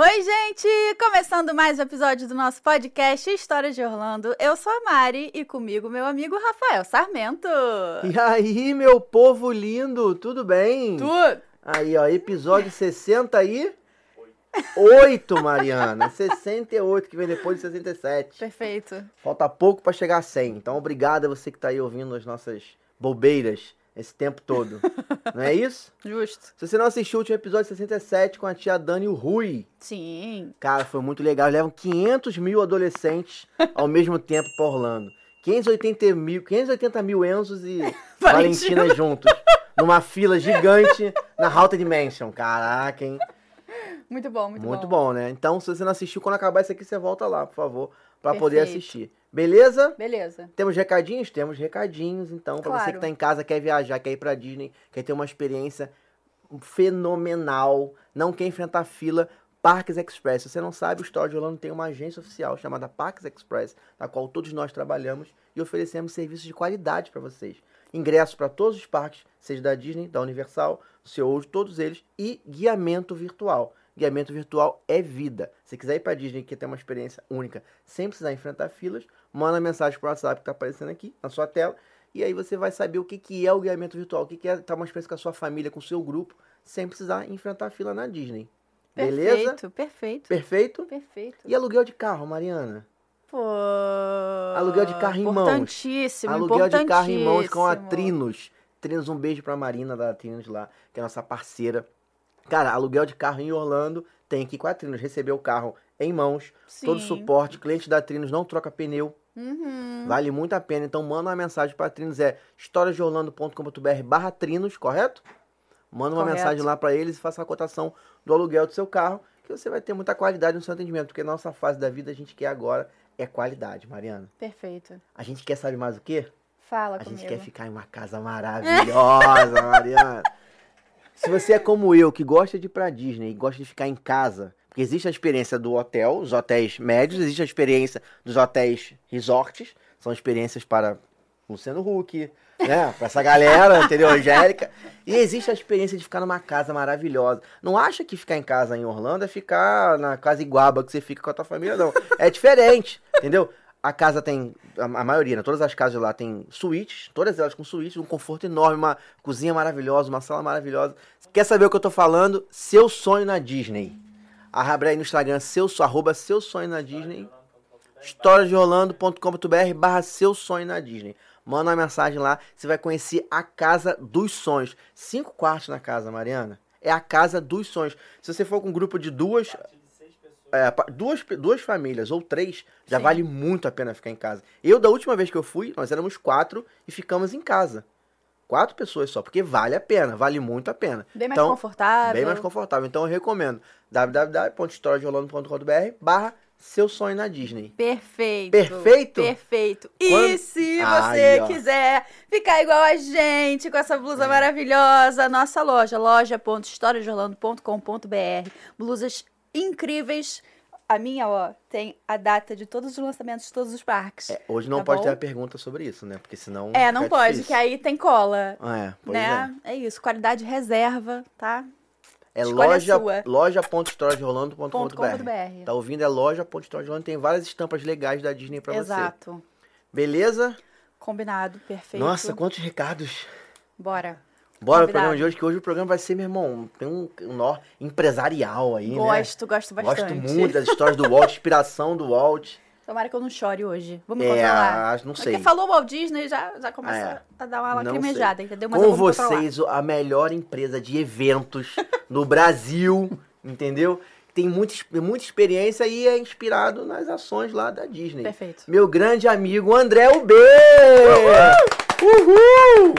Oi, gente! Começando mais um episódio do nosso podcast Histórias de Orlando. Eu sou a Mari e comigo meu amigo Rafael Sarmento. E aí, meu povo lindo, tudo bem? Tudo! Aí, ó, episódio 60 e... Oito, Mariana. 68, que vem depois de 67. Perfeito. Falta pouco pra chegar a 100. Então, obrigado a você que tá aí ouvindo as nossas bobeiras esse tempo todo. Não é isso? Justo. Se você não assistiu o último episódio 67 com a tia Dani e o Rui, Sim. Cara, foi muito legal. Levam 500 mil adolescentes ao mesmo tempo pra Orlando. 580 mil, 580 mil Enzos e Valentina. Valentina juntos. Numa fila gigante na Haunted Mansion. Caraca, hein? Muito bom, muito, Muito, bom. né? Então, se você não assistiu, quando acabar isso aqui, você volta lá, por favor, pra poder Perfeito. assistir. Beleza? Beleza. Temos recadinhos? Temos recadinhos, então, pra você Claro. que tá em casa, quer viajar, quer ir pra Disney, quer ter uma experiência fenomenal, não quer enfrentar fila, Parques Express. Se você não sabe, o Store de Orlando tem uma agência oficial chamada Parques Express, na qual todos nós trabalhamos e oferecemos serviços de qualidade para vocês. Ingressos para todos os parques, seja da Disney, da Universal, do seu hoje, todos eles, e guiamento virtual. Guiamento virtual é vida. Se quiser ir para Disney e quer ter uma experiência única sem precisar enfrentar filas, manda mensagem para o WhatsApp que está aparecendo aqui na sua tela. E aí você vai saber o que, que é o guiamento virtual, o que, que é estar uma experiência com a sua família, com o seu grupo, sem precisar enfrentar fila na Disney. Beleza? Perfeito, perfeito. Perfeito? Perfeito. E aluguel de carro, Mariana? Pô... Aluguel de carro em mãos. Importantíssimo, aluguel de carro em mãos com a é importantíssimo. Trinos. Trinos, um beijo pra Marina da Trinos lá, que é nossa parceira. Cara, aluguel de carro em Orlando tem que ir com a Trinos. Receber o carro em mãos, Sim. todo suporte. Cliente da Trinos não troca pneu. Uhum. Vale muito a pena. Então manda uma mensagem pra Trinos, é historiasdeorlando.com.br barra Trinos, correto? Manda uma Correto. mensagem lá pra eles e faça a cotação do aluguel do seu carro, que você vai ter muita qualidade no seu atendimento, porque nossa fase da vida a gente quer agora é qualidade, Mariana. Perfeito. A gente quer sabe mais o quê? Fala A comigo. gente quer ficar em uma casa maravilhosa, Mariana. Se você é como eu, que gosta de ir pra Disney e gosta de ficar em casa, porque existe a experiência do hotel, os hotéis médios, existe a experiência dos hotéis resorts, são experiências para Luciano Huck, né? Pra essa galera, entendeu? Angélica. E existe a experiência de ficar numa casa maravilhosa. Não acha que ficar em casa em Orlando é ficar na casa iguaba que você fica com a tua família, não. É diferente, entendeu? A casa tem, a a maioria, né? todas as casas lá tem suítes, todas elas com suítes, um conforto enorme, uma cozinha maravilhosa, uma sala maravilhosa. Quer saber o que eu tô falando? Seu sonho na Disney. Abre aí no Instagram, seu, arroba seu sonho na Disney historiasdeorlando.com.br barra seu sonho na Disney. Manda uma mensagem lá, você vai conhecer a Casa dos Sonhos. Cinco quartos na casa, Mariana. É a Casa dos Sonhos. Se você for com um grupo de duas... é, pa- duas, pe- duas famílias ou três, já Sim. vale muito a pena ficar em casa. Eu, da última vez que eu fui, nós éramos quatro e ficamos em casa. Quatro pessoas só, porque vale a pena, vale muito a pena. Bem mais Então, confortável. Bem mais confortável. Então eu recomendo www.historiadeorlando.com.br barra seu sonho na Disney. Perfeito. Perfeito? Perfeito. E Quando- se Aí, você ó. É. quiser ficar igual a gente com essa blusa maravilhosa, nossa loja, loja.historiadeorlando.com.br. Blusas incríveis. A minha, ó, tem a data de todos os lançamentos de todos os parques. É, Hoje não Tá pode bom? É, ter a pergunta sobre isso, né? Porque senão. não fica pode, difícil. que aí tem cola. Ah, É, pois né? É. isso, qualidade reserva, tá? é. É Escolha loja, sua. Ponto com ponto loja.historiadeorlando.com.br. BR. Tá ouvindo? É loja.historiadeorlando. Tem várias estampas legais da Disney pra você. Exato. Beleza? Combinado, perfeito. Nossa, quantos recados. Bora. Bora pro Combinado. programa de hoje, que hoje o programa vai ser, meu irmão, tem um, um nó empresarial aí, né? Gosto, gosto bastante. Gosto muito das histórias do Walt, inspiração do Walt. Tomara que eu não chore hoje. Vamos é, controlar. acho- não sei. Ah, é. Porque falou Walt Disney, já, já começa a dar uma não sei. lacrimejada, entendeu? Mas eu Com vou me controlar. vocês, a melhor empresa de eventos no Brasil, entendeu? Tem muita, ex- muita experiência e é inspirado nas ações lá da Disney. Perfeito. Meu grande amigo André UB! Uhul! Em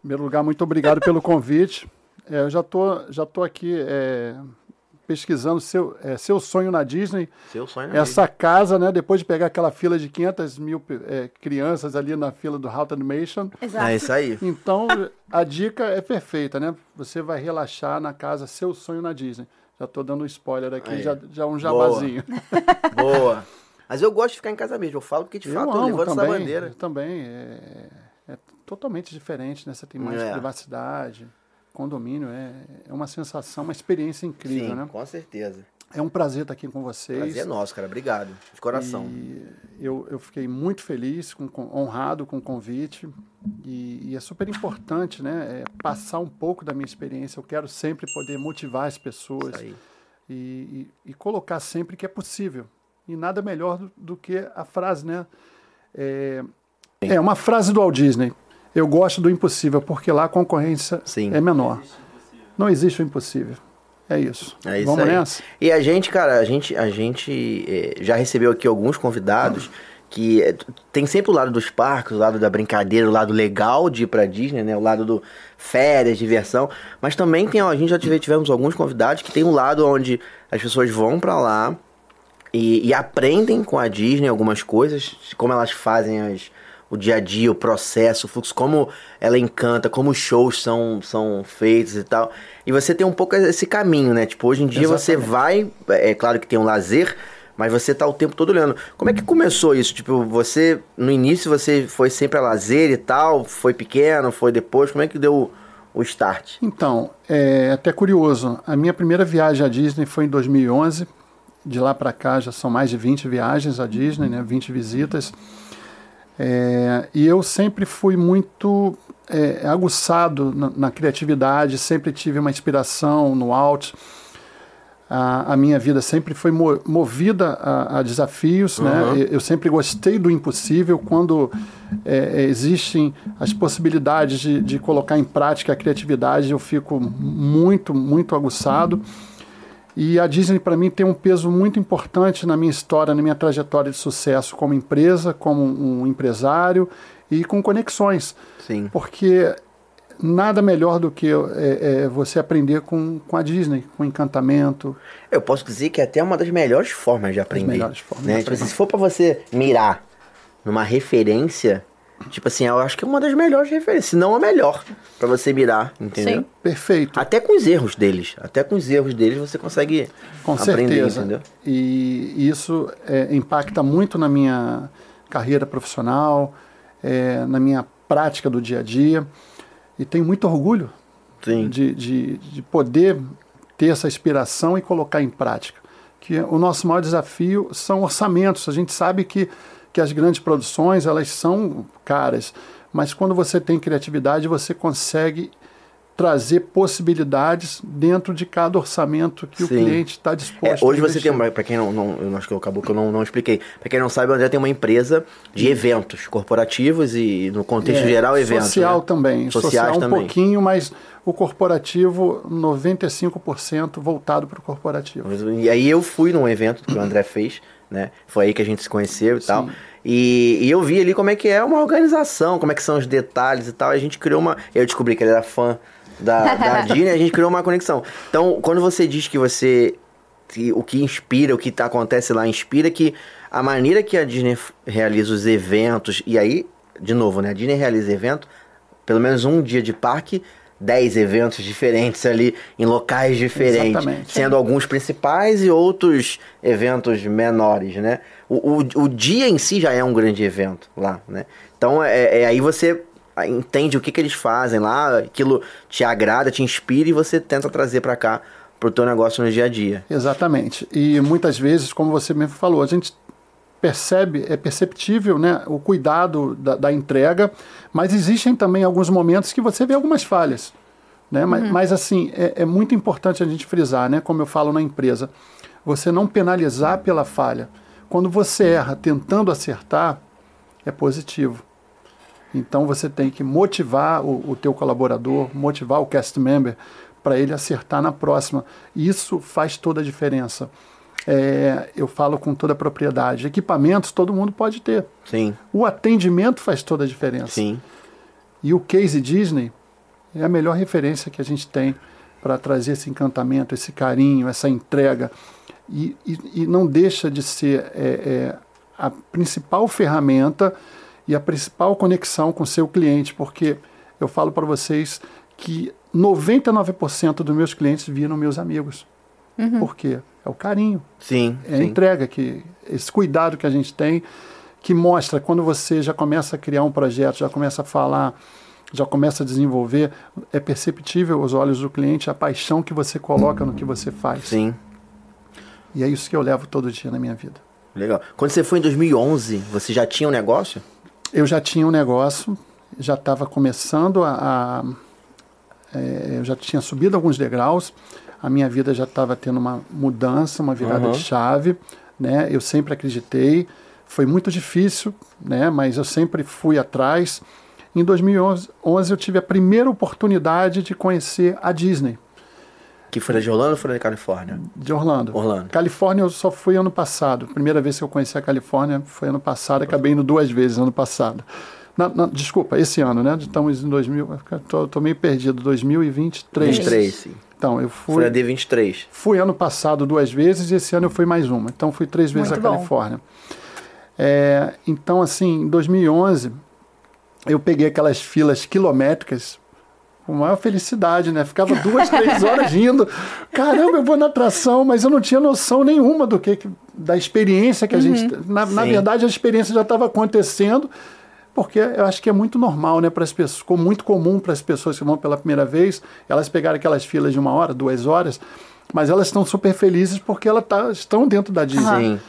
primeiro lugar, muito obrigado pelo convite. É, eu já tô, já tô aqui é, pesquisando seu, é, seu sonho na Disney. Seu sonho é Essa casa, né? Depois de pegar aquela fila de 500 mil pe- é, crianças ali na fila do Halt Animation. Exato. É isso aí. Então, a dica é perfeita, né? Você vai relaxar na casa Seu Sonho na Disney. Já tô dando um spoiler aqui, Aí. já, já um jabazinho. Boa. Mas eu gosto de ficar em casa mesmo. Eu falo porque, de fato, eu amo levanto também, essa bandeira. eu também. É, é totalmente diferente, né? Você tem mais É. privacidade. Condomínio é, é uma sensação, uma experiência incrível, Sim, né? com certeza. É um prazer estar aqui com vocês. Prazer é nosso, cara. Obrigado. De coração. E eu, eu fiquei muito feliz, com- com- honrado com o convite. E, e é super importante, né? é, passar um pouco da minha experiência. Eu quero sempre poder motivar as pessoas Isso aí. e, e- e colocar sempre que é possível. E nada melhor do, do que a frase, né? É, é uma frase do Walt Disney. Eu gosto do impossível, porque lá a concorrência Sim. é menor. Não existe o impossível. É isso. É isso Vamos aí. nessa? E a gente, cara, a gente, a gente eh, já recebeu aqui alguns convidados que eh, t- tem sempre o lado dos parques, o lado da brincadeira, o lado legal de ir pra Disney, né? O lado do férias, diversão. Mas também tem, ó, a gente já tive- tivemos alguns convidados que tem um lado onde as pessoas vão pra lá e, e aprendem com a Disney algumas coisas, como elas fazem as- o dia a dia, o processo, o fluxo, como ela encanta, como os shows são, são feitos e tal. E você tem um pouco esse caminho, né? Tipo, hoje em dia você vai, é claro que tem um lazer, mas você tá o tempo todo olhando. Como é que começou isso? Tipo, você, no início você foi sempre a lazer e tal, foi pequeno, foi depois, como é que deu o, o start? Então, é até curioso. A minha primeira viagem à Disney foi em 2011. De lá para cá já são mais de 20 viagens à Disney, né? 20 visitas. É, e eu sempre fui muito é, aguçado na, na criatividade, sempre tive uma inspiração no alt. A, a minha vida sempre foi mo- movida a, a desafios, né? Eu, eu sempre gostei do impossível quando é, é, existem as possibilidades de, de colocar em prática a criatividade, eu fico muito, muito aguçado. E a Disney, para mim, tem um peso muito importante na minha história, na minha trajetória de sucesso como empresa, como um empresário e com conexões. Sim. Porque nada melhor do que é, é, você aprender com, com a Disney, com encantamento. Eu posso dizer que é até uma das melhores formas de aprender. melhores formas né? de Tipo, aprender. se for pra você mirar numa referência, tipo assim, eu acho que é uma das melhores referências, se não a melhor pra você mirar, entendeu? Sim. Perfeito. Até com os erros deles, até com os erros deles você consegue Com aprender, certeza. entendeu? E isso é, impacta muito na minha carreira profissional, é, na minha prática do dia a dia. E tenho muito orgulho Sim. de, de, de poder ter essa inspiração e colocar em prática. Que o nosso maior desafio são orçamentos. A gente sabe que, que as grandes produções elas são caras, mas quando você tem criatividade você consegue trazer possibilidades dentro de cada orçamento que o Sim. cliente está É, disposto. a hoje você tem investir. uma, pra quem não, não eu acho que eu- acabou que eu não, não expliquei. Pra quem não sabe, o André tem uma empresa de eventos corporativos e no contexto É, geral eventos. Social né? também. Sociais social um também. pouquinho, mas o corporativo 95% voltado para o corporativo. E aí eu fui num evento que o André fez, né? Foi aí que a gente se conheceu e tal. E, e eu vi ali como é que é uma organização, como é que são os detalhes e tal. E a gente criou uma. Eu descobri que ele era fã da, da Disney, a gente criou uma conexão. Então, quando você diz que você. que o que inspira, o que tá, acontece lá inspira, que a maneira que a Disney f- realiza os eventos, e aí, de novo, né? A Disney realiza evento, pelo menos um dia de parque, 10 eventos diferentes ali, em locais diferentes. Exatamente. Sendo alguns principais e outros eventos menores, né? O, o, o dia em si já é um grande evento lá, né? Então, é, é aí você entende o que, que eles fazem lá, aquilo te agrada, te inspira e você tenta trazer pra cá, pro teu negócio no dia a dia. Exatamente. E muitas vezes, como você mesmo falou, a gente percebe, é perceptível né, o cuidado da, da entrega, mas existem também alguns momentos que você vê algumas falhas. Né? Mas, mas, assim, é, é muito importante a gente frisar, né, como eu falo na empresa, você não penalizar pela falha. Quando você erra tentando acertar, é positivo. Então você tem que motivar o, o teu colaborador, motivar o cast member para ele acertar na próxima. Isso faz toda a diferença. É, eu falo com toda a propriedade. Equipamentos todo mundo pode ter. Sim, O atendimento faz toda a diferença. sim. E o case Disney é a melhor referência que a gente tem para trazer esse encantamento, esse carinho, essa entrega. E, e, e não deixa de ser é, é, a principal ferramenta e a principal conexão com o seu cliente, porque eu falo para vocês que 99% dos meus clientes viram meus amigos. Uhum. Por quê? É o carinho, Sim, é a sim. entrega, que, esse cuidado que a gente tem, que mostra quando você já começa a criar um projeto, já começa a falar, já começa a desenvolver, é perceptível aos olhos do cliente a paixão que você coloca no que você faz. Sim, E é isso que eu levo todo dia na minha vida. legal. Quando você foi em 2011, você já tinha um negócio? Eu já tinha um negócio, já estava começando a. a- é, eu já tinha subido alguns degraus, a minha vida já estava tendo uma mudança, uma virada de chave, né? Eu sempre acreditei, foi muito difícil, né? Mas eu sempre fui atrás. Em 2011 11 eu tive a primeira oportunidade de conhecer a Disney Que foi de Orlando ou foi da Califórnia? de Orlando. Orlando. Califórnia eu só fui ano passado. Primeira vez que eu conheci a Califórnia foi ano passado. Acabei indo duas vezes ano passado. Na- na- desculpa, esse ano, né? Estamos em 2000. Tô, tô meio perdido. 2023. 23, sim. Então, eu Foi a fui, D23. fui ano passado duas vezes e esse ano eu fui mais uma. Então, fui três vezes Muito à bom. Califórnia. É, então, assim, em 2011, eu peguei aquelas filas quilométricas com maior felicidade, né? Ficava duas, três horas rindo. Caramba, eu vou na atração, mas eu não tinha noção nenhuma do que, que- da experiência Uhum. que a gente. Na, na Sim. verdade, a experiência já estava acontecendo, porque eu acho que é muito normal, né? Para as pessoas, ficou muito comum para as pessoas que vão pela primeira vez, elas pegarem aquelas filas de uma hora, duas horas, mas elas estão super felizes porque elas tá- estão dentro da Disney. Sim.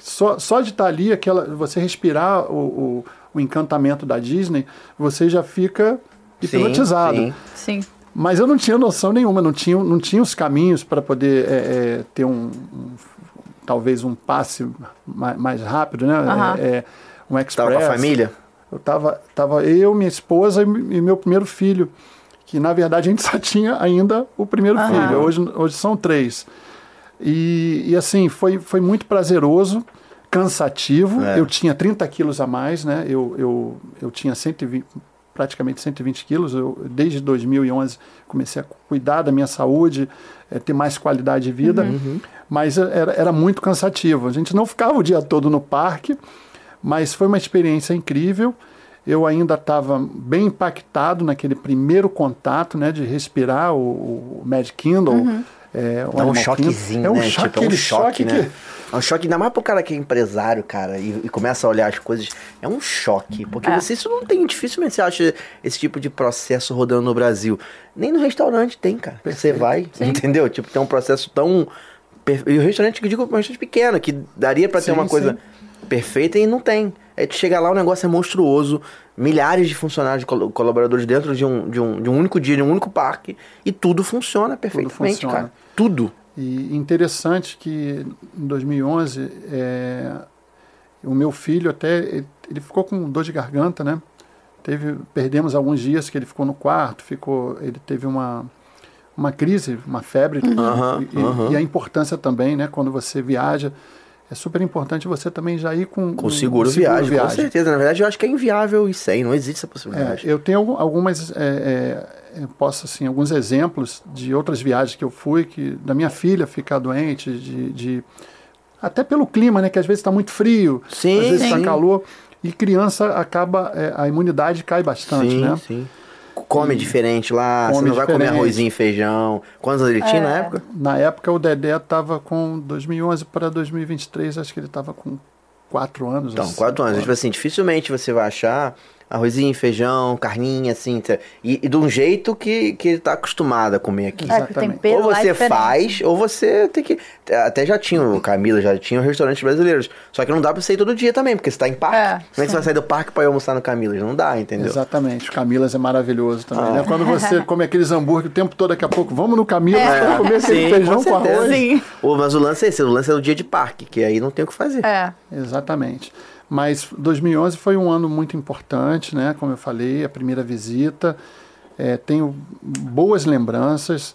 Só, só de estar ali, aquela, você respirar o, o, o encantamento da Disney, você já fica Sim, hipnotizado. sim. Sim. Mas eu não tinha noção nenhuma, não tinha, não tinha os caminhos para poder é, é, ter um, um- talvez um passe mais, mais rápido, né? Aham. É, é, um express. Tava com a família? Eu tava, tava eu, minha esposa e m- e meu primeiro filho, que na verdade a gente só tinha ainda o primeiro Aham. filho. Hoje, hoje são três. E, e, assim, foi, foi muito prazeroso, cansativo. É. Eu tinha 30 quilos a mais, né? Eu, eu, eu tinha 120, praticamente 120 quilos. Eu, desde 2011 comecei a cuidar da minha saúde, eh, ter mais qualidade de vida. Mas eh, era, era muito cansativo. A gente não ficava o dia todo no parque, mas foi uma experiência incrível. Eu ainda estava bem impactado naquele primeiro contato, né? De respirar o, o Magic Kindle. é, o Dá um Animal choquezinho, Kingdom. É um né? Tipo, choque, aquele choque, né? que... É um choque, ainda mais pro cara que é empresário, cara, e, e começa a olhar as coisas. É um choque, porque É. você isso não tem, dificilmente você acha esse tipo de processo rodando no Brasil. Nem no restaurante tem, cara. Você vai, entendeu? Tipo, tem um processo tão... per- E o restaurante, que eu digo, é um restaurante pequeno, que daria pra ter Sim, uma coisa perfeita e não tem. Aí tu chega lá, o negócio é monstruoso, milhares de funcionários, col- colaboradores dentro de um, de, um, de um único dia, de um único parque, e tudo funciona perfeitamente, funciona. cara. Tudo. E interessante que em 2011 é, o meu filho até ele- ele ficou com dor de garganta, né? Teve perdemos alguns dias que ele ficou no quarto, ficou ele teve uma uma crise, uma febre Uhum. Aham, e, e- e a importância também, né? Quando você viaja é super importante você também já ir com um Com seguro, viagem, com certeza. Na verdade, eu acho que é inviável isso aí, não existe essa É, possibilidade. eu tenho algum- algumas, é, é, eu posso assim, alguns exemplos de outras viagens que eu fui, que da minha filha ficar doente, de, de- até pelo clima, né? Que às vezes está muito frio, Sim, às vezes está sim. calor e criança acaba é, a imunidade cai bastante, sim, né? sim. Come diferente lá, você Come não vai comer diferente. arrozinho e feijão. Quantos anos ele tinha na É. época? Na época o Dedé estava com 2011 para 2023, acho que ele estava com quatro anos. Então, assim, quatro anos. Tipo assim, dificilmente você vai achar arrozinho, feijão, carninha, assim. tá? E, e de um jeito que, que ele tá acostumado a comer É, aqui. que o Exatamente. tempero ou lá é você diferente. faz, ou você tem que. Até já tinha o Camila, já tinha os restaurantes brasileiros. Só que não dá pra você ir todo dia também, porque você tá em parque. É, Como é que você vai sair do parque pra ir almoçar no Camila? Não dá, entendeu? Exatamente, o Camilas é maravilhoso também, Ah. né? Quando você come aqueles hambúrguer o tempo todo, daqui a pouco, vamos no Camilas para comer aquele É, Sim, feijão com, certeza. arroz. Sim. O, mas o lance é esse, o lance é o dia de parque, que aí não tem o que fazer. É. Exatamente. Mas 2011 foi um ano muito importante, né? Como eu falei, a primeira visita. É, tenho boas lembranças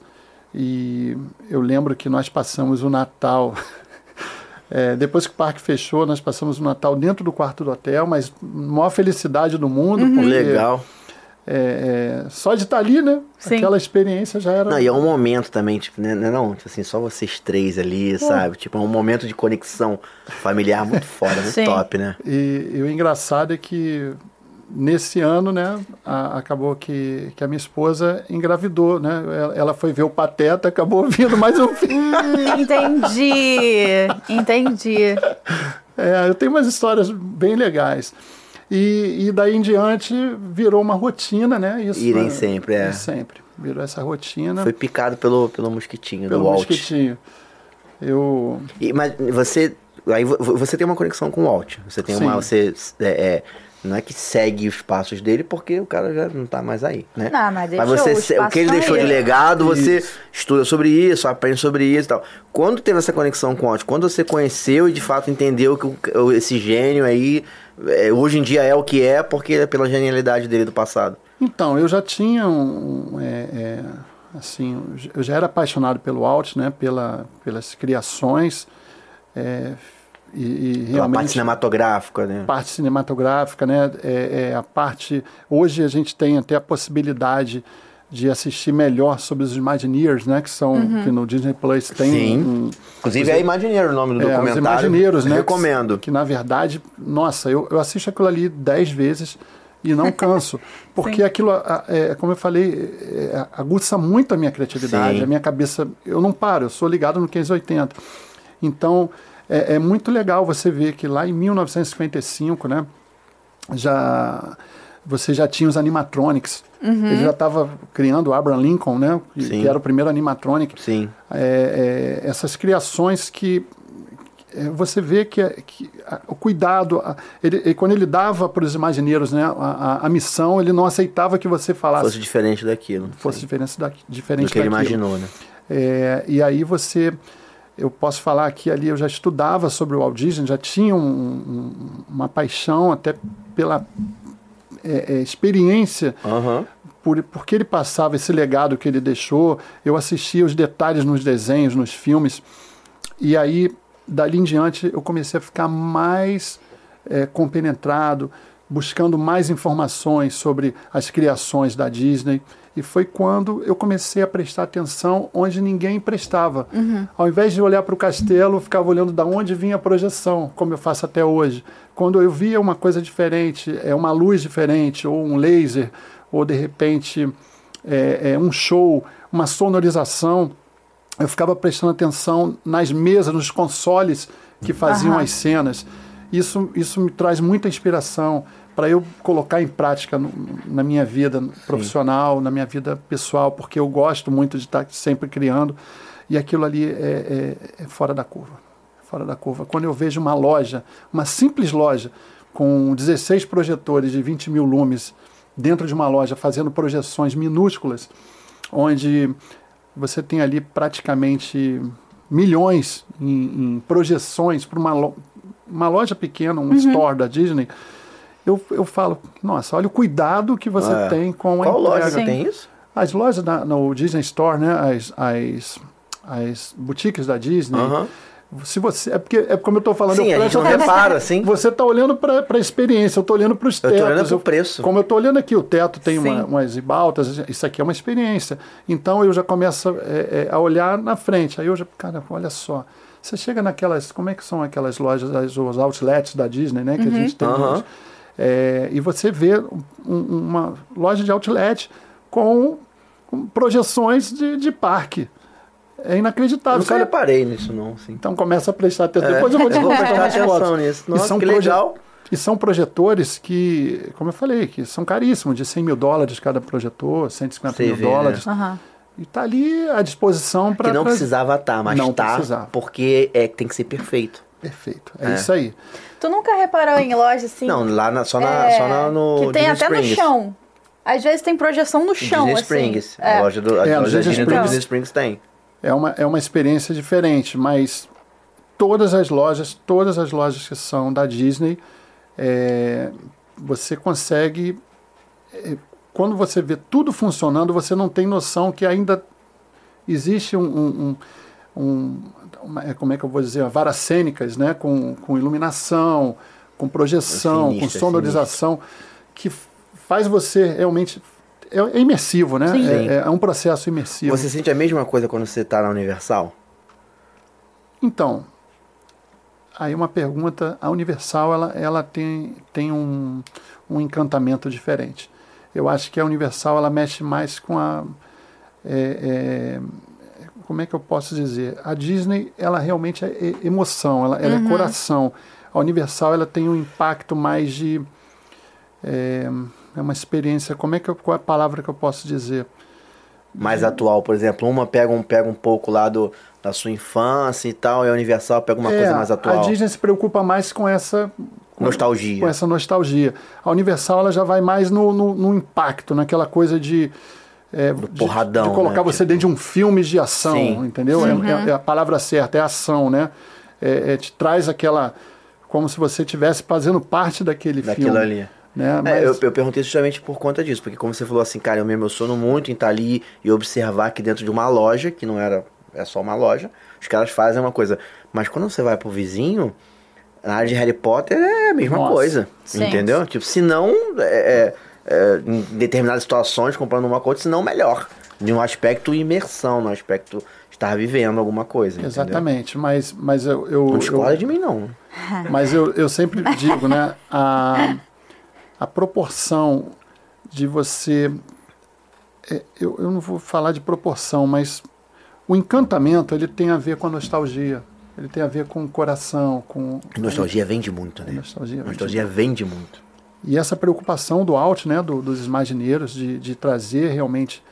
e eu lembro que nós passamos o Natal. é, depois que o parque fechou, nós Uhum. passamos o Natal dentro do quarto do hotel, mas maior felicidade do mundo. porque Uhum. Legal. é, é, só de estar ali, né? Sim. Aquela experiência já era. Não, e é um momento também, tipo, né, né, não, tipo assim, só vocês três ali, sabe? Tipo, é um momento de conexão familiar muito foda, muito Sim. top, né? E, e o engraçado é que nesse ano, né, a- acabou que, que a minha esposa engravidou, né? Ela, ela foi ver o Pateta, acabou vindo mais um filho. Hum, entendi. Entendi. É, eu tenho umas histórias bem legais. E, e daí em diante virou uma rotina, né? Isso, Irem né? sempre, é. Ir sempre. Virou essa rotina Foi picado pelo, pelo mosquitinho pelo do Walt. mosquitinho. Eu E, mas você. Aí vo- você tem uma conexão com o Walt. Você tem uma. Você. é, é, não é que segue os passos dele, porque o cara já não tá mais aí, né? Não, mas deixou você, os se- o passos que ele pra deixou de ele. legado, você Isso. estuda sobre isso, aprende sobre isso e tal. Quando teve essa conexão com o Walt? Quando você conheceu e de fato entendeu que o- esse gênio aí é, hoje em dia é o que é, porque é pela genialidade dele do passado. Então, eu já tinha um. um, é, é, assim, eu já era apaixonado pelo Alt, né? Pela, pelas criações. é, e, e Pela parte realmente cinematográfica, né? parte cinematográfica, né? É, é a parte. Hoje a gente tem até a possibilidade de assistir melhor sobre os Imagineers, né? Que são que no Disney Plus tem. Uhum. Sim. um- Inclusive é Imagineiro o nome do é, os documentário. Imagineiros, né? Recomendo. Que, que, na verdade, nossa, eu, eu assisto aquilo ali dez vezes e não canso. Porque aquilo, a- a- é, como eu falei, é, é, aguça muito a minha criatividade, Sim. a minha cabeça. Eu não paro, eu sou ligado no 580. Então, é, é muito legal você ver que lá em 1955, né? já você já tinha os animatronics. Ele já estava criando o Abraham Lincoln, né? Que, Uhum. Sim. que era o primeiro animatronic. Sim. É, é, essas criações que é, você vê que, é- que a- o cuidado, a- ele, ele- quando ele dava para os imagineiros né, a, a- a missão, ele não aceitava que você falasse Fosse fosse, diferente daquilo. Sim. diferente, da, diferente do que ele daquilo. imaginou, né? É, e aí você, eu posso falar que ali eu já estudava sobre o Walt Disney, já tinha um- um- uma paixão até pela é, é, experiência Aham. por, por que ele passava esse legado que ele deixou. Eu assistia os detalhes nos desenhos, nos filmes. E aí, dali em diante, eu comecei a ficar mais é, compenetrado, buscando mais informações sobre as criações da Disney. E foi quando eu comecei a prestar atenção onde ninguém prestava. Ao invés de olhar para o castelo, eu ficava olhando da onde vinha a projeção, como eu faço até hoje. Quando eu via uma coisa diferente, é uma luz diferente, ou um laser, ou de repente é, é, um show, uma sonorização, eu ficava prestando atenção nas mesas, nos consoles que faziam Aham. as cenas. Isso, isso me traz muita inspiração para eu colocar em prática no- na minha vida profissional, na minha vida pessoal, porque eu gosto muito de estar sempre criando. E aquilo ali é, é- é fora da curva. Fora da curva. Quando eu vejo uma loja, uma simples loja, com 16 projetores de 20 mil lumes dentro de uma loja, fazendo projeções minúsculas, onde você tem ali praticamente milhões em, em projeções para uma, lo- uma loja pequena, Uhum. um store da Disney. Eu, eu falo, nossa, olha o cuidado que você É. tem com a Qual entrega. loja Sim. tem isso? As lojas da- no Disney Store, né? As, as, as boutiques da Disney. Aham. Se você, é porque é como eu estou falando, Sim, eu a gente presto não repara, assim. você está olhando para a experiência, eu estou olhando para os tô tetos. olhando pro preço. Como eu estou olhando aqui, o teto tem Sim. uma, umas ribaltas, isso aqui é uma experiência. Então eu já começo é, é, a olhar na frente. Aí eu já, cara, olha só. Você chega naquelas, como é que são aquelas lojas, as- os outlets da Disney, né? Que a gente tem. Aham. hoje. É, e você vê um- um- uma loja de outlet com, com projeções de, de parque. É Eu É. inacreditável. Você nunca olha reparei nisso, não, assim. então começa a prestar atenção. Depois eu vou te Eu vou mostrar prestar umas atenção fotos. nisso. E Nossa, que proje- legal. E são projetores que, como eu falei, que são caríssimos, de 100 mil dólares cada projetor, 150 Você mil vê, né? dólares. Aham. E tá ali à disposição para... Que não precisava estar, mas Não tá, precisava. porque é que tem que ser perfeito. Perfeito, é, isso aí. Tu nunca reparou em loja assim? Não, lá na- só, na, É, só na- no Que tem Disney até Springs. no chão. Às vezes tem projeção no chão, Disney assim. Springs. É. A loja do a É, no loja Disney Disney do Springs. Disney Springs tem. É uma, é uma experiência diferente, mas todas as lojas, todas as lojas que são da Disney, é, você consegue... é, quando você vê tudo funcionando, você não tem noção que ainda existe um, um- um- um- uma- é, como é que eu vou dizer, varas cênicas, né, com, com iluminação, com projeção, É sinistro, é com sonorização, que f- faz você realmente é, é imersivo, né? Sim. É, é um processo imersivo. Você sente a mesma coisa quando você tá na Universal? Então, aí uma pergunta, a Universal ela, ela tem, tem um, um encantamento diferente. Eu acho que a Universal ela mexe mais com a... é, é, como é que eu posso dizer? A Disney, ela realmente é e- emoção, ela, ela é coração. A Universal, ela tem um impacto mais de... É, é uma experiência, como é que eu, qual é a palavra que eu posso dizer? Mais atual, por exemplo, uma pega um, pega um pouco lá do, da sua infância e tal, e a Universal pega uma É, coisa mais A atual. Disney se preocupa mais com essa com- Nostalgia. com essa nostalgia. A Universal ela já vai mais no, no- no impacto, naquela coisa de é, de- porradão, de, colocar né? você dentro de um filme de ação, Sim. entendeu? É- É, é a palavra certa, é ação, né? É- é, te traz aquela como se você estivesse fazendo parte daquele Daquilo filme, ali. né? É, Mas- eu, eu perguntei justamente por conta disso, porque como você falou assim, cara, eu me emociono muito em estar ali e observar que dentro de uma loja, que não era, é só uma loja, os caras fazem uma coisa. Mas quando você vai pro vizinho, na área de Harry Potter é a mesma Nossa. coisa, Sim. entendeu? Tipo, se não, é, é, é, em determinadas situações, comprando uma coisa, se não melhor. De um aspecto imersão, no aspecto estar vivendo alguma coisa, entendeu? Exatamente, mas, mas eu, eu, Não discorda eu- de mim, não. Mas eu, eu sempre digo, né? A, a proporção de você. é, eu, eu não vou falar de proporção, mas o encantamento ele tem a ver com a nostalgia. Ele tem a ver com o coração, com. Nostalgia vende muito, né? Nostalgia vende Nostalgia vende muito. E essa preocupação do Alt, né, do- dos imagineiros, de, de trazer realmente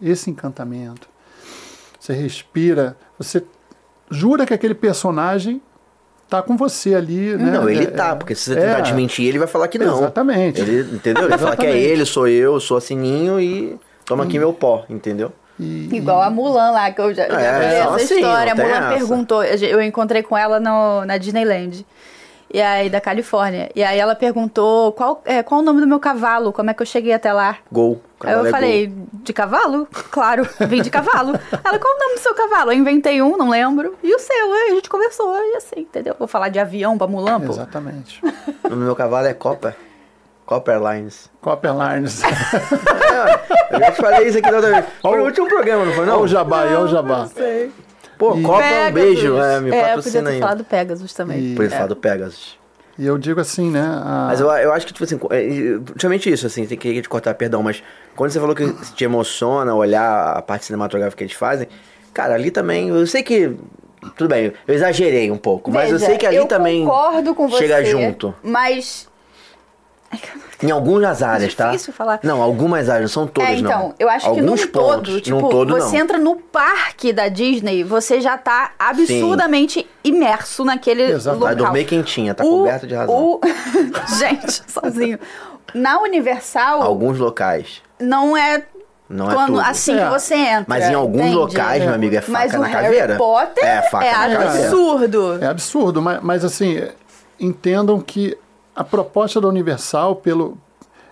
esse encantamento. Você respira, você jura que aquele personagem tá com você ali, né? Não, ele É- tá, é- porque se você é, tentar desmentir, ele vai falar que não. Exatamente. Ele, entendeu? Ele vai falar que é Exatamente. ele, sou eu, sou a Sininho e toma aqui meu pó, entendeu? E- Igual a Mulan lá, que eu já, já É, vi só essa assim, história. A não tem Mulan essa. perguntou, eu encontrei com ela no- na Disneyland. E aí, da Califórnia. E aí ela perguntou qual é, qual o nome do meu cavalo, como é que eu cheguei até lá. Gol. Aí eu falei, de cavalo? Claro, vim de cavalo. Ela, qual o nome do seu cavalo? Eu inventei um, não lembro. E o seu? Aí a gente conversou, e assim, entendeu? Vou falar de avião pra Mulan, pô. Exatamente. O nome do meu cavalo é Copper. Copper Lines. Copper Lines. É, Eu já te falei isso aqui da outra vez. Foi no último programa, não foi Olha não? o jabá, olha o jabá. sei. Pô, E- Copper, um beijo. Pegasus. É, me eu podia patrocina ter aí. falado Pegasus também. É. Por isso, falar do Pegasus. E eu digo assim, né? a- Mas eu, eu acho que, tipo assim, é, e, justamente isso, assim, tem que te cortar, perdão, mas quando você falou que te emociona olhar a parte cinematográfica que eles fazem, cara, ali também, eu sei que. Tudo bem, eu exagerei um pouco, mas eu Veja, sei que ali também concordo com chega você, junto. Mas Em algumas áreas, tá? é difícil falar. Não, algumas áreas, não são todas, é, então, não. eu acho Alguns que num pontos, todo, tipo, num todo, você não. entra no parque da Disney, você já tá absurdamente imerso naquele Exato. local. Vai dormir quentinha, tá O- coberto de razão. o- Gente, sozinho. Na Universal, Alguns locais, não é não é quando- tudo. assim É. que você entra. mas em alguns entende? locais, meu amigo, é faca Mas o na Harry caveira. Potter é faca é na caveira. absurdo. É absurdo, mas, mas assim, entendam que a proposta da Universal pelo,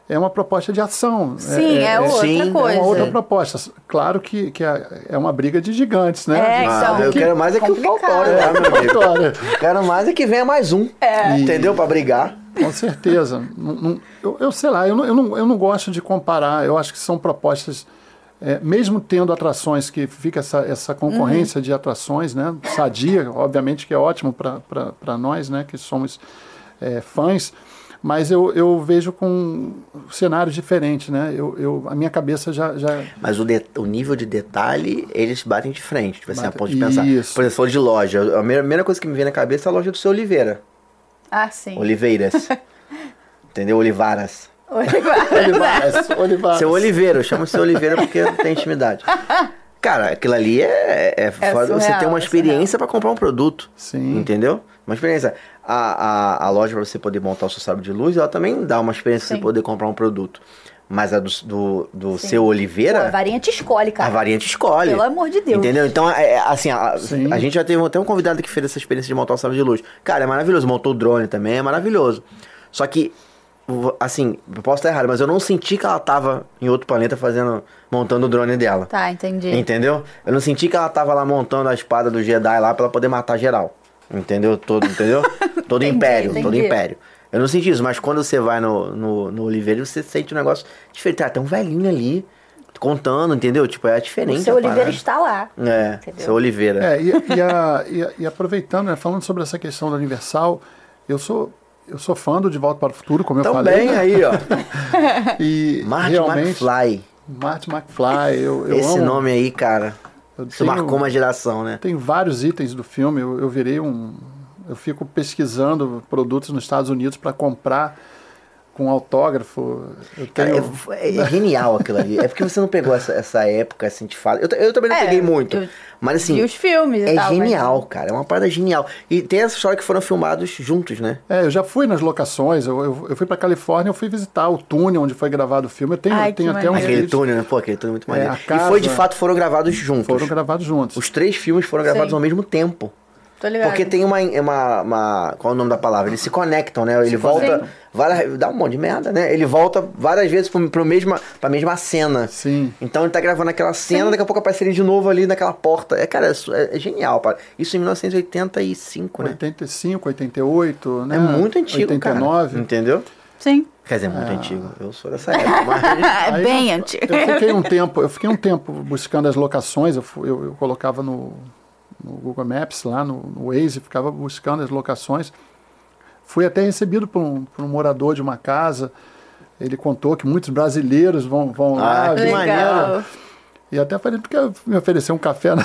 é uma proposta de ação. Sim, é, outra sim, é uma coisa. É uma outra proposta. Claro que, que é é uma briga de gigantes, né? É, De- então, Ah, eu que- quero mais é que o complicado. Valtório, né, meu amigo? Vitória. Quero mais é que venha mais um. É. Entendeu? Pra brigar. Com certeza. Não- não- eu, eu sei lá, eu não, eu, não, eu não gosto de comparar. Eu acho que são propostas, é, mesmo tendo atrações que fica essa, essa concorrência de atrações, né? Sadia, obviamente que é ótimo para nós, né? Que somos é, fãs. Mas eu, eu vejo com um cenário diferente, né? Eu, eu, a minha cabeça já... já Mas o, de- o nível de detalhe, eles batem de frente. Tipo assim, a Bate- ponto de pensar. Isso. Por exemplo, falou de loja. A primeira a primeira coisa que me vem na cabeça é a loja do seu Oliveira. Ah, sim. Oliveiras. Entendeu? Olivaras. Olivares, Olivares. Seu Oliveira, eu chamo seu Oliveira porque não tem intimidade. Cara, aquilo ali é, é, foda. Você surreal, tem uma é experiência pra comprar um produto. Sim. Entendeu? Uma experiência. A, a, a loja pra você poder montar o seu sábio de luz, ela também dá uma experiência pra você Sim. poder comprar um produto. Mas a do, do, do Sim. seu Pô, a Oliveira. varinha te escolhe, A cara. variante escolhe. Pelo amor de Deus. Entendeu? Então, é, é, assim, a, Sim. a gente já teve até um convidado que fez essa experiência de montar o sábio de luz. Cara, é maravilhoso. Montou o drone também, é maravilhoso. Só que, vo- assim, eu posso estar errado, mas eu não senti que ela tava em outro planeta fazendo, montando o drone dela. Tá, entendi. é É. Entendeu? Eu não senti que ela tava lá montando a espada do Jedi lá pra ela poder matar geral. Entendeu? Todo, entendeu? Todo Entendi, império, todo entendi. império. Eu não senti isso, mas quando você vai no, no, no Oliveira, você sente um negócio diferente. Ah, tem um velhinho ali contando, entendeu? Tipo, é O diferente. seu a Oliveira parada. está lá. É, Entendeu? seu Oliveira. É, e, e a- e a- e aproveitando, né, falando sobre essa questão da Universal, eu sou, eu sou fã do De Volta para o Futuro, como eu falei. Também né? aí, ó. E né? Marty realmente, McFly. Marty McFly, eu, eu Esse amo. nome aí, cara. eu Isso tenho- marcou uma geração, né? Tem vários itens do filme. Eu, eu virei um. Eu fico pesquisando produtos nos Estados Unidos para comprar com autógrafo. Eu Cara, tenho- é, é genial aquilo ali. É porque você não pegou essa, essa época, assim, de fala. Eu, t- eu também não É, peguei muito. eu mas, assim, vi os filmes e é tal, mas- genial, cara. É uma parada genial. E tem essa história que foram filmados juntos, né? É, eu já fui nas locações, eu, eu, eu fui para Califórnia, eu fui visitar o túnel onde foi gravado o filme. Eu tenho, Ai, eu tenho que até um maneiro. Aquele túnel, né? Pô, aquele túnel é muito É, maneiro. a casa- E foi, de fato, foram gravados juntos. foram gravados juntos. Os três filmes foram gravados Sim. ao mesmo tempo. Tô ligado. Porque tem uma, uma, uma- Qual é o nome da palavra? Eles se conectam, né? Ele volta. conectam. Várias, dá um monte de merda, né? Ele volta várias vezes pro, pro mesma, pra mesma cena. Sim. Então ele tá gravando aquela cena, daqui a pouco aparece ele de novo ali naquela porta. É, cara, isso é, é genial, cara. Isso em 1985, né? 85, 88, né? É muito antigo, 89. cara. Entendeu? Sim. Quer dizer, é É. muito antigo. Eu sou dessa época, mas. É Aí bem eu- Então, antigo. Eu fiquei um tempo, eu fiquei um tempo buscando as locações, eu, fu- eu, eu colocava no, no Google Maps, lá no, no Waze, ficava buscando as locações. Fui até recebido por um, por um morador de uma casa. Ele contou que muitos brasileiros vão, vão lá. Ah, que vi- Legal. maneiro. E até falei, tu quer me oferecer um café? Não?"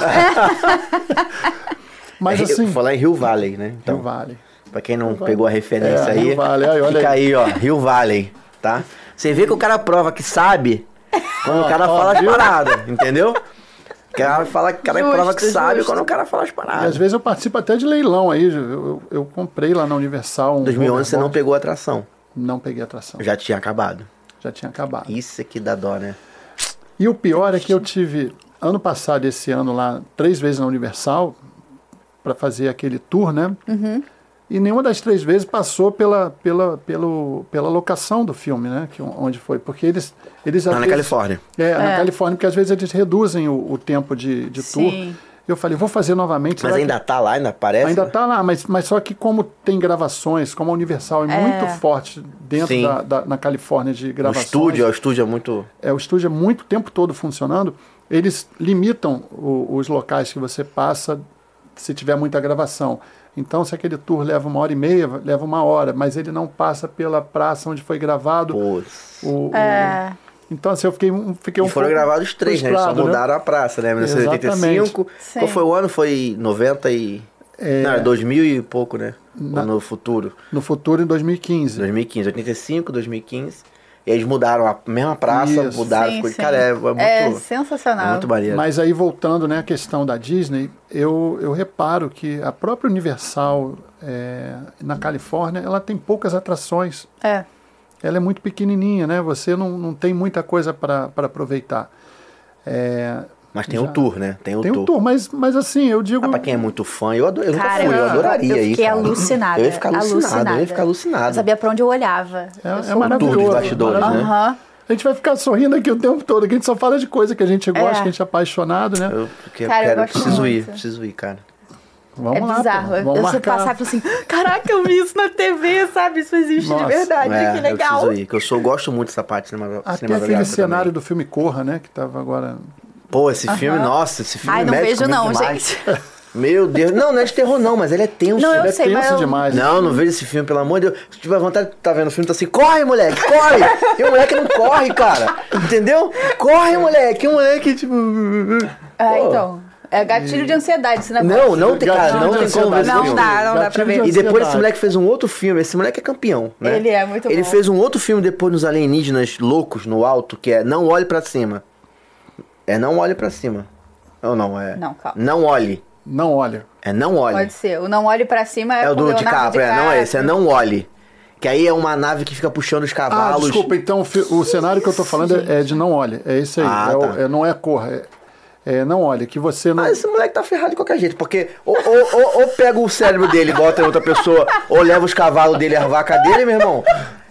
Mas assim, Vou falar em Rio Valley, né? Então, Rio Vale. Pra quem não pegou a referência É, aí, Rio Valley, aí, olha fica aí. aí. ó, Rio Valley, tá? Você vê que o cara prova que sabe quando o cara ó, fala as paradas, entendeu? O cara fala que o cara Justo, prova que sabe justo. quando o cara fala as E às paradas. vezes eu participo até de leilão aí. Eu, eu, eu comprei lá na Universal um. Em 2011 você não hoverboard. pegou a atração, Não peguei atração. já tinha acabado. Já tinha acabado. Isso é que dá dó, né? E o pior é que eu tive ano passado, e esse ano lá, três vezes na Universal para fazer aquele tour, né? E nenhuma das três vezes passou pela, pela, pelo, pela locação do filme, né? Que, onde foi. Porque eles. eles às Lá Tá na vezes- Califórnia. É, na Califórnia, porque às vezes eles reduzem o, o tempo de, de tour. Sim. Eu falei, vou fazer Mas novamente. será que- ainda tá lá, ainda aparece? Ainda né? tá lá, mas, mas só que como tem gravações, como a Universal é, muito forte dentro Sim. da, da- na Califórnia de O gravações. estúdio, ó, o estúdio é muito... é, o estúdio é muito tempo todo funcionando, eles limitam o- os locais que você passa se tiver muita gravação. Então, se aquele tour leva uma hora e meia, leva uma hora, mas ele não passa pela praça onde foi gravado. Putz. o- o- É. né? Então, assim, eu fiquei, um- fiquei um E foram pouco gravados três, né? Eles só frustrado, mudaram a praça, né? 1985. Sim. Qual foi o ano? Foi 90 e. Não, era 2000 e pouco, né? É. Na- No futuro. No futuro, em Né? 2015. 2015, 85, 2015. E eles mudaram a mesma praça, Isso. mudaram. ficou- Cara, é, é muito. É é sensacional. muito maneiro. Mas aí voltando né, à questão da Disney, eu, eu reparo que a própria Universal é, na Califórnia ela tem poucas atrações. É. Ela é muito pequenininha, né? Você não, não tem muita coisa para aproveitar. É, Mas tem o tour, né? Tem o tem tour. um tour, mas, mas assim, eu digo. Ah, pra quem é muito fã, eu, adoro, eu nunca Cara, fui, eu eu- adoraria eu isso. fiquei alucinada, Eu ia ficar alucinado, eu ia alucinada. ficar alucinado. Eu sabia pra onde eu olhava. É, Eu é sou uma maravilhoso. dos bastidores, né? maravilhoso. Aham. A gente vai ficar sorrindo aqui o tempo todo, que a gente só fala de coisa que a gente gosta, que a gente é apaixonado, né? Eu, que- eu Cara, eu quero, gosto preciso ir, muito. preciso ir, cara. Vamos é lá. pô, bizarro. Eu- Vamos eu se eu marcar. passar eu falo assim, caraca, eu vi isso na TV, sabe? Isso existe Nossa, de verdade, é, que Eu legal. preciso ir, que eu sou, gosto muito dessa parte cinema, Até cinematográfica aquele cenário também. do filme Corra, né? Que tava agora. Pô, esse filme, nossa, esse filme Ai, não mexe vejo comigo não, demais. gente. Meu Deus. Não, não é de terror, não, mas ele é tenso. Não, eu Ele é sei, tenso mas eu- demais. né? Não, não vejo esse filme, pelo amor de Deus. Se tiver vontade de tá vendo o filme, tá assim, corre, moleque, corre! E o moleque não corre, cara. Entendeu? Corre, moleque, e o moleque, tipo. É, Pô. então. É gatilho de ansiedade esse negócio. Não, não tem, cara, não tem como ver esse É Não filme. dá, não dá pra Gatilho ver. de E depois esse ansiedade. moleque fez um outro filme. Esse moleque é campeão, né? Ele é muito Ele bom. fez um outro filme depois nos alienígenas loucos no alto, que é Não Olhe Pra Cima. É Não Olhe Pra Cima. Ou não, é. Não, calma. Não olhe. Não olha. É Não Olhe. Pode ser. O não olhe pra cima é, É o com do Leonardo DiCaprio, é, não é esse, é DiCaprio. Não Olhe. Que aí é uma nave que fica puxando os Ah, cavalos. desculpa, então o fi- o cenário que eu tô falando é é de não olhe. É esse aí. Ah, é o- tá. é- não é corra. É, é não olhe. Que você não. Ah, esse moleque tá ferrado de qualquer jeito, porque ou, ou- ou- ou pega o cérebro dele e bota em outra pessoa, ou leva os cavalos dele, a vaca dele, meu irmão.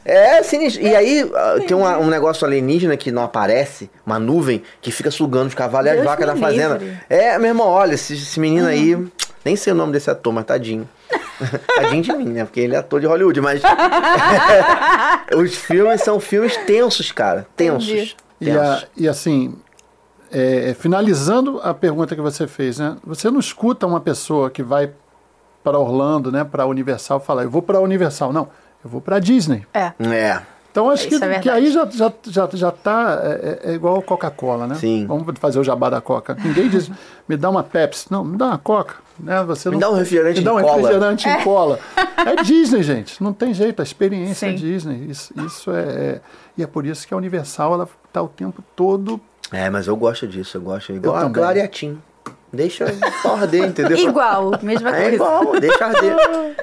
É sinistro. E aí ah, tem uma- um negócio alienígena que não aparece, uma nuvem, que fica sugando os cavalos e as Deus vacas da me fazenda. livre. É, meu irmão, olha, esse, esse menino aí Nem sei o nome desse ator, mas tadinho. tadinho de mim, né? Porque ele é ator de Hollywood, mas. Os filmes são filmes tensos, cara. Tensos. Entendi. E, tensos. a- e assim, é, finalizando a pergunta que você fez, né? Você não escuta uma pessoa que vai para Orlando, né? Para Universal falar, eu vou para Universal, não, eu vou para Disney. É. É. Então acho Isso que, é que aí já já já, já tá é, é- é igual Coca-Cola, né? Sim. Vamos fazer o jabá da Coca. Ninguém diz, me dá uma Pepsi, não, me dá uma Coca, né? Você Me não dá um refrigerante me dá em um cola. refrigerante em cola. É Disney, gente. Não tem jeito. A experiência é Sim. Disney. Isso, isso é, é- E é por isso que a Universal ela tá o tempo todo. É, mas eu gosto disso, eu gosto. Igual a também. Clara e a Tim. Deixa só arder, entendeu? Igual, mesma É coisa. igual, deixa arder.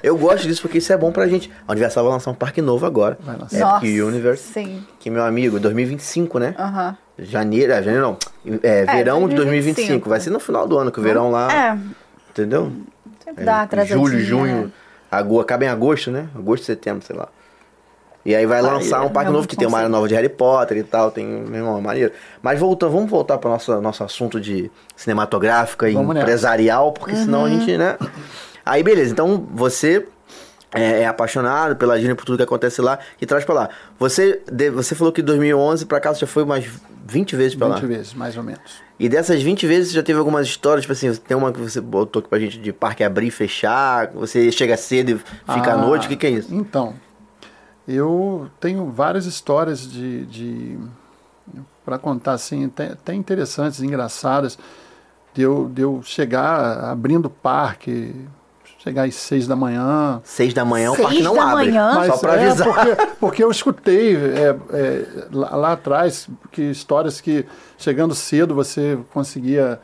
Eu gosto disso porque isso é bom pra gente. A Universal vai lançar um parque novo agora. Vai lançar. Nossa, Ah. Epic Universe. sim. Que, meu amigo, 2025, né? Aham. Janeiro, é, janeiro não. É, verão de 2025. 2025. Vai ser no final do ano que o verão lá. É, Entendeu? sempre dá uma né? É, atrasadinha. julho, junho. Ago, acaba em agosto, né? Agosto, setembro, sei lá. E aí vai lançar um eu parque não novo que tem uma consigo. área nova de Harry Potter e tal, tem meu irmão, é maneiro. Mas voltando, vamos voltar para nosso nosso assunto de cinematográfica e Vamos nessa. empresarial, porque senão a gente, né? Aí beleza, então você é, é apaixonado pela Disney por tudo que acontece lá e traz para lá. Você de- você falou que de 2011 para cá você já foi umas 20 vezes para lá. 20 vezes, mais ou menos. E dessas 20 vezes você já teve algumas histórias, tipo assim, tem uma que você botou aqui pra gente de parque abrir e fechar, você chega cedo e fica à Ah, noite, o que, que é isso? Então, eu tenho várias histórias de. para contar, assim, até, até interessantes, engraçadas, de eu, de eu chegar abrindo o parque, chegar às seis da manhã. Seis da manhã o Seis parque não da abre. manhã? Ah, Só pra é, avisar. Porque, porque eu escutei é, é, lá, lá atrás que histórias que chegando cedo você conseguia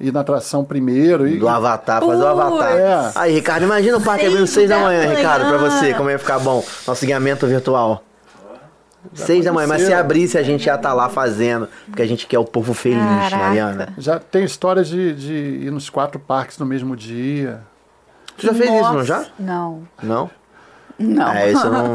ir na atração primeiro. E, Do Avatar, fazer o Putz. Avatar. É. Aí, Ricardo, imagina o parque Seis abrindo seis da da manhã, manhã. Ricardo, pra você, como ia ficar bom. Nosso guiamento virtual. Seis da manhã, mas se aconteceu. abrisse, a gente já tá lá fazendo, porque a gente quer o povo feliz, Caraca. Mariana. já tem histórias de, de ir nos quatro parques no mesmo dia. Tu já fez isso, não já? Não, Não? não. É, isso eu não...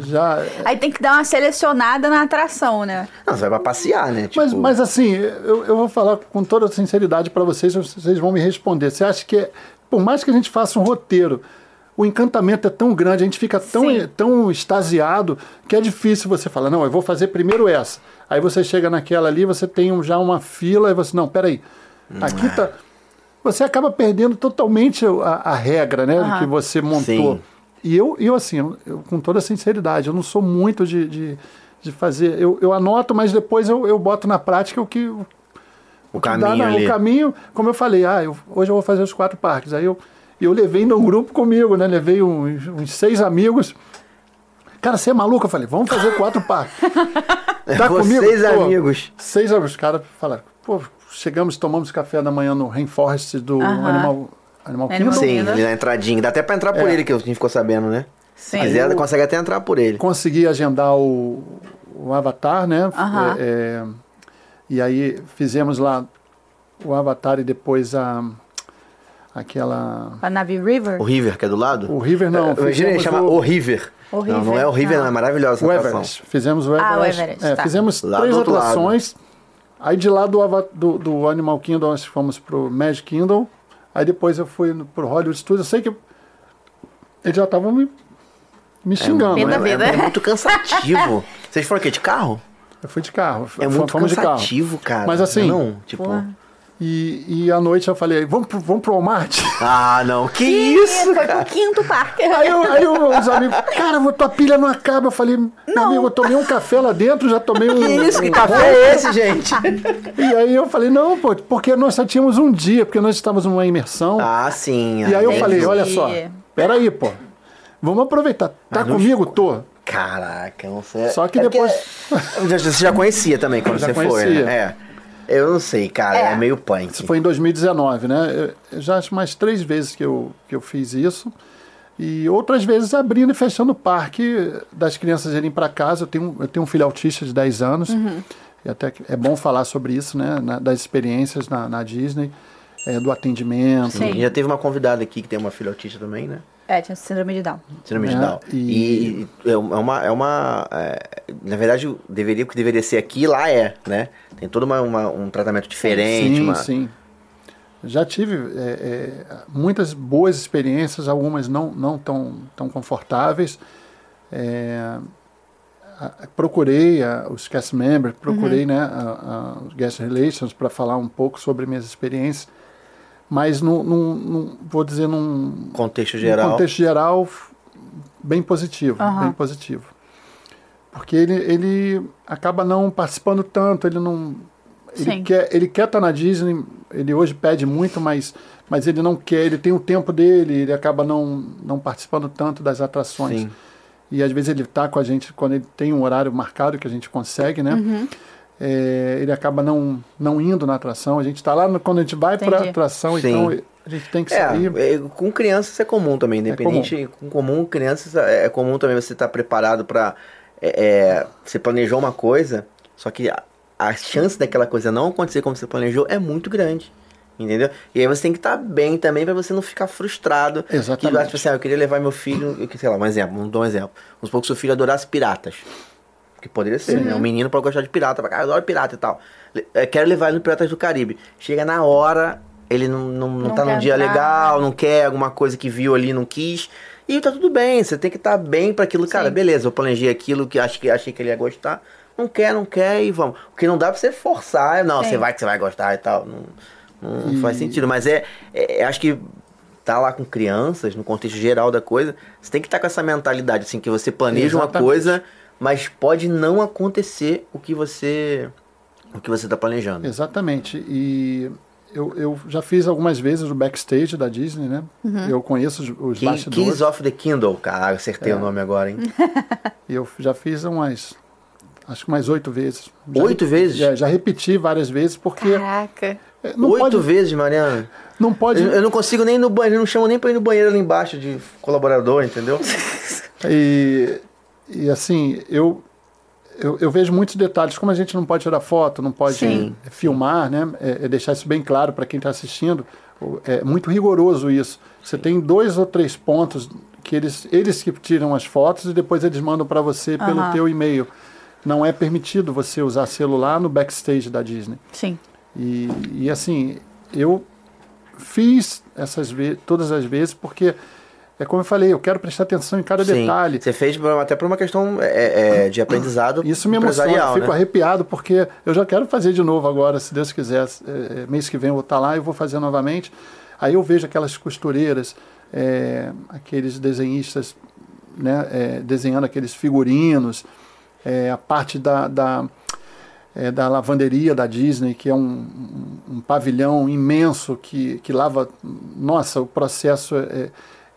Já, Aí tem que dar uma selecionada na atração, né? Não, você vai pra passear, né? Tipo... mas, mas assim, eu, eu vou falar com toda sinceridade para vocês, vocês vão me responder. Você acha que, é, por mais que a gente faça um roteiro, o encantamento é tão grande, a gente fica tão, Sim. tão extasiado que é difícil você falar, não, eu vou fazer primeiro essa. Aí você chega naquela ali, você tem um- já uma fila, e você, não, peraí, aqui tá... Você acaba perdendo totalmente a, a regra, né, Aham. que você montou. Sim. E eu, eu assim, eu- eu, com toda sinceridade, eu não sou muito de, de, de fazer. Eu, eu anoto, mas depois eu, eu boto na prática o que. O, O que dá caminho na- ali. O caminho, como eu falei, ah, eu- hoje eu vou fazer os quatro parques. Aí eu, eu levei num grupo comigo, né? Levei uns, uns seis amigos. Cara, você é maluco? Eu falei, vamos fazer quatro parques. Tá comigo? Vocês, Pô, amigos. Seis amigos. Os caras falaram, pô, chegamos, tomamos café da manhã no Rainforest do Aham. Animal, Animal Kingdom. Animal Sim, Ainda. ele na entradinha. Dá até pra entrar por ele, que a gente ficou sabendo, né? Sim. Mas ela consegue até entrar por ele. consegui agendar o, o Avatar, né? Aham. É, é, e aí fizemos lá o Avatar e depois a aquela A Navi River? O River, que é do lado? o River não. Eu Imagina ele fizemos chamar o, o River. O Não, não River, é o River, não. não. é maravilhosa o essa atração. Everest. Fizemos o Everest. Ah, o Everest, É, tá. Fizemos Lá do três outro lado. atrações. Aí de lá do, Ava- do, do Animal Kingdom nós fomos pro Magic Kingdom. Aí depois eu fui no- pro Hollywood Studios. Eu sei que eles já estavam me, me xingando, Pena né? da é, vida. é muito cansativo. Vocês foram o quê? De carro? Eu fui de carro. É Fomos muito de carro. cansativo, cara. Mas assim, Não, tipo. Porra. E, e à noite eu falei, vamos pro, vamos pro Walmart? Ah, não. Que isso, Foi cara? pro quinto parque. Aí, eu, aí os amigos, cara, tua pilha não acaba. Eu falei, meu amigo, eu tomei um café lá dentro, já tomei um. Que isso? Que um- café é esse, gente? E aí eu falei, não, pô, porque nós só tínhamos um dia, porque nós estávamos numa imersão. Ah, sim. e aí eu entendi. falei, olha só, peraí, pô. Vamos aproveitar. Tá comigo, tô? Caraca, não sei. Só que É porque- depois- Já- Você já conhecia também quando Eu já você foi, conhecia. né? É. Eu não sei, cara. É, É. meio punk. Isso foi em 2019, né? Eu- eu já acho mais três vezes que eu, que eu fiz isso. E outras vezes abrindo e fechando o parque das crianças irem para casa. Eu tenho, eu tenho um filho autista de 10 anos. E até que é bom falar sobre isso, né? Na- das experiências na, na Disney, é, do atendimento. Sim. Já teve uma convidada aqui que tem uma filha autista também, né? É, tinha síndrome de Down. Síndrome de É, Down. E, e- é uma. É uma é, na verdade, deveria, o que deveria ser aqui, lá é, né? Tem todo uma, uma- um tratamento diferente. sim, uma- sim. Já tive é, é, muitas boas experiências, algumas não, não tão, tão confortáveis. É, a- a- procurei a- os cast members, Uhum. procurei né, a- a- os guest relations para falar um pouco sobre minhas experiências, mas não, não, não- vou dizer num, Contexto num geral. Um contexto geral f- bem positivo, Aham. bem positivo, porque ele, ele acaba não participando tanto, ele não ele Sim. quer ele quer estar na Disney, ele hoje pede muito, mas mas ele não quer, ele tem o tempo dele, ele acaba não, não participando tanto das atrações. Sim. E às vezes ele tá com a gente quando ele tem um horário marcado que a gente consegue, né? Uhum. É, ele acaba não, não indo na atração. A gente está lá no- quando a gente vai para Entendi. atração, Sim. então a gente tem que sair. É, é, com crianças é comum também, independente. Com comum, crianças é é comum também você estar preparado para é, é, você planejou uma coisa, só que a, a chance daquela coisa não acontecer como você planejou é muito grande. Entendeu? E aí você tem que estar bem também para você não ficar frustrado. Exatamente. Que, tipo assim, ah, eu queria levar meu filho, eu que- sei lá, um exemplo, vamos dar um exemplo. Vamos supor que seu filho adorasse piratas. Que poderia ser, né? Um menino pode gostar de pirata, pra adora pirata e tal. Le- eh, Quero levar ele no Piratas do Caribe. Chega na hora, ele não, não, não, Não tá num quer dia entrar. legal, não quer alguma coisa que viu ali, não quis. E tá tudo bem, você tem que estar bem pra aquilo. Cara, Sim. beleza, eu planejei aquilo que acho que achei que ele ia gostar. Não quer, não quer e vamos. O que não dá pra você forçar, é, não, Sim. você vai que você vai gostar e tal. Não, não E- faz sentido, mas é, é- Acho que tá lá com crianças, no contexto geral da coisa, você tem que estar com essa mentalidade, assim, que você planeja uma Exatamente. coisa, mas pode não acontecer o que você. O que você tá planejando. Exatamente. E eu, eu já fiz algumas vezes o backstage da Disney, né? Eu conheço os, os Ki- bastidores. É. Keys of the Kindle, cara, acertei o nome agora, hein? Eu já fiz umas. Acho que umas oito vezes. Já Oito re- vezes? Já, já repeti várias vezes, porque. Caraca. é, Não Oito pode, vezes, Mariana. não pode. Eu, eu não consigo nem ir no banheiro, eu não chamo nem pra ir no banheiro ali embaixo de colaborador, entendeu? E, e assim, eu, eu, eu vejo muitos detalhes. Como a gente não pode tirar foto, não pode Sim. filmar, né? É, é deixar isso bem claro para quem está assistindo. O- É muito rigoroso isso. Você tem dois ou três pontos que eles, eles que tiram as fotos e depois eles mandam para você pelo Aham. teu e-mail. Não é permitido você usar celular no backstage da Disney. Sim. E, e, assim, eu fiz essas ve- todas as vezes porque é como eu falei, eu quero prestar atenção em cada detalhe. Você fez pra- até por uma questão é, é, de aprendizado Isso me emociona, eu empresarial, fico né? arrepiado porque eu já quero fazer de novo agora, se Deus quiser. É, é, mês que vem eu vou estar lá e vou fazer novamente. Aí eu vejo aquelas costureiras, é, aqueles desenhistas né, é, desenhando aqueles figurinos, é, a parte da, da, é, da lavanderia da Disney, que é um, um- um pavilhão imenso que, que lava. Nossa, o processo é,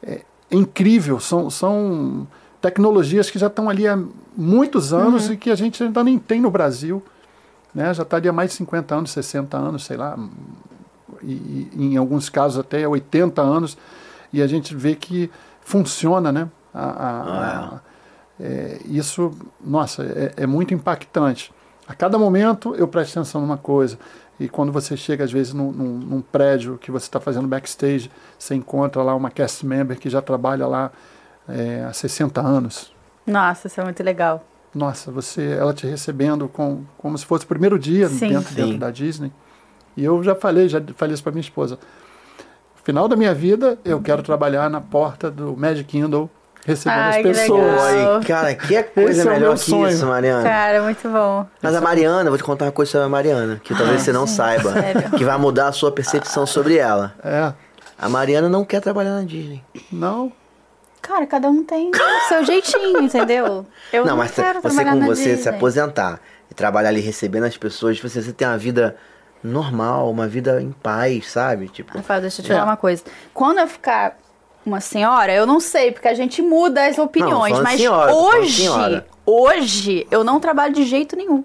é incrível. São, são tecnologias que já estão ali há muitos anos e que a gente ainda nem tem no Brasil. Né? Já está ali há mais de 50 anos, 60 anos, sei lá, e, e em alguns casos até 80 anos, e a gente vê que funciona, né? A- a- a- é, isso, nossa, é, é muito impactante. A cada momento eu presto atenção numa coisa. E quando você chega, às vezes, num, num- num prédio que você está fazendo backstage, você encontra lá uma cast member que já trabalha lá é, há 60 anos. Nossa, isso é muito legal. Nossa, você, ela te recebendo com, como se fosse o primeiro dia Sim. dentro, dentro Sim. da Disney. E eu já falei, já falei isso para minha esposa. Final da minha vida, eu quero trabalhar na porta do Magic Kingdom, recebendo Ai, as que pessoas. legal. Ai, cara, que coisa Esse é o melhor meu que sonho. isso, Mariana. Cara, muito bom. Mas a Mariana, eu vou te contar uma coisa sobre a Mariana, que talvez você não saiba, Ah, sério? que vai mudar a sua percepção sobre ela. É, A Mariana não quer trabalhar na Disney. não. Cara, cada um tem o seu jeitinho, entendeu? Eu não, mas quero você trabalhar com na você se Disney. aposentar e trabalhar ali recebendo as pessoas, tipo assim, você tem uma vida normal, uma vida em paz, sabe? Tipo, Rafael, deixa eu te É. falar uma coisa. Quando eu ficar uma senhora, eu não sei, porque a gente muda as opiniões. falando mas senhora, tô falando hoje, senhora. hoje, eu não trabalho de jeito nenhum.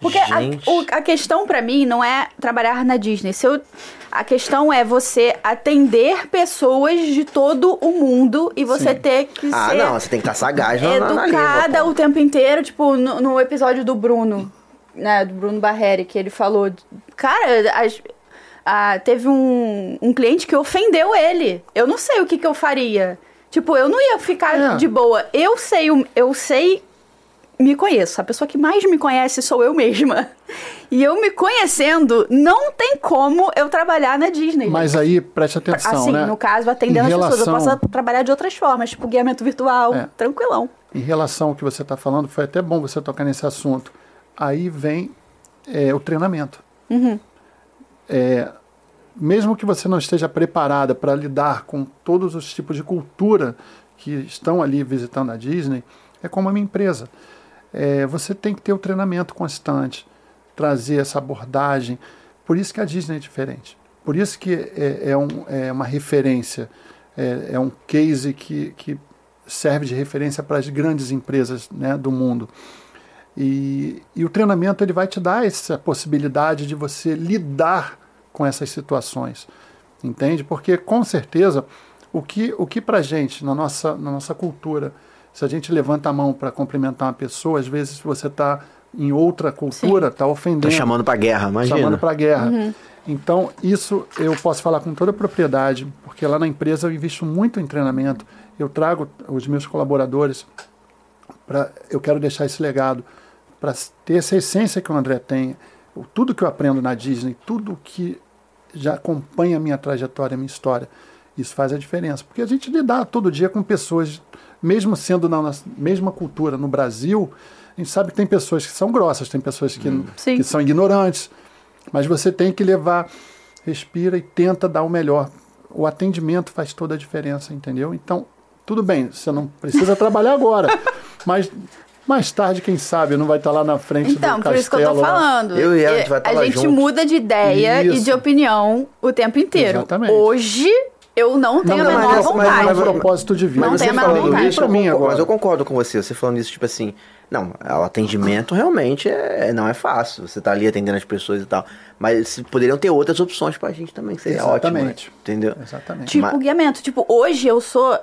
Porque a, Gente. o- a questão pra mim não é trabalhar na Disney. Se eu- a questão é você atender pessoas de todo o mundo e você Sim. ter que ah, ser não, você tem que estar sagaz na, na, na educada língua, o tempo inteiro, tipo, no, no episódio do Bruno, né, do Bruno Barreri, que ele falou, cara, as- ah, teve um, um cliente que ofendeu ele. Eu não sei o que, que eu faria. Tipo, eu não ia ficar É. de boa. Eu sei, o- eu sei me conheço. A pessoa que mais me conhece sou eu mesma. E eu me conhecendo, não tem como eu trabalhar na Disney. Mas aí, preste atenção, assim, né? no caso, atendendo Em as pessoas, eu relação- posso trabalhar de outras formas, tipo guiamento virtual, É. tranquilão. Em relação ao que você está falando, foi até bom você tocar nesse assunto. Aí vem é, o treinamento. É, mesmo que você não esteja preparada para lidar com todos os tipos de cultura que estão ali visitando a Disney, é como uma empresa. É, você tem que ter o treinamento constante, trazer essa abordagem. Por isso que a Disney é diferente. Por isso que é, é um- é uma referência, é, é um case que, que serve de referência para as grandes empresas né, do mundo. E, e o treinamento ele vai te dar essa possibilidade de você lidar com essas situações, entende? Porque com certeza o que o que para gente na nossa na nossa cultura, se a gente levanta a mão para cumprimentar uma pessoa, às vezes você está em outra cultura, está Tô ofendendo, chamando pra guerra, imagina. chamando para guerra. Então, isso eu posso falar com toda a propriedade, porque lá na empresa eu invisto muito em treinamento. Eu trago os meus colaboradores para eu quero deixar esse legado para ter essa essência que o André tem, o- tudo que eu aprendo na Disney, tudo que já acompanha a minha trajetória, a minha história. Isso faz a diferença, porque a gente lidar todo dia com pessoas, mesmo sendo na nossa mesma cultura no Brasil, a gente sabe que tem pessoas que são grossas, tem pessoas que, Sim. que são ignorantes, mas você tem que levar, respira e tenta dar o melhor. O atendimento faz toda a diferença, entendeu? Então, tudo bem, você não precisa trabalhar agora, mas mais tarde, quem sabe, não vai estar lá na frente Então, do castelo. por isso que eu tô lá. falando. Eu e ela, E a gente vai tá a lá gente junto. muda de ideia e Isso. de opinião o tempo inteiro. Exatamente. Hoje eu não tenho não, a menor mas- mas- vontade. mas- propósito de vida. Não Mas tem você a menor falando vontade. isso, Pra eu mim concordo, agora. Mas eu concordo com você. Você falando isso, tipo assim... Não, o atendimento realmente é, não é fácil. Você tá ali atendendo as pessoas e tal. Mas se- poderiam ter outras opções pra gente também, que seria ótimo. né? Exatamente. Entendeu? Exatamente. Tipo Mas- guiamento. Tipo, hoje eu sou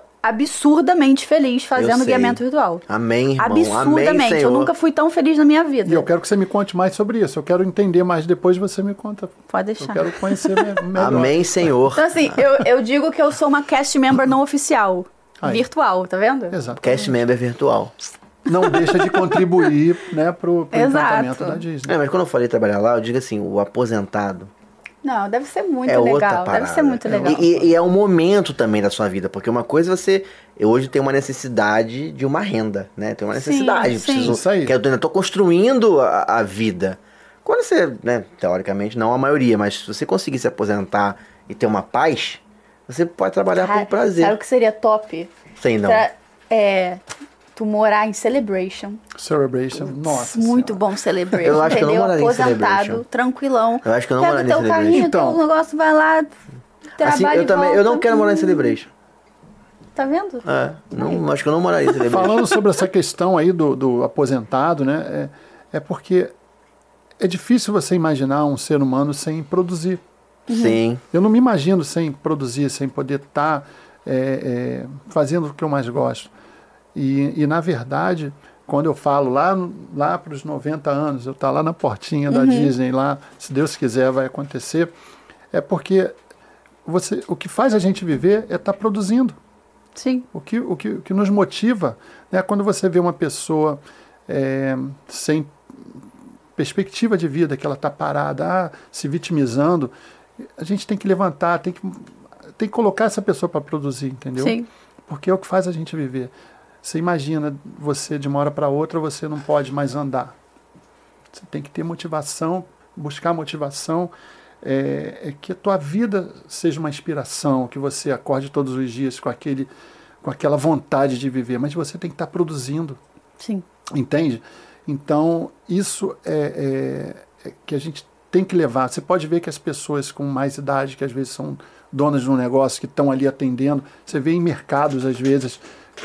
absurdamente feliz fazendo sei. guiamento virtual. Amém, irmão. Amém, Absurdamente. eu Senhor. nunca fui tão feliz na minha vida. E eu quero que você me conte mais sobre isso. Eu quero entender mais depois, você me conta. Pode Eu deixar. quero conhecer me- melhor. Amém, Senhor. Então, assim, eu, eu digo que eu sou uma cast member não oficial. Aí. Virtual, tá vendo? Exato. Cast member virtual. Não deixa de contribuir né, para o encantamento Exato. da Disney. É, mas quando eu falei trabalhar lá, eu digo assim, o aposentado Não, deve ser muito é outra legal. parada. Deve ser muito legal. E, e- e é um momento também da sua vida, porque uma coisa é você... Eu hoje tenho uma necessidade de uma renda, né? Tenho uma Sim, necessidade, sim. preciso... Isso aí. Que eu ainda tô construindo a, a vida. Quando você, né, teoricamente, não a maioria, mas se você conseguir se aposentar e ter uma paz, você pode trabalhar Cara, com prazer. Ah, Sabe o que seria top? Sei não. Pra- é. Tu morar em Celebration. Celebration. Nossa. Muito Senhora. bom Celebration. Eu acho que eu não entendeu? moraria em Celebration. Aposentado, tranquilão. Eu acho que eu não Pega o moraria em teu Celebration. carrinho, Então. teu negócio, vai lá, trabalha Assim, e eu também, eu não volta. quero morar em Celebration. Tá vendo? É, não, acho que eu não moraria em Celebration. Falando sobre essa questão aí do, do aposentado, né? É, é porque é difícil você imaginar um ser humano sem produzir. Sim. Eu não me imagino sem produzir, sem poder estar fazendo o que eu mais gosto. E, e, na verdade, quando eu falo lá, no- lá para os 90 anos, eu estar lá na portinha da Disney, lá, se Deus quiser, vai acontecer, é porque você, o que faz a gente viver é estar produzindo. Sim. O que, o que, o que nos motiva né? quando você vê uma pessoa é, sem perspectiva de vida, que ela está parada, ah, se vitimizando, a gente tem que levantar, tem que, tem que colocar essa pessoa para produzir, entendeu? Sim. Porque é o que faz a gente viver. Você imagina você de uma hora para outra, você não pode mais andar. Você tem que ter motivação, buscar motivação, é, é que a tua vida seja uma inspiração, que você acorde todos os dias com aquele, com aquela vontade de viver. Mas você tem que estar produzindo, Sim. entende? Então isso é, é- é que a gente tem que levar. Você pode ver que as pessoas com mais idade, que às vezes são donas de um negócio, que estão ali atendendo, você vê em mercados às vezes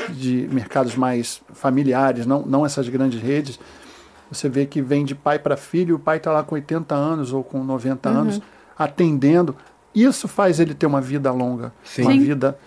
de mercados mais familiares, não, não essas grandes redes, você vê que vem de pai para filho, o pai está lá com 80 anos ou com Uhum. 90 anos, atendendo. Isso faz ele ter uma vida longa, uma Sim. vida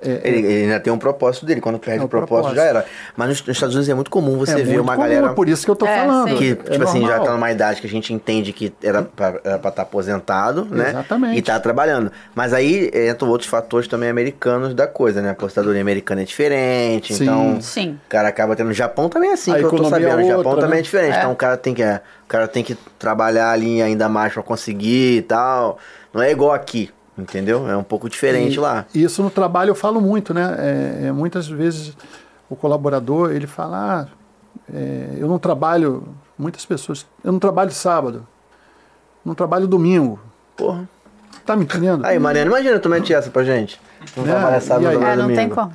Ele, ele ainda tem um propósito dele. Quando perde É o o propósito, propósito. já era. Mas nos, nos Estados Unidos é muito comum você ver muito uma comum, galera Por isso que eu tô É, falando. sim. que, é tipo assim, já normal. tá numa idade que a gente entende que era pra estar aposentado, né? Exatamente. E tá trabalhando. Mas aí entram outros fatores também americanos da coisa, né? A aposentadoria americana é diferente, Sim. então... Sim. O cara acaba tendo. O Japão também é assim, A que eu tô economia é sabendo. o Japão outra, também né? é diferente. É. Então o cara tem que. é, o cara tem que trabalhar ali ainda mais pra conseguir e tal. Não é igual aqui, entendeu? É um pouco diferente E- lá. e Isso no trabalho eu falo muito, né? É, é, muitas vezes o colaborador ele fala, ah, é, eu não trabalho, muitas pessoas, eu não trabalho sábado, não trabalho domingo. Porra. Tá me entendendo? Aí, Mariana, imagina tu mete essa pra gente. Não É, trabalha sábado, e aí? trabalha É, não tem domingo. como.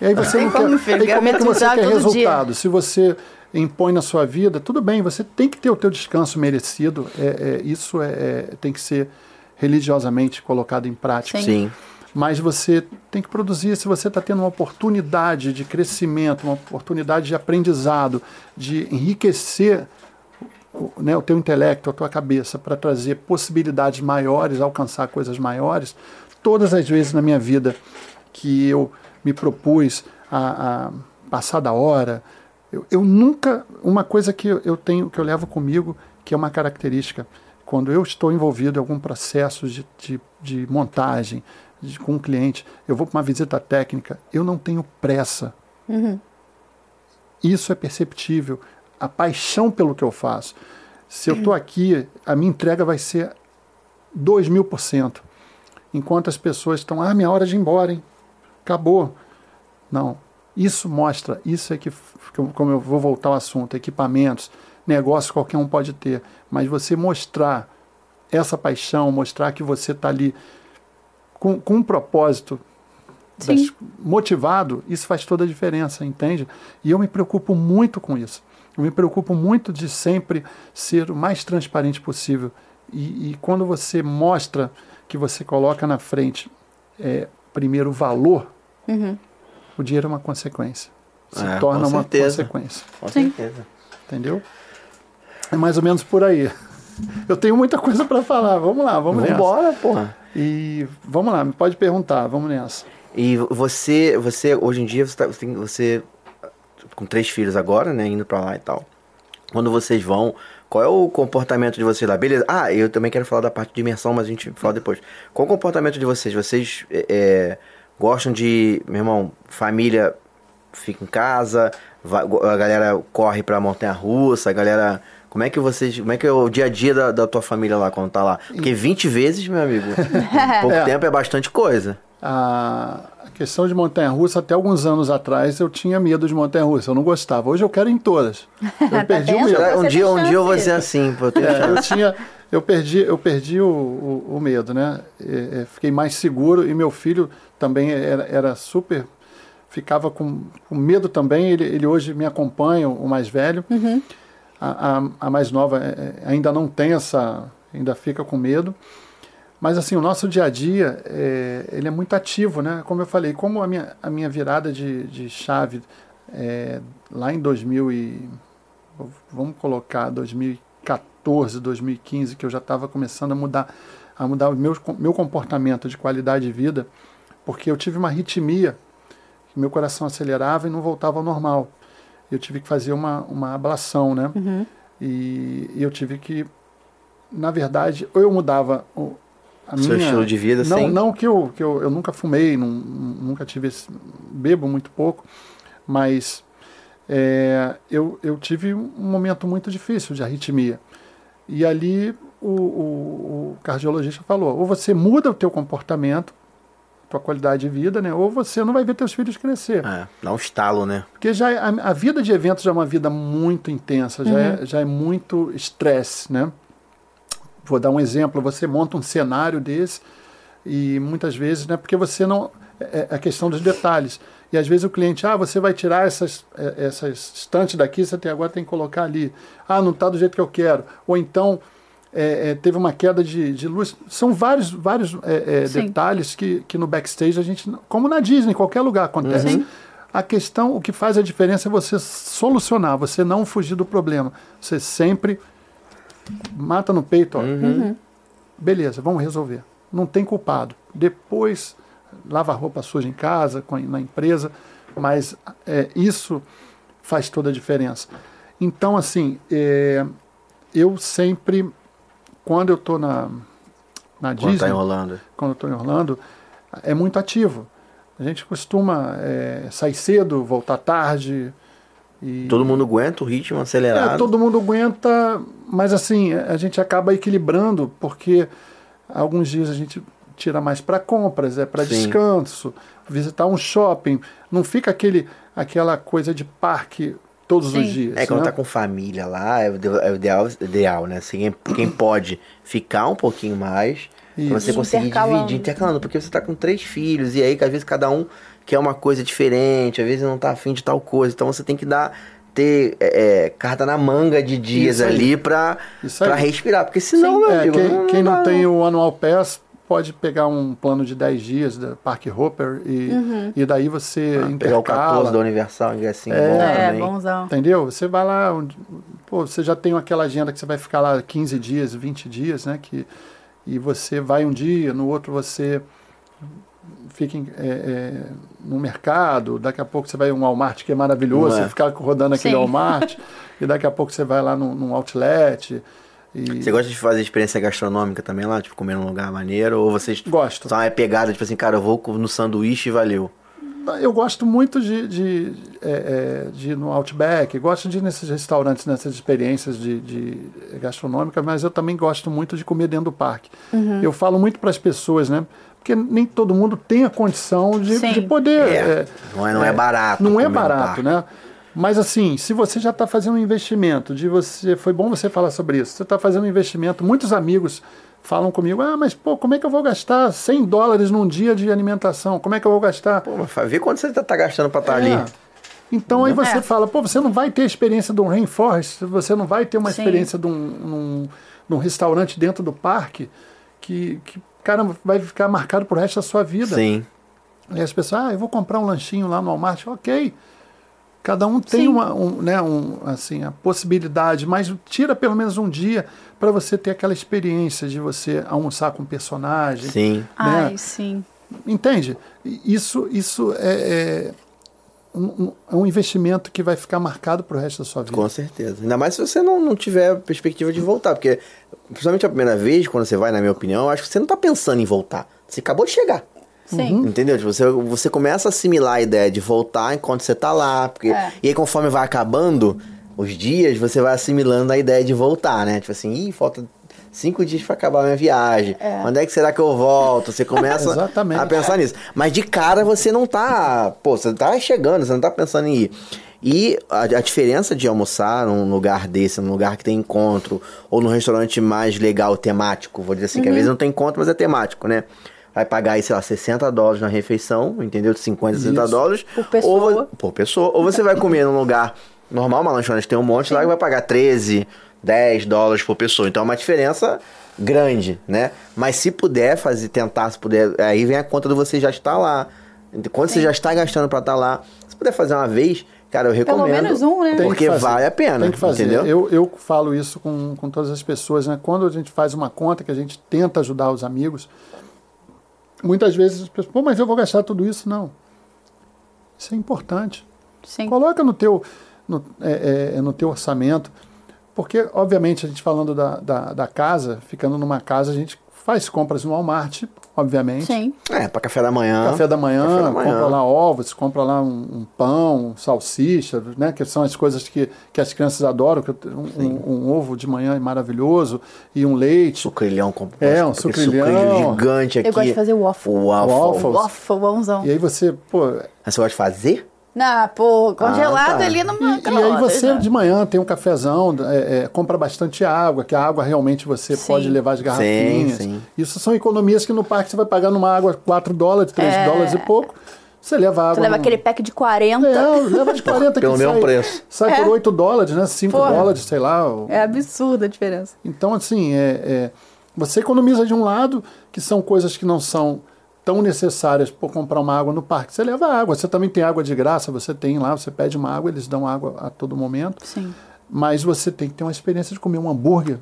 E aí você Tem não como, quer, filho, aí como é quero que você estudar quer todo dia. resultado? Se você impõe na sua vida, tudo bem, você tem que ter o teu descanso merecido. É, é, isso é, é- tem que ser religiosamente colocado em prática. Sim. Sim. Mas você tem que produzir se você está tendo uma oportunidade de crescimento, uma oportunidade de aprendizado, de enriquecer o- né, o teu intelecto, a tua cabeça, para trazer possibilidades maiores, alcançar coisas maiores. Todas as vezes na minha vida que eu me propus a, a passar da hora, eu, eu nunca. Uma coisa que eu eu tenho, que eu levo comigo, que é uma característica, quando eu estou envolvido em algum processo de, de, de montagem de- com um cliente, eu vou para uma visita técnica, eu não tenho pressa. Isso é perceptível. A paixão pelo que eu faço. Se eu estou aqui, a minha entrega vai ser 2 mil por cento. Enquanto as pessoas estão, ah, minha hora de ir embora, hein? Acabou. Não. Isso mostra, isso é que, f- que eu- como eu vou voltar ao assunto, equipamentos, negócio qualquer um pode ter, mas você mostrar essa paixão, mostrar que você está ali com, com um propósito das- Sim. motivado, isso faz toda a diferença, entende? E eu me preocupo muito com isso. Eu me preocupo muito de sempre ser o mais transparente possível. E, e quando você mostra que você coloca na frente, é, primeiro, o valor, o dinheiro é uma consequência. Se É, torna com uma certeza. consequência. Com Sim. certeza. Entendeu? É mais ou menos por aí. Eu tenho muita coisa para falar. Vamos lá, vamos Vamos nessa. embora, porra. E vamos lá, me pode perguntar. Vamos nessa. E você, você hoje em dia, você, tá, você, tem- você com três filhos agora, né, indo pra lá e tal. Quando vocês vão, qual é o comportamento de vocês lá? Beleza. Ah, eu também quero falar da parte de imersão, mas a gente fala depois. Qual o comportamento de vocês? Vocês é, é, gostam de, meu irmão, família fica em casa, vai- go- a galera corre pra montanha-russa, a galera... Como é que vocês... Como é que é o dia a dia da, da tua família lá, quando tá lá? Porque 20 vezes, meu amigo, em pouco É. tempo é bastante coisa. a a questão de montanha-russa, até alguns anos atrás eu tinha medo de montanha-russa, eu não gostava. Hoje eu quero ir em todas. Eu perdi o vendo? medo. Você Será- um tem dia, um chance. dia eu vou ser assim, pô. Eu tenho É, chance. eu tinha, eu perdi, eu perdi o, o- o medo, né? É, é, fiquei mais seguro e meu filho também era, era super, ficava com, com medo também. Ele, ele hoje me acompanha, o mais velho. A, a- a mais nova é, é, ainda não tem essa, ainda fica com medo. Mas assim, o nosso dia a dia, é, ele é muito ativo, né? Como eu falei, como a minha, a minha virada de, de chave é, lá em 2000 e vamos colocar 2014, 2015, que eu já estava começando a mudar, a mudar o meu, meu comportamento de qualidade de vida, porque eu tive uma arritmia, que meu coração acelerava e não voltava ao normal. Eu tive que fazer uma, uma ablação, né? E, e eu tive que, na verdade, ou eu mudava o a Seu minha- estilo de vida, assim, não, sim. Não que eu, que eu, eu nunca fumei, nun- nunca tive esse, bebo muito pouco, mas é, eu, eu tive um momento muito difícil de arritmia. E ali o, o- o cardiologista falou: ou você muda o teu comportamento, tua qualidade de vida, né? Ou você não vai ver teus filhos crescer. É, dá um estalo, né? Porque já é- a, a vida de eventos já é uma vida muito intensa, já, é, já é muito estresse, né? Vou dar um exemplo, você monta um cenário desse e muitas vezes, né, porque você não é é a questão dos detalhes. E às vezes o cliente, ah, você vai tirar essas é, essas estantes daqui, você tem agora tem que colocar ali. Ah, não está do jeito que eu quero. Ou então é, é, teve uma queda de, de luz. São vários vários é, é, Sim. detalhes que, que no backstage a gente, não- como na Disney, em qualquer lugar acontece. A questão, o que faz a diferença é você solucionar, você não fugir do problema. Você sempre mata Uhum. no peito, ó. Beleza, vamos resolver. Não tem culpado. Depois lava roupa suja em casa, com- na empresa, mas é, isso faz toda a diferença. Então, assim, é, eu sempre, quando eu estou na, na Quando tá Disney, enrolando. quando eu estou em Orlando, é muito ativo. A gente costuma é, sair cedo, voltar tarde. E Todo mundo aguenta o ritmo acelerado. é, todo mundo aguenta, mas assim, a gente acaba equilibrando, porque alguns dias a gente tira mais para compras, é para Sim. descanso, visitar um shopping. Não fica aquele, aquela coisa de parque todos os Sim. dias. É, quando né? tá com família lá, é o ide- é o ideal, ideal né? Assim, quem, quem pode ficar um pouquinho mais, pra Isso. você conseguir Intercalando. dividir, intercalando, porque você tá com três filhos, e aí que às vezes cada um quer uma coisa diferente, às vezes não tá afim de tal coisa, então você tem que dar, ter é, é, carta na manga de dias Isso aí. ali pra, Isso aí. pra respirar, porque senão, Sim. meu É, um amigo, quem, quem não dá, tem o Annual Pass pode pegar um plano de 10 dias da Park Hopper e, e daí você Ah, Pegar o 14 da intercala. Universal, que é assim, É. bom É, também. bonzão. Entendeu? Você vai lá, onde- pô, você já tem aquela agenda que você vai ficar lá 15 dias, 20 dias, né? Que, e você vai um dia, no outro você fica em- é, é, no mercado, daqui a pouco você vai em um Walmart que é maravilhoso, Não é? você fica rodando aquele Sim. Walmart, e daqui a pouco você vai lá num, num outlet. E Você gosta de fazer experiência gastronômica também lá? Tipo, comer num lugar maneiro? Ou vocês Gosto. só é pegada, tipo assim, cara, eu vou co- no sanduíche e valeu. Eu gosto muito de, de, é, é, de ir no Outback, gosto de ir nesses restaurantes, nessas experiências de, de gastronômica, mas eu também gosto muito de comer dentro do parque. Eu falo muito para as pessoas, né? Porque nem todo mundo tem a condição de, Sim. de poder. É, não é- não é barato Não comer é no parque. barato, né? Mas assim, se você já está fazendo um investimento, de você foi bom você falar sobre isso. Você está fazendo um investimento, muitos amigos falam comigo, ah, mas pô, como é que eu vou gastar 100 dólares num dia de alimentação? Como é que eu vou gastar? Pô, mas fa- vê quanto você tá tá gastando pra estar É. ali. Então aí você É. fala, pô, você não vai ter a experiência de um rainforest, você não vai ter uma Sim. experiência de um, num- num restaurante dentro do parque que, que, cara, vai ficar marcado pro resto da sua vida. Sim. E as pessoas, ah, eu vou comprar um lanchinho lá no Walmart, ok. Cada um tem Sim. uma, um, né, um, assim, a possibilidade, mas tira pelo menos um dia para você ter aquela experiência de você almoçar com um personagem, Sim. Ai, sim. Entende? I- Isso, isso é, é um, um- é um investimento que vai ficar marcado pro resto da sua vida. Com certeza. Ainda mais se você não, não tiver perspectiva de voltar, porque principalmente a primeira vez, quando você vai, na minha opinião, eu acho que você não tá pensando em voltar. Você acabou de chegar. Sim. Entendeu? Tipo, você, você começa a assimilar a ideia de voltar enquanto você tá lá. Porque, É. E aí, conforme vai acabando os dias, você vai assimilando a ideia de voltar, né? Tipo assim, ih, falta cinco dias pra acabar a minha viagem. Quando é que será que eu volto? Você começa Exatamente. a pensar nisso. Mas de cara você não tá. Pô, você tá chegando, você não tá pensando em ir. E a, a diferença de almoçar num lugar desse, num lugar que tem encontro, ou num restaurante mais legal, temático, vou dizer assim, que às vezes não tem encontro, mas é temático, né? Vai pagar aí, sei lá, 60 dólares na refeição, entendeu? De 50 a 60 Isso. dólares. Por pessoa. Ou, vo- por pessoa. Ou você vai comer num lugar normal, uma lanchonete tem um monte lá, e vai pagar 13, 10 dólares por pessoa. Então é uma diferença grande, né? Mas se puder fazer, tentar, se puder, aí vem a conta do você já estar lá. Quando você já está gastando para estar lá, se puder fazer uma vez, cara, eu recomendo. menos um, né? Tem que Porque fazer. vale a pena, Tem que fazer. entendeu? Eu, eu falo isso com, com todas as pessoas, né? Quando a gente faz uma conta, que a gente tenta ajudar os amigos, muitas vezes as pessoas, pô, mas eu vou gastar tudo isso? Não. Isso é importante. Sim. Coloca no teu, no, é, é, no teu orçamento, porque, obviamente, a gente falando da, da, da casa, ficando numa casa, a gente faz compras no Walmart, obviamente. Sim. É, para café da manhã. Café da manhã, Café da manhã. compra lá um ovos, compra lá um, um pão, salsicha, né? Que são as coisas que, que as crianças adoram. que eu- um, um- um ovo de manhã é maravilhoso e um leite. Sucrilhão. com- É, um aquele sucrilhão. gigante aqui. Eu gosto de fazer waffle. Waffle. Waffle. Waffle, bonzão. E aí você, pô... Mas Você gosta de fazer? Ah, pô, congelado Ah, tá. ali no E, e aí você de manhã tem um cafezão, é, é, compra bastante água, que a água realmente você Sim. pode levar as garrafinhas. sim. Isso são economias que no parque você vai pagar numa água 4 dólares, 3 dólares e pouco. Você leva a água. Tu É. leva num- aquele pack de 40. É, leva de Pelo 40 que um mesmo sai, preço. Sai por 8 dólares, né? 5 É. Porra. dólares, sei lá. o- É absurda a diferença. Então, assim, é, é, você economiza de um lado, que são coisas que não são tão necessárias por comprar uma água no parque. Você leva água, você também tem água de graça, você tem lá, você pede uma água, eles dão água a todo momento. Sim. Mas você tem que ter uma experiência de comer um hambúrguer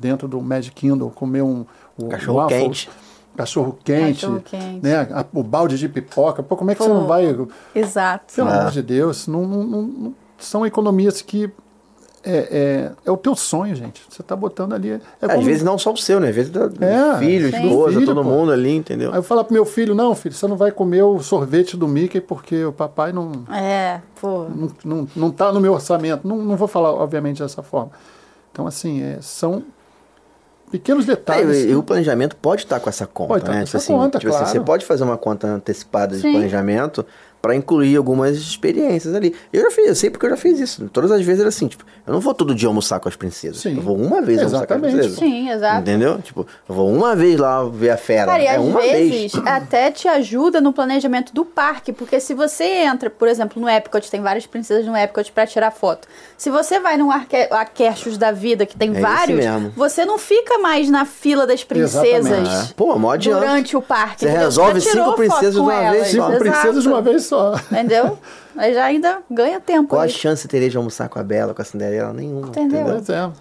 dentro do Magic Kingdom, comer um, um Cachorro waffle, quente. cachorro quente, Cachorro-quente. né? a- o balde de pipoca. Pô, como é que você Pô. não vai. Exato. Pelo Ah. amor de Deus, não, não- não- não- são economias que. É, é, é o teu sonho, gente. Você tá botando ali. é Às como- vezes não só o seu, né? Às vezes do do É, filho, sim. esposa, Filho, todo pô. mundo ali, entendeu? Aí eu falo pro meu filho, não, filho, você não vai comer o sorvete do Mickey porque o papai não, É, pô. não, não, não tá no meu orçamento. Não, não vou falar, obviamente, dessa forma. Então, assim, é, são pequenos detalhes. É, e o planejamento pode estar com essa conta, Pode estar né? com Tipo essa assim, conta, tipo assim, claro. você pode fazer uma conta antecipada de Sim. planejamento para incluir algumas experiências ali. Eu já fiz, eu sei porque eu já fiz isso. Todas as vezes era assim, tipo, eu não vou todo dia almoçar com as princesas. Sim. Eu vou uma vez almoçar com as Exatamente. tá. princesas. Sim, exato. Entendeu? Tipo, eu vou uma vez lá ver a fera. Cara, e é às uma vezes vez. até te ajuda no planejamento do parque, porque se você entra, por exemplo, no Epcot, tem várias princesas no Epcot pra tirar foto. Se você vai num Arque- Akershus da vida, que tem É esse vários, mesmo. você não fica mais na fila das princesas Exatamente. É. Pô, mó adianta. durante o parque. Você entendeu? resolve já tirou foto cinco princesas de com uma vez elas, só. Cinco exato. princesas de uma vez só. Entendeu? Aí já ainda ganha tempo. Qual a aí. chance teria de almoçar com a Bela, com a Cinderela? Nenhuma. Entendeu? entendeu?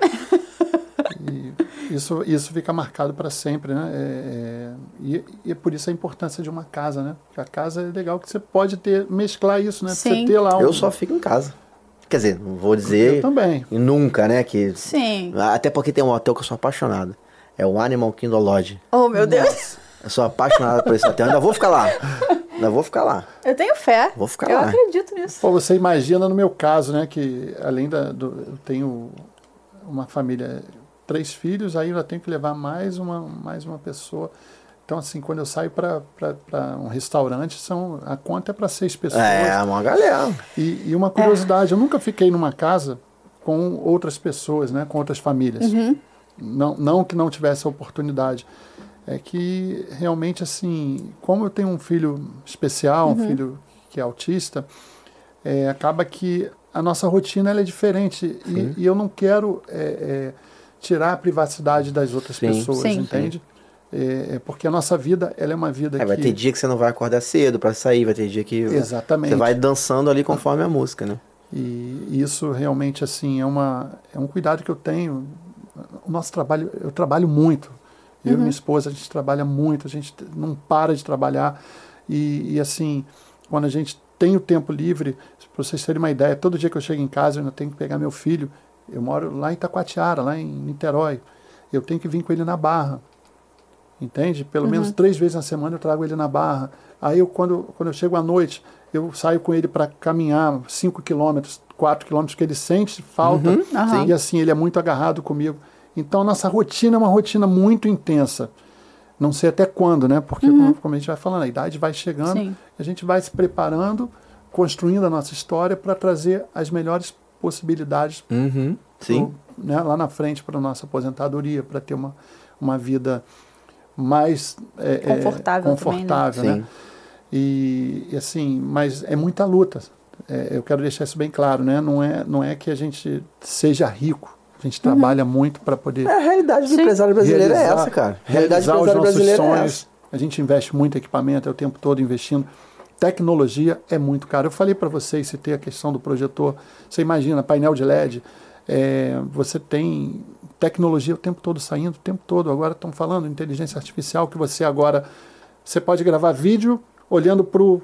Pois é. E isso, isso fica marcado para sempre, né? É, é, e, e é por isso a importância de uma casa, né? Porque a casa é legal que você pode ter, mesclar isso, né? Sim. Você ter lá um, Eu só fico em casa. Quer dizer, não vou Eu dizer também. nunca, né? Que Sim. Até porque tem um hotel que eu sou apaixonado. É o Animal Kingdom Lodge. Oh, meu Deus. Eu sou apaixonado por esse hotel. Ainda vou ficar lá. Ainda vou ficar lá. Eu tenho fé. Vou ficar Eu lá. acredito nisso. Pô, você imagina no meu caso, né? Que além da. do- eu tenho uma família, três filhos, aí eu já tenho que levar mais uma, mais uma pessoa. Então, assim, quando eu saio para um restaurante, são, a conta é para seis pessoas. É, uma galera. E, e uma curiosidade, eu nunca fiquei numa casa com outras pessoas, né, com outras famílias. Não, não que não tivesse a oportunidade. É que realmente, assim, como eu tenho um filho especial, um filho que é autista, é, acaba que a nossa rotina ela é diferente. E, e eu não quero é, é, tirar a privacidade das outras Sim. pessoas, Sim. entende? É, é porque a nossa vida ela é uma vida É, vai que ter dia que você não vai acordar cedo pra sair, vai ter dia que Exatamente. você vai dançando ali conforme a música, né? E isso realmente assim é, uma, é um cuidado que eu tenho. O nosso trabalho, eu trabalho muito. Eu e minha esposa, a gente trabalha muito, a gente t- não para de trabalhar. E, e, assim, quando a gente tem o tempo livre, para vocês terem uma ideia, todo dia que eu chego em casa, eu ainda tenho que pegar meu filho. Eu moro lá em Itacoatiara, lá em Niterói. Eu tenho que vir com ele na barra. Entende? Pelo Uhum. menos três vezes na semana eu trago ele na barra. Aí eu, quando, quando eu chego à noite, eu saio com ele para caminhar 5 quilômetros, 4 quilômetros, que ele sente falta. Uhum, aham. E assim, ele é muito agarrado comigo. Então, a nossa rotina é uma rotina muito intensa. Não sei até quando, né? Porque, como, como a gente vai falando, a idade vai chegando, Uhum. Sim. a gente vai se preparando, construindo a nossa história para trazer as melhores possibilidades Uhum. Sim. pro- né, lá na frente para nossa aposentadoria, para ter uma, uma vida mais é, é, Confortável também, né? confortável, né? Sim. E, e assim, mas é muita luta. É, eu quero deixar isso bem claro, né? Não é, não é que a gente seja rico. A gente Uhum. trabalha muito para poder É, a realidade do empresário brasileiro é essa, cara. A realidade do realizar os empresário nossos brasileiro é sonhos. essa. a gente investe muito em equipamento, é o tempo todo investindo. Tecnologia é muito caro. Eu falei para vocês, citei a questão do projetor. Você imagina, painel de LED, é, você tem tecnologia o tempo todo saindo, o tempo todo. Agora estão falando inteligência artificial, que você agora... Você pode gravar vídeo olhando para o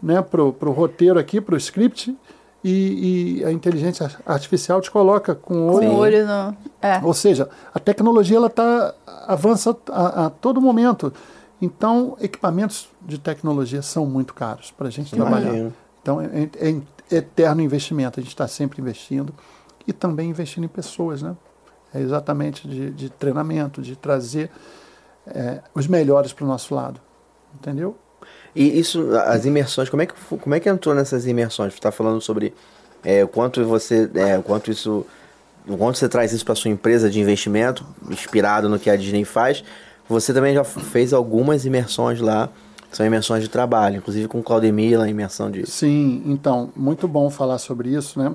né, pro, pro roteiro aqui, pro script, e, e a inteligência artificial te coloca com o Com olho o olho no. É. ou seja, a tecnologia ela tá, avança a, a todo momento. Então, equipamentos de tecnologia são muito caros para a gente trabalhar. Imagino. Então, é, é em- eterno investimento. A gente está sempre investindo e também investindo em pessoas, né? É exatamente de, de treinamento, de trazer eh, os melhores para o nosso lado. Entendeu? E isso, as imersões, como é que, fu- como é que entrou nessas imersões? Você está falando sobre é, o quanto você, é, o quanto isso, o quanto você traz isso para sua empresa de investimento, inspirado no que a Disney faz. Você também já f- fez algumas imersões lá, são imersões de trabalho, inclusive com Claudemir lá, a imersão de Sim, então, muito bom falar sobre isso, né?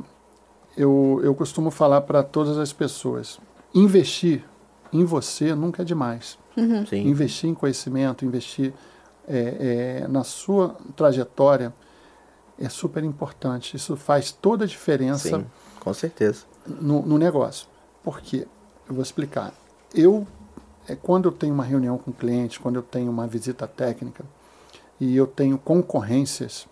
Eu, eu costumo falar para todas as pessoas: investir em você nunca é demais. Sim. Investir em conhecimento, investir é, é, na sua trajetória é super importante. Isso faz toda a diferença Sim, com certeza. no, no negócio. Por quê? Eu vou explicar. Eu é quando eu tenho uma reunião com cliente, quando eu tenho uma visita técnica e eu tenho concorrências,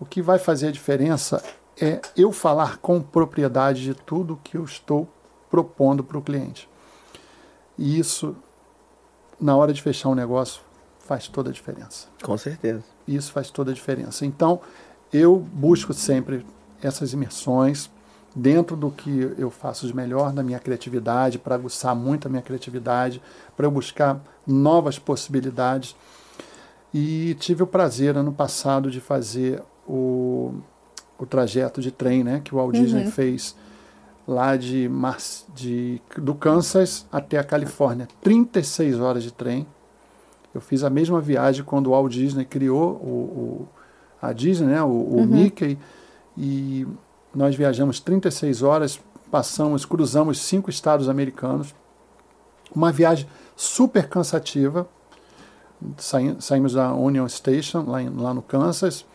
o que vai fazer a diferença é eu falar com propriedade de tudo que eu estou propondo para o cliente. E isso, na hora de fechar um negócio, faz toda a diferença. Com certeza. Isso faz toda a diferença. Então, eu busco sempre essas imersões dentro do que eu faço de melhor, da minha criatividade, para aguçar muito a minha criatividade, para eu buscar novas possibilidades. E tive o prazer, ano passado, de fazer o, o trajeto de trem né, que o Walt Disney fez lá de, Mar de do Kansas até a Califórnia. 36 horas de trem. Eu fiz a mesma viagem quando o Walt Disney criou o, o- a Disney, né, o, o Mickey, e nós viajamos 36 horas, passamos, cruzamos cinco estados americanos. Uma viagem super cansativa. Saí- saímos da Union Station, lá, em- lá no Kansas.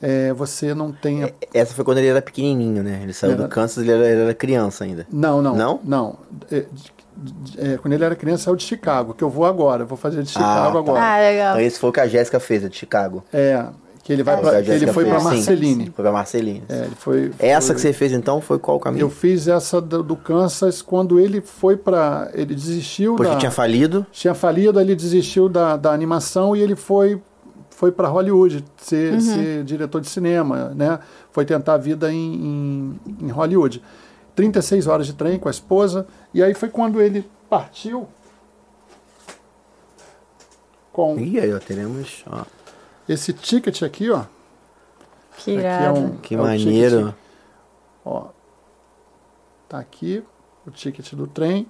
É, você não tem a Essa foi quando ele era pequenininho, né? Ele saiu Era. do Kansas, ele era, ele era criança ainda. Não, não. Não? É, de- de- é, quando ele era criança, saiu de Chicago, que eu vou agora, eu vou fazer de Chicago tá. agora. Ah, legal. Então esse foi o que a Jéssica fez, a de Chicago. É, que ele vai Foi o que a pra, que ele Jéssica foi fez. para Sim, Marceline. Foi pra Marceline. É, ele foi, Essa foi- que você fez então foi qual o Eu caminho? fiz essa do, do Kansas quando ele foi para ele desistiu Porque da tinha falido. tinha falido, ele desistiu da, da animação e ele foi foi para Hollywood ser, ser diretor de cinema, né? Foi tentar a vida em, em, em Hollywood. 36 horas de trem com a esposa e aí foi quando ele partiu com E aí, ó, teremos. Ó, esse ticket aqui, ó. Que Aqui é irado. um- que é o ticket maneiro. Ó, tá aqui o ticket do trem.